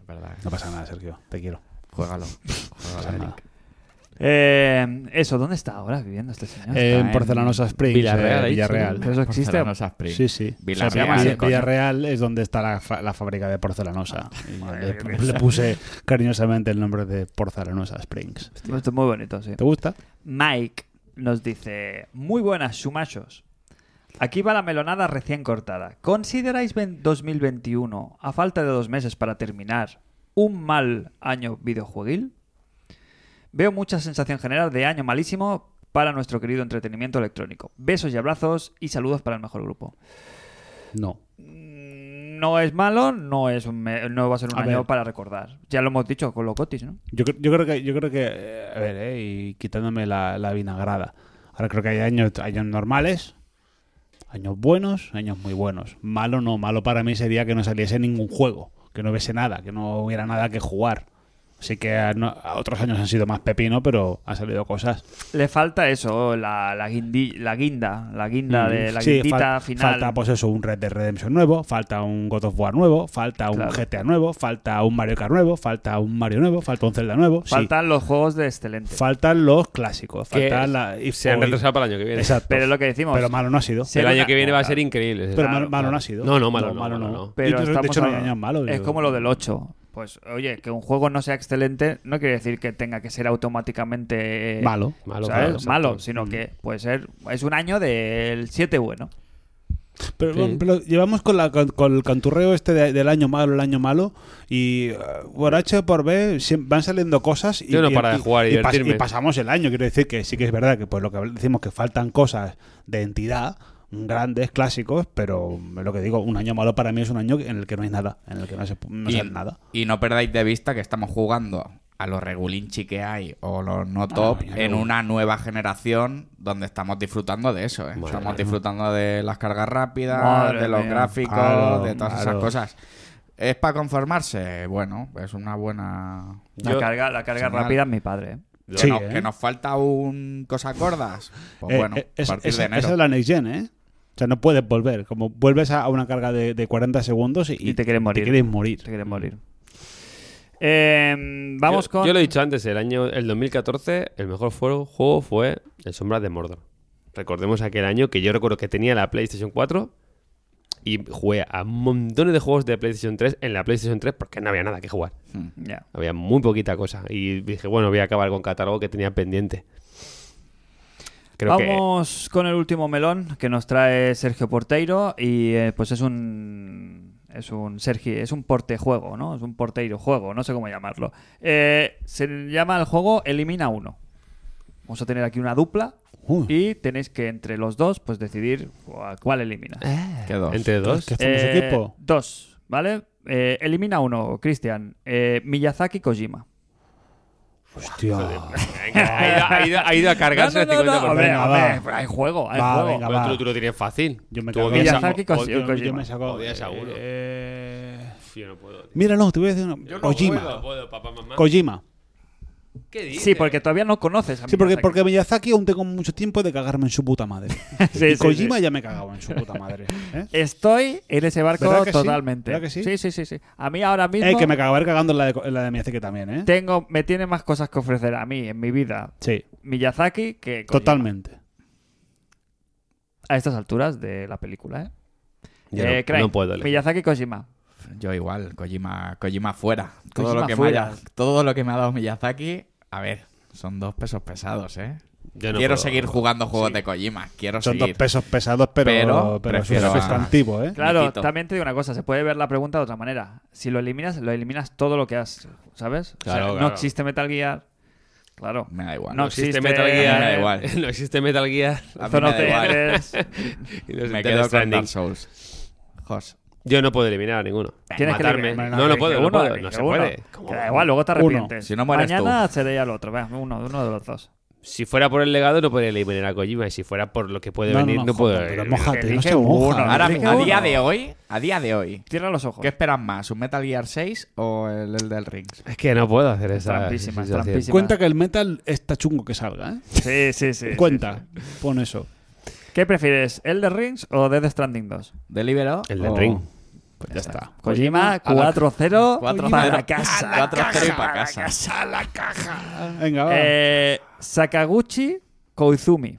Es verdad, No pasa nada, Sergio. Te quiero. juégalo. No Juégalo, pasa nada. Pues Eric. Eh, eso, ¿dónde está ahora viviendo este señor? Eh, en en Porcelanosa Springs, Villarreal, eh, ahí, Villarreal. Pero eso existe. Porcelanos Asprin. Sí, sí. Villarreal, O sea, Villa- sí, coño. Villarreal es donde está la, fa- la fábrica de porcelanosa. Y le, le puse cariñosamente el nombre de Porcelanosa Springs. Esto es muy bonito, sí. ¿Te gusta? Mike nos dice: Muy buenas, sumachos. Aquí va la melonada recién cortada. ¿Consideráis ven- 2021, a falta de dos meses para terminar, un mal año videojueguil? Veo mucha sensación general de año malísimo para nuestro querido entretenimiento electrónico. Besos y abrazos y saludos para el mejor grupo. No. Mm, No es malo, no, es un me- no va a ser un A año ver. para recordar. Ya lo hemos dicho con los cotis, ¿no? Yo, cre- yo creo que, yo creo que eh, a ver, eh, y quitándome la, la vinagrada. Ahora creo que hay años, años normales, años buenos, años muy buenos. Malo no, malo para mí sería que no saliese ningún juego, que no hubiese nada, que no hubiera nada que jugar. Así que a no- a otros años han sido más pepino, pero han salido cosas. Le falta eso, la, la, guindi- la guinda, la guinda de la Mm, Sí, guindita fal- final. Falta, pues eso, un Red Dead Redemption nuevo, falta un God of War nuevo, falta un Claro. GTA nuevo, falta un Mario Kart nuevo, falta un Mario nuevo, falta un Zelda nuevo. sí. Faltan los juegos de excelente. Faltan los clásicos. Que Faltan la, y- se han o- retrasado para el año que viene. Exacto. Pero es lo que decimos. Pero malo no ha sido. Sí, El año Será- que viene va a Claro. ser increíble. Pero malo, Claro. malo no ha sido. No, no, malo no, malo no. Y pero de- de estamos hecho, no hay hablando- años malos. Es yo- como lo del 8. Pues, oye, que un juego no sea excelente no quiere decir que tenga que ser automáticamente eh, Malo. Mm. Malo, ¿sabes? claro, exacto. Malo, sino que puede ser. Es un año del 7 bueno. Pero, Sí. bueno, pero llevamos con, la, con, con el canturreo este de- del año malo, el año malo, y eh, por H o por B siem- van saliendo cosas y, Yo no y- para de y- jugar y y, pas- divertirme. y pasamos el año. Quiero decir que sí que es verdad que pues lo que decimos que faltan cosas de entidad, grandes, clásicos, pero lo que digo, un año malo para mí es un año en el que no hay nada, en el que no, se, no y, sale nada. y no perdáis de vista que estamos jugando a los regulinchi que hay o los no top ya en no. una nueva generación donde estamos disfrutando de eso. ¿eh? Madre Estamos mía. disfrutando de las cargas rápidas, Madre de los mía. gráficos, Claro, de todas claro. esas cosas. ¿Es para conformarse? Bueno, es una buena... La Yo- carga, la carga Señal. rápida es mi padre. ¿eh? Que, Sí, no- ¿eh? que nos falta un cosa gordas. Pues Eh, bueno, eh, es- a partir esa- de enero. esa es la next gen, ¿eh? sea, no puedes volver. Como vuelves a a una carga de, de 40 segundos y, Y te quieres morir. Te quieres morir. Se quieren morir. Eh, vamos Mm. yo, con. yo lo he dicho antes, el año el 2014 el mejor fue- juego fue El Sombras de Mordor. Recordemos aquel año que yo recuerdo que tenía la PlayStation 4 y jugué a montones de juegos de PlayStation 3 en la PlayStation 3 porque no había nada que jugar. Mm. Ya. Había muy poquita cosa y dije, bueno, voy a acabar con catálogo que tenía pendiente. Creo Vamos con el último melón que nos trae Sergio Porteiro y eh, pues es un es un Sergi, es un portejuego, ¿no? Es un porteiro juego, no sé cómo llamarlo. Eh, se llama el juego Elimina uno. Vamos a tener aquí una dupla Uh. y tenéis que entre los dos pues decidir a cuál elimina. Eh, Eh. ¿Qué dos? que entre dos. ¿Qué hacemos Eh, equipo? Dos, ¿vale? Eh, elimina uno, Cristian. Eh, Miyazaki Kojima. Hostia. Venga, ha, ido, ha ido- ha ido a cargarse el 50%. Hombre, Venga, hombre, va. hay juego, hay Va, juego. venga, Pero va. tú, tú lo tienes fácil. Yo me Tú cago en odias a- Miyazaki con- odio- Kojima. Yo me saco. Odias a uno. eh, Yo no puedo. tío. Mira, no, te voy a decir una. Yo no Kojima. puedo, puedo, papá, mamá. Kojima. ¿Qué dices? Sí, porque todavía no conoces a Sí, porque, Miyazaki. porque Miyazaki aún tengo mucho tiempo de cagarme en su puta madre. Sí, y sí, Kojima sí. ya me cagaba en su puta madre. ¿eh? Estoy en ese barco ¿Verdad que sí? totalmente. ¿Verdad que sí? sí, sí, sí, sí. A mí ahora mismo Eh, que me acabaré cagando en la de, en la de Miyazaki también, ¿eh? tengo, me tiene más cosas que ofrecer a mí en mi vida Sí, Miyazaki que Kojima. totalmente. a estas alturas de la película. ¿eh? Yo Eh, no- Craig, no puedo elegir. Miyazaki Kojima. Yo igual, Kojima, Kojima fuera. Todo, Kojima lo que fuera. Me haya- todo lo que me ha dado Miyazaki, a ver, son dos pesos pesados, ¿eh? Yo no quiero puedo. seguir jugando juegos de Kojima, quiero Son dos seguir. pesos pesados, pero, Pero pero, prefiero es a- un sustantivo, ¿eh? Claro, Nikito. también te digo una cosa, se puede ver la pregunta de otra manera. Si lo eliminas, lo eliminas todo lo que has, ¿sabes? O sea, Claro, No claro. existe Metal Gear. Claro. Me da igual. No No existe, existe, Metal Gear. A mí me da igual. No existe Metal Gear. A mí Zone me of da the igual. Enders. y Me los Death quedo con Stranding. Dark Souls. Jos. Yo no puedo eliminar a ninguno. Tienes que Matarme. eliminar. no, no Elige puedo, no uno, puedo. elige No se uno. puede. Que da igual, luego te Uno. arrepientes. Si no mueres Mañana seré al otro. Va, uno, uno de los dos. Si fuera por el legado, no podría eliminar a Kojima. Y si fuera por lo que puede venir, no, puedo. joder, pero eliminar. mójate, no Elige se uno. moja. Ahora, elige a uno. día de hoy, a día de hoy, Cierra los ojos. ¿qué esperas más? ¿Un Metal Gear 6 o el, el del Rings? es que no puedo hacer esa. Trampísima, sensación. trampísima. Cuenta que el metal está chungo que salga, Sí, ¿eh? sí, sí. Cuenta, pon eso. ¿Qué prefieres, Elder Rings o Death Stranding 2? ¿Delivero? El del o- ring. Oh, Pues ya está. Kojima, a la- 4-0 4-0. para casa. A la 4-0 para casa. A la caja. Venga, va. Eh, Sakaguchi, Koizumi.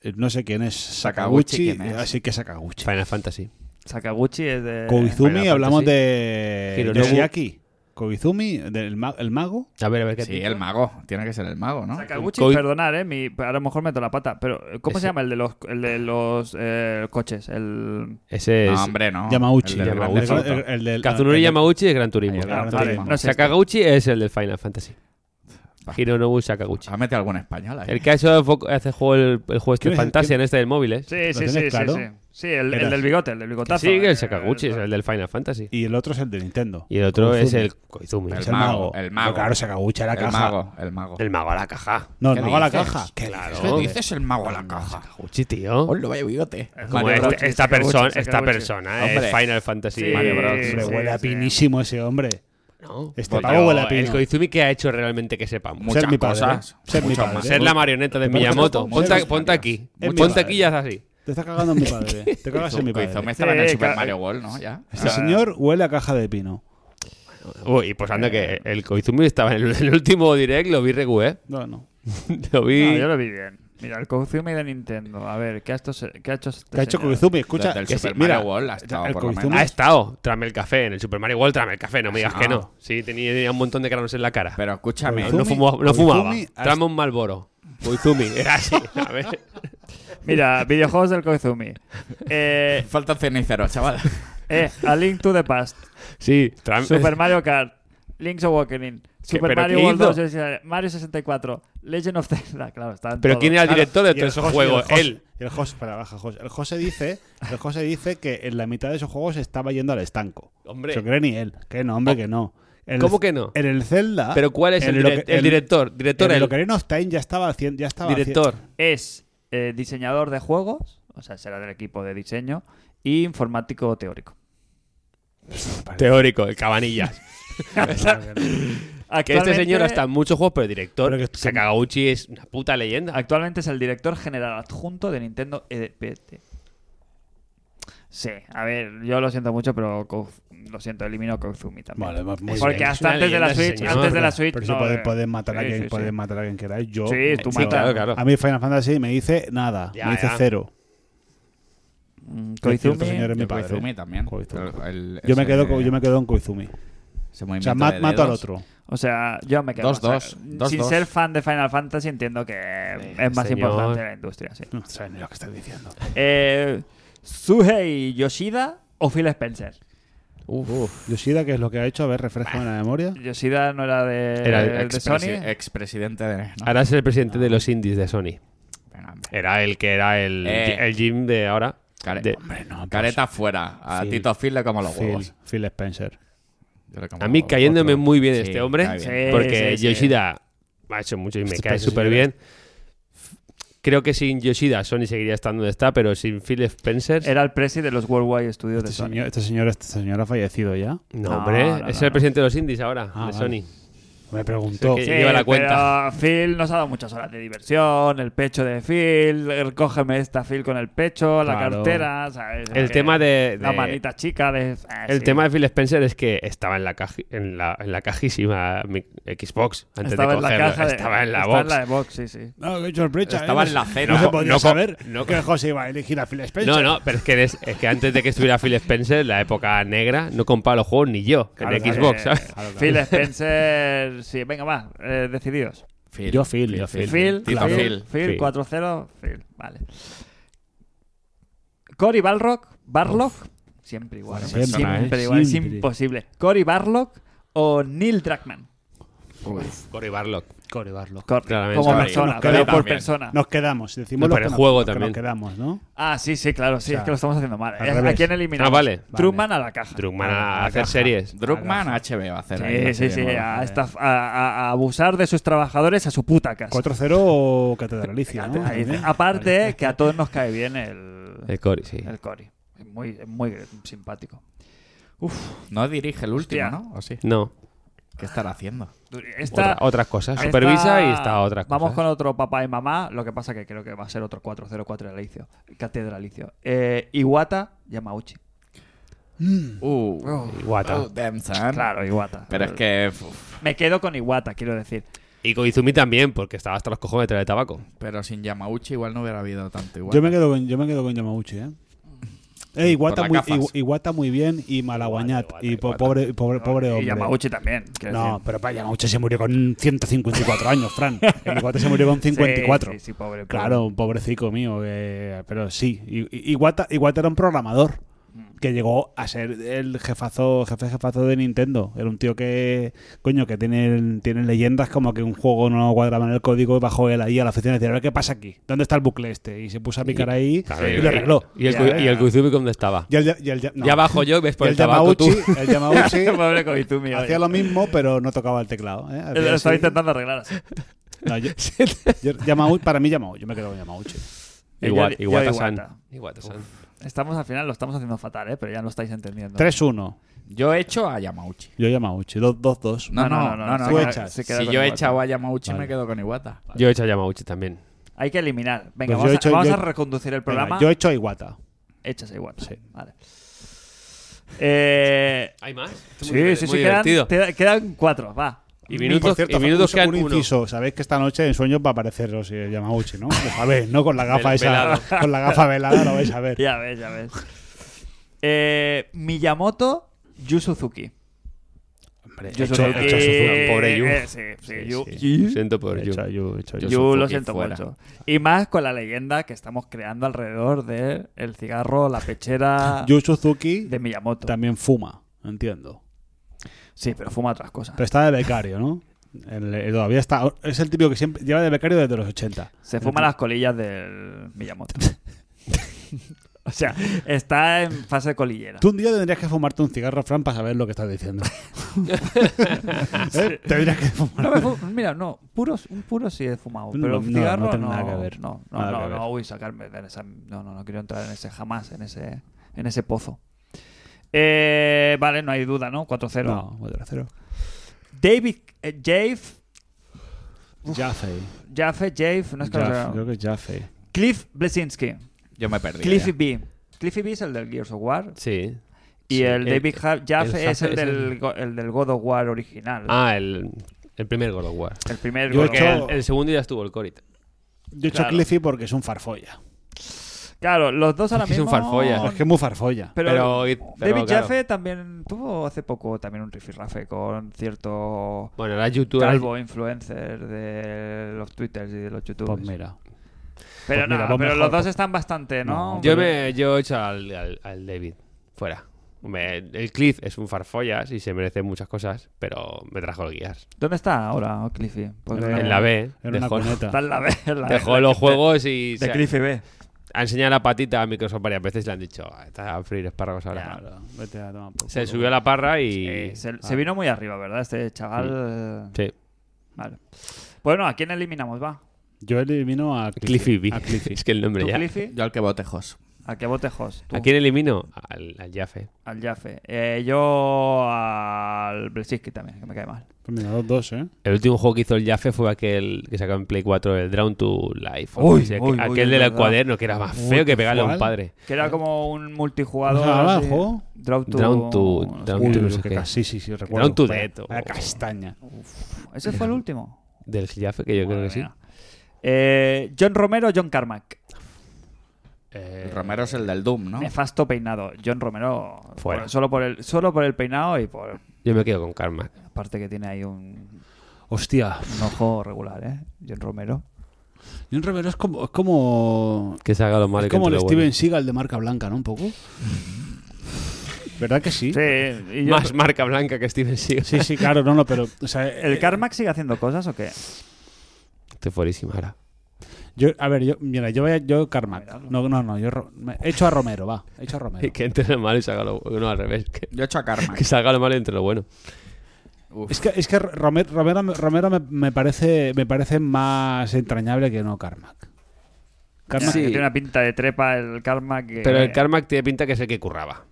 Eh, no sé quién es Sakaguchi, Sakaguchi, eh, ¿quién es? así que Sakaguchi. Final Fantasy. Sakaguchi es de... Koizumi, Final hablamos Fantasy. de Hironobu. Yoshiaki. Koizumi, del ma- el mago. A ver, a ver qué Sí, el mago. Tiene que ser el mago, ¿no? Sakaguchi, Koi- perdonar, eh, mi- a lo mejor meto la pata, pero ¿cómo se Ese- llama el de los, el de los eh, coches? El... Ese es. No, hombre, no. Yamauchi. El del Yamauchi. Grand Theft El- Auto. el- el del- Kazunori el- Yamauchi es Gran Turismo. Ahí, Gran Gran Turismo. Turismo. No es este. Sakaguchi es el del Final Fantasy. Ah. Hironobu Sakaguchi. Ha metido algún español ahí. El que ha hecho fo- hace juego el, el juego este ¿Quién es el- Fantasy en este del móvil, ¿eh? Sí, sí, tienes sí, claro? sí, sí. Sí, el, el Verás. del bigote, el del bigotazo. Sí, que eh, el Sakaguchi es el del Final Fantasy. Y el otro es el de Nintendo. Y el otro es Koizumi. el Koizumi. El Es el mago. mago, el mago. Pero Claro, Sakaguchi a la El caja. mago, el mago. El mago a la caja. No, ¿Qué el mago a la dices? caja. ¿Qué Claro. dices? ¿Qué dices el mago a la caja? Sakaguchi, tío. Hola, vaya bigote. Es Como Mario este- Bros, esta, Sakaguchi, persona, Sakaguchi. esta persona es Hombre. Final Fantasy. Sí. Mario Bros. Hombre, Sí, huele a sí. pinísimo ese hombre. No. Este Pues pavo yo, huele a pino. El Koizumi que ha hecho realmente que sepamos. Muchas mi padre, cosas. ¿eh? Ser mi muchas padre. más. Ser la marioneta de Te parece Miyamoto. poco, Ponte, muchas ponte aquí. Es mi Ponte padre. aquí y haz así. Te estás cagando en mi padre. Te cagas en mi Koizumi estará padre. este en el Sí, Super claro. Mario World, ¿no? Ya. Este señor huele a caja de pino. Uy, y pues anda Eh. que el Koizumi estaba en el, el último direct, lo vi regu, ¿eh? No, no. Lo vi. No, yo lo vi bien. Mira, el Koizumi de Nintendo. A ver, ¿qué ha, esto se- qué ha hecho este ¿Qué ha hecho señor? Koizumi? Escucha, Desde el que sí, Super mira, Mario World ha estado el por lo Koizumi- Ha menos. estado, trame el café, en el Super Mario World, trame el café, no me digas Sí, que no. no. Sí, tenía, tenía un montón de granos en la cara. Pero escúchame, no Koizumi- fumaba, no Koizumi fumaba. ha- trame un Malboro. Koizumi, era así. A ver. Mira, videojuegos del Koizumi. Eh, falta cenicero, chaval. eh, A Link to the Past. Sí, trame. Super Mario Kart. Link's Awakening. Super pero Mario qué World hizo? 2. es decir, Mario 64. Legend of Zelda. Claro, está en Pero todo. ¿quién era el Claro, director de Ah, y el todos esos José- juegos? y el José- Él. y El José, para baja, José. El José dice, el José dice que en la mitad de esos juegos estaba yendo al estanco. Hombre. Se cree ni él. Que no, hombre, que no. En el- ¿Cómo que no? En el Zelda. Pero ¿cuál es en el, lo direc- que- el director? Director, en el el Ocarina of Time ya estaba haciendo. Ya estaba director. Es eh, diseñador de juegos. O sea, será del equipo de diseño. Y informático teórico. Teórico, el Cabanillas. que este señor hasta en muchos juegos, pero director. Pero que- Sakaguchi es una puta leyenda. E Actualmente es el director general adjunto de Nintendo EDPT. Sí, a ver, yo lo siento mucho, pero Kouz- lo siento, elimino Koizumi también. Vale, va- muy Porque bien. es hasta una antes de la leyenda, Switch, señor. antes de la Switch. Pero si no, podéis, eh, podéis matar a sí, quien sí, podéis sí. matar a quien queráis. Yo, Sí, tú Sí, matas. claro, claro. A mí Final Fantasy me dice nada, Ya, me dice ya. cero. Mm, Lo cierto, Koizumi, señor, es mi El padre. Koizumi también. Koizumi. El- el- Yo me, ese- quedo con, yo me quedo en Koizumi. ese O sea, movimiento ma- de mato al dedos. otro. O sea, yo me quedo. Dos, o sea, dos, dos, sin dos. ser fan de Final Fantasy, entiendo que es más señor. importante la industria. Sí. No sabes ni lo que estás diciendo. Eh, Suhei Yoshida o Phil Spencer. Uf. Yoshida, ¿qué es lo que ha hecho? A ver, refrescame la memoria. Yoshida no era de, Era el de Expresi- Sony. Expresidente de. no, Ahora es el presidente de los indies de Sony. venga, hombre. Era el que era el, Eh. el gym de ahora. Care- de- Hombre, no, pues, Careta fuera. A Phil. Tito Phil le como los Phil, huevos. Phil Spencer. Este Yo le como A mí los cayéndome otro. muy bien Sí, este hombre, cae bien. Sí, porque sí, sí. Yoshida me ha hecho mucho y me Este cae paso súper sí bien. Creo que sin Yoshida Sony seguiría estando donde está, pero sin Phil Spencer... Era el presi de los Worldwide Studios Este de Sony. señor, este señor, este señor ha fallecido ya. No, No, hombre, no, no, es no. el presidente de los indies ahora, Ah, de vale. Sony. Me preguntó. Sí, que- lleva la cuenta. pero Phil nos ha dado muchas horas de diversión, el pecho de Phil, el cógeme esta Phil con el pecho, la Claro. cartera, ¿sabes? El Que- tema de... La de- manita chica de... ah, El sí. tema de Phil Spencer es que estaba en la, caji- en la, en la cajísima mi- Xbox antes estaba de en la cogerlo. caja de- estaba en la estaba box. en la de box, sí, sí. No, que he hecho el brecha. Estaba ¿eh? en la cena. No se No, podía no, saber no, que José iba a elegir a Phil Spencer. No, no, pero es que, eres- es que antes de que estuviera Phil Spencer, la época negra, no compraba los juegos ni yo Claro, en claro. Xbox, Eh, ¿sabes? Claro, claro. Phil Spencer... Sí, venga, va, eh, decididos. Phil. Yo Phil, yo Phil. Phil, Tito Phil, Phil. Phil, Phil. 4-0, Phil, vale. Cory Balrock, Barlock, siempre igual, Buena persona, siempre ¿eh? igual, es Siempre. imposible. Cory Barlock o Neil Druckmann, Uf. Cory Barlock. Cory Barlock. Cor- Claramente. como Cory, persona, nos pero queda por también. persona. Nos quedamos. Decimos No, lo pero que el juego nos, lo que también. nos quedamos, ¿no? Ah, sí, sí, claro, sí, O sea, es que lo estamos haciendo mal. al Eh, ¿A revés. quién eliminamos? Ah, vale. Truman a la caja. Truman Ah, a la hacer caja. series. Druckmann HBO va a hacer Sí, ahí, sí, así sí, de moda. a, estaf- a- a- a abusar de sus trabajadores a su puta casa. 4-0 o Catedralicia, Ahí ¿no? dice, También. Aparte que a todos nos cae bien el, El Eh, Cory, sí. el Cory. Es muy, es muy simpático. No dirige el último, Hostia. ¿no? ¿O sí? No. ¿Qué estará haciendo? Esta, Otra- otras cosas. esta- Supervisa y está otras cosas. Vamos con otro papá y mamá. Lo que pasa que creo que va a ser otro 404 alicio, catedralicio. Eh, Iwata, Yamauchi. Mm. Uh, Iwata. oh, damn son. Claro, Iwata. Pero es que. uf, Me quedo con Iwata, quiero decir. Y Koizumi también, porque estaba hasta los cojones de traer tabaco. pero sin Yamauchi igual no hubiera habido tanto igual. Yo me quedo con, yo me quedo con Yamauchi, ¿eh? Eh, Iguata, las muy, gafas. Igu- Iguata muy bien y Malaguañat. Iguata, Y po- Iguata. pobre, y pobre, pobre Y hombre. Yamauchi también. quiero No, decir. pero para Yamauchi se murió con 154 años, Fran. El Iguata se murió con 54. Sí, sí, sí, pobre, pobre. Claro, un pobrecito mío, eh, pero sí. I- I- Iwata, Iwata era un programador que llegó a ser el jefazo, jefe jefazo de Nintendo. Era un tío que, coño, que tiene, tiene leyendas como que un juego no cuadraba en el código y bajó él ahí a la oficina y decía, "A ver, ¿qué pasa aquí? ¿Dónde está el bucle este? Y se puso a picar ahí Claro, y lo arregló. Y el, Ya, Ko- ya. y el Koizumi, ¿dónde estaba? Y el, ya- y el ya- no. Ya bajo yo, ves Y por el, el tabaco tú. Yamauchi, el Yamauchi pobre Koizumi. oye. hacía lo mismo, pero no tocaba el teclado. ¿eh? Hacía Lo estaba así. intentando arreglar así. No, yo- yo- Yamauchi- para mí Yamauchi, yo me quedo con Yamauchi. Igual, Yo- yo Iwata. Iwata-san. Iwata-san. Estamos al final, lo estamos haciendo fatal, ¿eh? pero ya lo estáis entendiendo. 3-1. Yo he hecho a Yamauchi. Yo Yamauchi, 2-2. No, no, no, no. se tú queda- echas. se queda Si con yo he Iwata. echado a Yamauchi, Vale. me quedo con Iwata. Yo he hecho a Yamauchi también. Hay que eliminar. Venga, Pues yo vamos, he a, hecho- vamos yo- a reconducir el programa. Venga, yo he hecho a Iwata. Échase igual. Sí. Vale. Eh, ¿Hay más? Esto es sí, muy diver- sí, sí, muy quedan, divertido. te- quedan cuatro, va. Y minutos, Por cierto, y minutos un, quedan un uno. inciso. Sabéis que esta noche en sueños va a aparecer o sea, Yamauchi, ¿no? Lo sabéis, ¿no? Con la gafa Vel- esa. velado. Con la gafa velada lo vais a ver. Ya ves, ya ves. Eh, Miyamoto, Yu Suzuki. Hombre, Yu he hecho- he Suzuki- hecho a Suzuki. Pobre Yu. eh, sí, sí, Sí, Yu. sí. Yu. Siento por He Yu. hecho a Yu, he hecho a Yu. Yu, lo Suzuki siento fuera. mucho. Y más con la leyenda que estamos creando alrededor del el cigarro, la pechera Yu Suzuki de Miyamoto. también fuma, entiendo. Sí, pero fuma otras cosas. Pero está de becario, ¿no? El- el- todavía está. Es el típico que siempre lleva de becario desde los 80. Se fuma las colillas del Miyamoto. o sea, está en fase colillera. Tú un día tendrías que fumarte un cigarro, Fran, para saber lo que estás diciendo. ¿Eh? Tendrías que fumar. No me fu- mira, no, puros, un puro sí he fumado, No, pero no, cigarro no no, tiene nada que ver. No, no, Nada no, que ver. no, uy, sacarme de esa, no, no, no quiero entrar en ese jamás, en ese, en ese pozo. Eh, vale, no hay duda, ¿no? 4-0. No, 4-0. David, eh, Jave, Jaffe. Jaffe, Jave, no es que lo Jaffe, sea- Creo que es Jaffe. Cliff Blesinski, Yo me perdí. Cliff ya. B. Cliffy B es el del Gears of War. Sí. Y Sí, eh, el David Ha- Jaff el es el Jaffe del, go- el del God of War original. Ah, el, el primer God of War. El primer Yo he God of hecho- War. El, el segundo ya estuvo el Corit. Yo he hecho Claro. Cliffy porque es un farfolla. Claro, los dos ahora Es que son mismo. farfollas. Es que es muy farfolla. Pero, Pero- y- pero, David claro. Jaffe también tuvo hace poco también un rifirrafe con cierto Bueno, era youtuber. calvo influencer de los twitters y de los youtubers. Pues mira. pero pues mira, no, pues pero mejor, los pues- dos están bastante, ¿no? Yo, me, yo he hecho al, al- al David. Fuera. Me- el Cliff es un farfollas y se merece muchas cosas, pero me trajo el guías. ¿Dónde está ahora Cliffy? Porque Eh, no- En la B. Era una dejó, cuneta. Está en la B. en la B. dejó los juegos y De se- Cliffy B. ha enseñado la patita a Microsoft varias veces y le han dicho, "Ah, está a freír espárragos ahora. Claro, vete a tomar por Se culo. subió a la parra y... Ah. Eh, se, se vino muy arriba, ¿verdad? Este chaval. eh, Sí. Vale. Bueno, ¿a quién eliminamos? Va. Yo elimino a Cliffy. Cliffy B. A Cliffy. es que el nombre ¿Tú, ya... Cliffy? Yo al que botejos. ¿A qué botejos? Tú, ¿A quién elimino? Al, al Jaffe. Al Jaffe. Eh, yo al Brzezinski también, que me cae mal. Pues mira, los dos, ¿eh? El último juego que hizo el Jaffe fue aquel que sacó en Play 4, el Drown to Life. o Uy, algo así, aqu- uy, uy, aquel es del verdad. cuaderno, que era más Uy, feo qué que pegarle a un cual. padre. Que era como un multijugador. Ah, así. Eh, abajo. Draw to... Drawn to- no sé. Drawn Uy, to- yo sé que qué. casi, sí, sí, recuerdo. Down to Vaya- Death, o- vaya castaña. Ese fue el último. Del Jaffe, que yo creo que sí. Eh, John Romero, John Carmack. El Romero es el del Doom, Ah. ¿no? Nefasto peinado. John Romero. Fuera. por- solo, por el, solo por el peinado y por. Yo me quedo con Karma. Aparte que tiene ahí un, Hostia. un ojo regular, ¿eh? John Romero. Y un Romero es como. Es como, Que salga lo malo es y que como entre el lo Steven bueno. Seagal de marca blanca, ¿no? Un poco. ¿Verdad que sí? Sí, y yo- Más marca blanca que Steven Seagal. Sí, sí, claro, no, no, pero. O sea, ¿El Carmack sigue haciendo cosas o qué? Estoy fuerísima ahora. Yo, a ver, yo, mira, yo voy a, yo Carmack. No, no, no, yo Ro- me- echo a Romero, va, echo a Romero. Y Que entre lo malo y salga lo bueno. No, al revés. Que, Yo he hecho a Karma. que salga lo malo y entre lo bueno. Uf. Es que, es que Romero, Romero, Romero me, me parece, me parece más entrañable que no Carmack. Carmack Ya, que Sí. Tiene una pinta de trepa el Carmack. que- Pero el Karma tiene pinta que es el que curraba.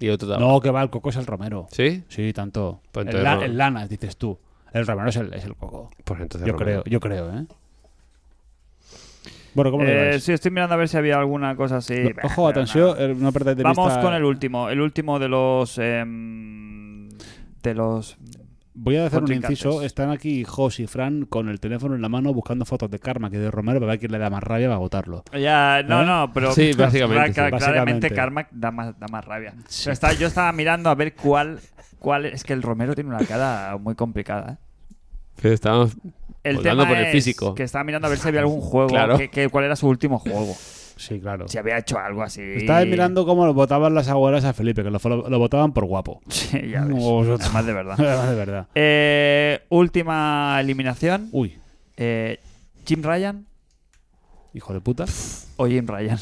Y otro daba. No, que va, el coco es el Romero. ¿Sí? Sí, tanto. Pues el, entonces la- no. el Lanas, dices tú. El Romero es el, es el coco. Pues entonces. Yo Romero. creo, yo creo, ¿eh? Bueno, ¿cómo lo Eh, lleváis? sí, estoy mirando a ver si había alguna cosa así. No, Bah, pero Ojo, atención, nada. eh, no perdáis de Vamos vista- con el último. El último de los. em, de los. Voy a hacer un contrincantes. inciso. Están aquí Jos y Fran con el teléfono en la mano buscando fotos de Karma que de Romero para ver quién le da más rabia para agotarlo. Ya, no, ¿Eh? no, pero. Sí, básicamente, cla- sí. Claramente Básicamente. Carmack da más, da más rabia. Sí. Pero está- yo estaba mirando a ver cuál. cuál es que el Romero tiene una cara muy complicada. ¿eh? Pero estábamos. El Volando tema por el es físico. que estaba mirando a ver si había algún juego. Claro. que- que- ¿Cuál era su último juego? Sí, claro. Si había hecho algo así. Estaba mirando cómo lo votaban las abuelas a Felipe, que lo, lo- lo votaban por guapo. Sí, ya ves. No, vosotros. Además, de verdad. Además, de verdad. Eh, última eliminación. Uy, Eh, ¿Jim Ryan hijo de puta. o Jim Ryan?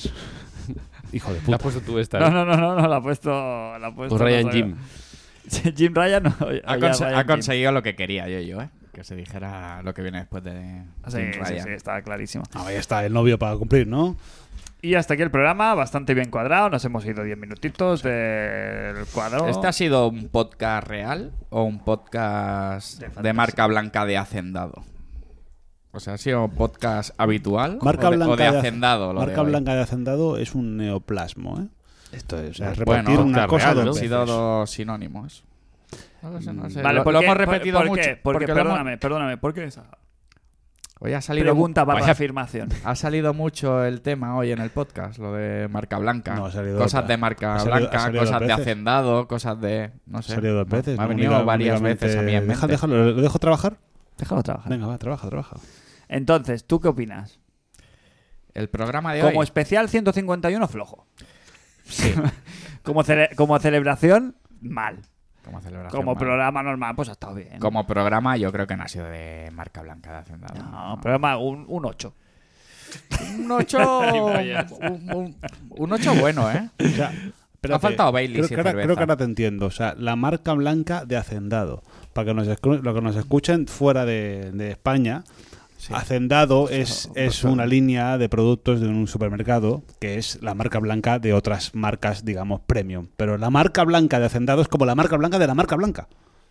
Hijo de La has puta. puesto tú esta. No, ¿eh? no, no, no, no, la ha puesto. La ha puesto Pues Ryan otra- Jim. Sí, Jim Ryan o. o Ha, Ah, ya conse- Ryan ha Jim. conseguido lo que quería yo, yo, ¿eh? Que se dijera lo que viene después de Sí, Jim sí, Ryan. sí, estaba clarísimo. Ah, ahí está el novio para cumplir, ¿no? Y hasta aquí el programa, bastante bien cuadrado. Nos hemos ido 10 minutitos del Oh. cuadro. ¿Este ha sido un podcast real o un podcast De de, fantasía. marca blanca de hacendado? O sea, ¿ha sido un podcast habitual Marca o, de, blanca o de hacendado? lo de marca hoy? blanca de hacendado es un neoplasmo, ¿eh? Esto es, o sea, es Bueno, repetir una podcast cosa real, dos ¿no? Han veces. sido dos sinónimos. No lo sé, no lo sé. Vale, Lo- ¿por lo qué? hemos repetido ¿Por- por mucho. qué? Porque, lo hemos- perdóname, perdóname, ¿por qué esa Hoy ha salido, pregunta barra Vaya- afirmación? ha salido mucho el tema hoy en el podcast, lo de marca blanca. No, ha salido cosas otra. de marca Ha salido- blanca, ha salido cosas dos de veces. hacendado, cosas de... No Ha sé. salido dos veces. Me ha ¿no? venido Única- varias únicamente- veces a mí en Deja- mente. déjalo, ¿lo dejo trabajar? Déjalo trabajar. Venga, va, trabaja, trabaja. Entonces, ¿tú qué opinas? El programa de Como hoy... especial 151 flojo. como, cele- como celebración, mal. Como celebración, Como vale. programa normal, pues ha estado bien. Como programa, yo creo que no ha sido de marca blanca de Hacendado. No, programa un, un 8. Un 8. un, un- un ocho bueno, ¿eh? O sea, espérate, Ha faltado Baileys Creo y que, ahora, cerveza. creo que ahora te entiendo. O sea, la marca blanca de Hacendado. Para que nos, escu- lo que nos escuchen fuera de, de España, Hacendado es, es una línea de productos de un supermercado que es la marca blanca de otras marcas, digamos, premium. Pero la marca blanca de Hacendado es como la marca blanca de la marca blanca.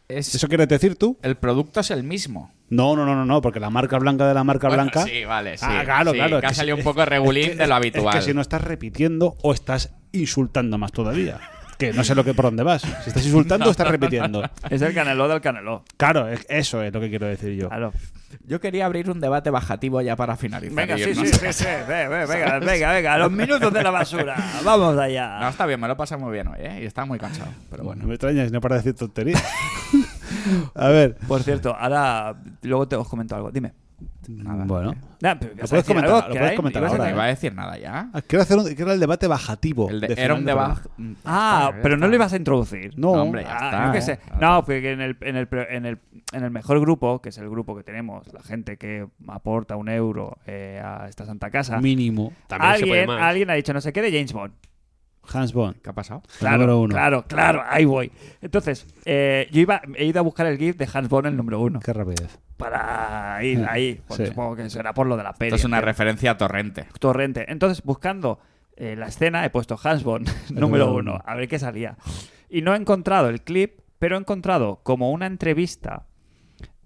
Es- ¿Eso quieres decir tú? El producto es el mismo. No, no, no, no, no, porque la marca blanca de la marca Bueno, blanca. sí, vale, sí. Ah, claro, sí, claro. Que es ha que salido si- un poco regulín es que- de lo es- habitual. Es que si no estás repitiendo o estás insultando más todavía. Que no sé lo que por dónde vas. Si estás insultando, estás repitiendo. Es el caneló del caneló. Claro, es- eso es lo que quiero decir yo. Claro. Yo quería abrir un debate bajativo ya para finalizar. Venga, y sí, sí, irnos. sí, sí. Ve, ve, Venga, venga, venga. Los minutos de la basura. Vamos No, allá. está bien, me lo he pasado muy bien hoy, ¿eh? Y está muy cansado, pero Bueno, bueno. no me extrañas, no para de decir tonterías. A ver. Por cierto, ahora luego te os comento algo. Dime. Nada. bueno. Nah, pero vas a puedes decir comentar, algo, lo que puedes hay- comentar ibas a ahora, No decir- iba a decir nada ya. Ah, Quiero hacer un- quiero el debate bajativo. El Oh, de- de era final un de debate. programa. Ah, pero no lo ibas a introducir. No, No, hombre, ya Ah, está. ¿eh? yo qué sé. Claro. No, porque en el, en, el, pre- en, el, en el mejor grupo, que es el grupo que tenemos, la gente que aporta un euro eh, a esta santa casa, mínimo. También se puede alguien, más. alguien ha dicho no sé qué de James Bond. Hans Bond. ¿Qué ha pasado? Claro, número uno. claro, claro, ahí voy. Entonces, eh, yo iba, he ido a buscar el GIF de Hans Bond, el número uno, Qué rapidez. para ir ahí. Pues Mm, Sí. Supongo que será por lo de la peli. Esto es una entiendo. referencia a torrente. Torrente. Entonces, buscando eh, la escena, he puesto Hansborn número número uno, uno. a ver qué salía. Y no he encontrado el clip, pero he encontrado como una entrevista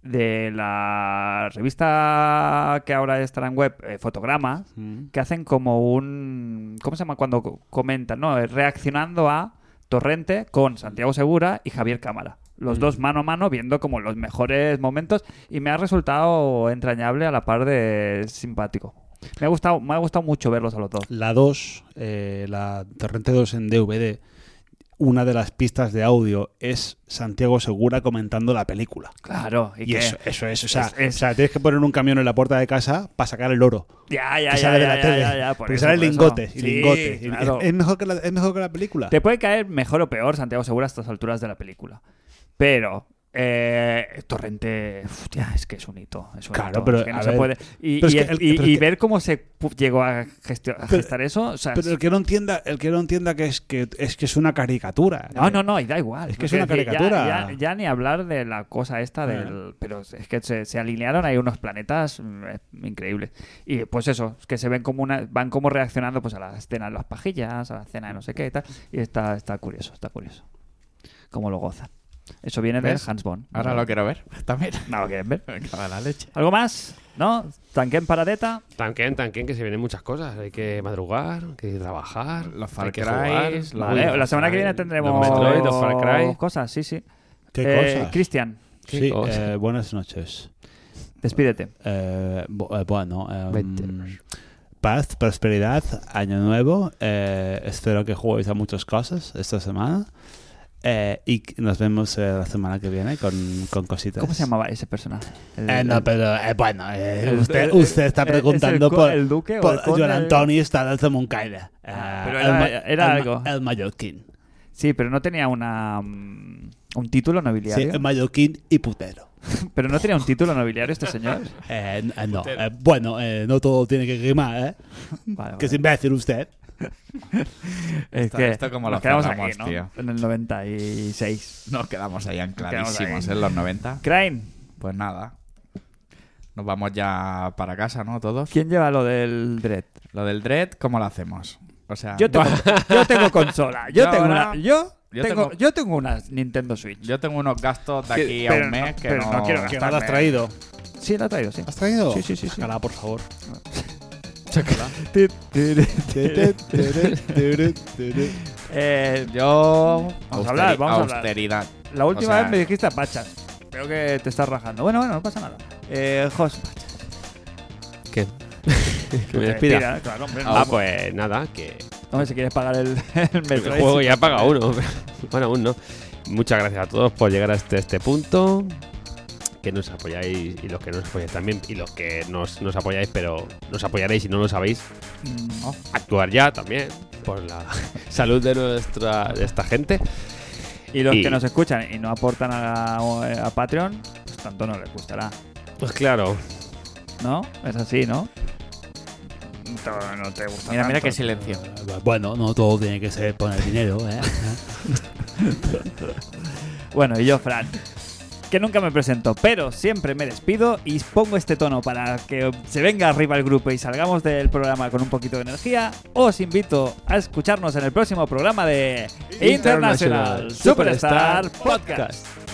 de la revista que ahora estará en web, eh, Fotograma, Mm. que hacen como un... ¿Cómo se llama cuando co- comentan? No, Eh, reaccionando a Torrente con Santiago Segura y Javier Cámara. Mm. Los dos mano a mano viendo como los mejores momentos y me ha resultado entrañable a la par de simpático. Me ha gustado, me ha gustado mucho verlos a los dos. La 2, eh, la Torrente 2 en DVD, una de las pistas de audio es Santiago Segura comentando la película. Claro, y, Y, que- eso, eh, eso es, o sea, es- es- o sea, tienes que poner un camión en la puerta de casa para sacar el oro. Ya, ya, que ya, sale de ya, la ya, tele. ya, ya, por porque eso, salen por eso. lingotes y Sí, lingotes. y- claro. es, es mejor que la, es mejor que la película. Te puede caer mejor o peor Santiago Segura a estas alturas de la película. Pero eh, Torrente, hostia, es que es un hito. Es un Claro, hito, pero, es que no a se ver, puede. Y, pero es y- que el- y- pero es y que- ver cómo se pu- llegó a, gestio- a Pero- gestar eso. o sea, Pero el que no entienda, el que no entienda que es que es que es una caricatura. No, no, no, y da igual. Es que es Quiero una decir, ya- caricatura. Ya, ya ni hablar de la cosa esta del. Pero es que se, se alinearon ahí unos planetas mm, eh, increíbles. Y pues eso, es que se ven como una. Van como reaccionando pues a la escena de las pajillas, a la escena de no sé qué y tal. Y está, está curioso, está curioso. Cómo lo gozan. Eso viene de ¿Ves? Hans Bond. Ahora lo quiero ver también. No lo quieren ver. Me cago en la leche. ¿Algo más? ¿No? Tanquen paradeta. Tanquen, tanquen, que se vienen muchas cosas. Hay que madrugar, hay que trabajar, Los hay que Far jugar. Crys, los- Uy, Vale, los pues la semana que Far- viene tendremos Los Metroid, los Far Cry. cosas, sí, sí. ¿Qué Eh, Oh, cosas? Cristian, qué Sí, cosas. eh, buenas noches. despídete. Eh, bu- eh, bueno, em, Vete. paz, prosperidad, año nuevo. eh, espero que juguéis a muchas cosas esta semana. eh, y que nos vemos eh, la semana que viene con, con cositas. ¿Cómo se llamaba ese personaje? El- Eh, no, el- pero eh, bueno, eh, el- usted, el- usted está el- preguntando ¿es el co- por. el duque o por el conde? Joan Antoni Estadaz de Moncaida. Eh, Ah, pero era- ma- era ma- algo. El mallorquín. Sí, pero no tenía una mm, un título Sí, nobiliario. el mallorquín y putero. pero no tenía un título nobiliario este señor. Eh, n- eh, no, eh, bueno, eh, no todo tiene que rimar, ¿eh? Vale, Que vale. es imbécil usted. Es Esto- que esto como nos lo quedamos cerramos, aquí, ¿no? tío. En el 96. Nos quedamos ahí ancladísimos quedamos ahí. ¿eh? en ¿eh? los 90. Crane, Pues nada. Nos vamos ya para casa, ¿no? Todos. ¿quién lleva lo del dread? Lo del Dread, ¿cómo lo hacemos? O sea, Yo tengo, yo tengo consola. Ah. Yo, Yo tengo ahora- una, yo, yo tengo, tengo- yo tengo una Nintendo Switch. yo tengo unos gastos de Que- aquí a pero un no- mes que pero no, no quiero Que gastar. no lo has traído. Sí, la he traído, sí. ¿Has traído? Sí, sí, sí, sí. Sácala, por favor. Eh, Yo. Vamos a hablar, vamos a hablar. Austeridad. la última O sea- vez me dijiste pachas. Creo que te estás rajando. Bueno, bueno, no pasa nada. Eh, Jos, ¿Qué? que me Eh, despida. tira, claro, hombre, no. Ah, pues nada, que Hombre, si quieres pagar el, el el Metroid. juego ya paga uno. bueno, aún no. Muchas gracias a todos por llegar hasta este punto. Que nos apoyáis y los que no nos apoyáis también. Y los que nos, nos apoyáis, pero nos apoyaréis y no lo sabéis. Mm, no. Actuar ya también por la salud de nuestra de esta gente. Y los Y- que nos escuchan y no aportan a, a Patreon, pues tanto no les gustará, Pues claro, ¿no? Es así, ¿no? No, no te gusta. Mira, mira tanto. qué silencio. Bueno, no todo tiene que ser poner dinero, ¿eh? Bueno, y yo, Fran, que nunca me presento, pero siempre me despido y pongo este tono para que se venga arriba el grupo y salgamos del programa con un poquito de energía. Os invito a escucharnos en el próximo programa de International, Superstar Podcast.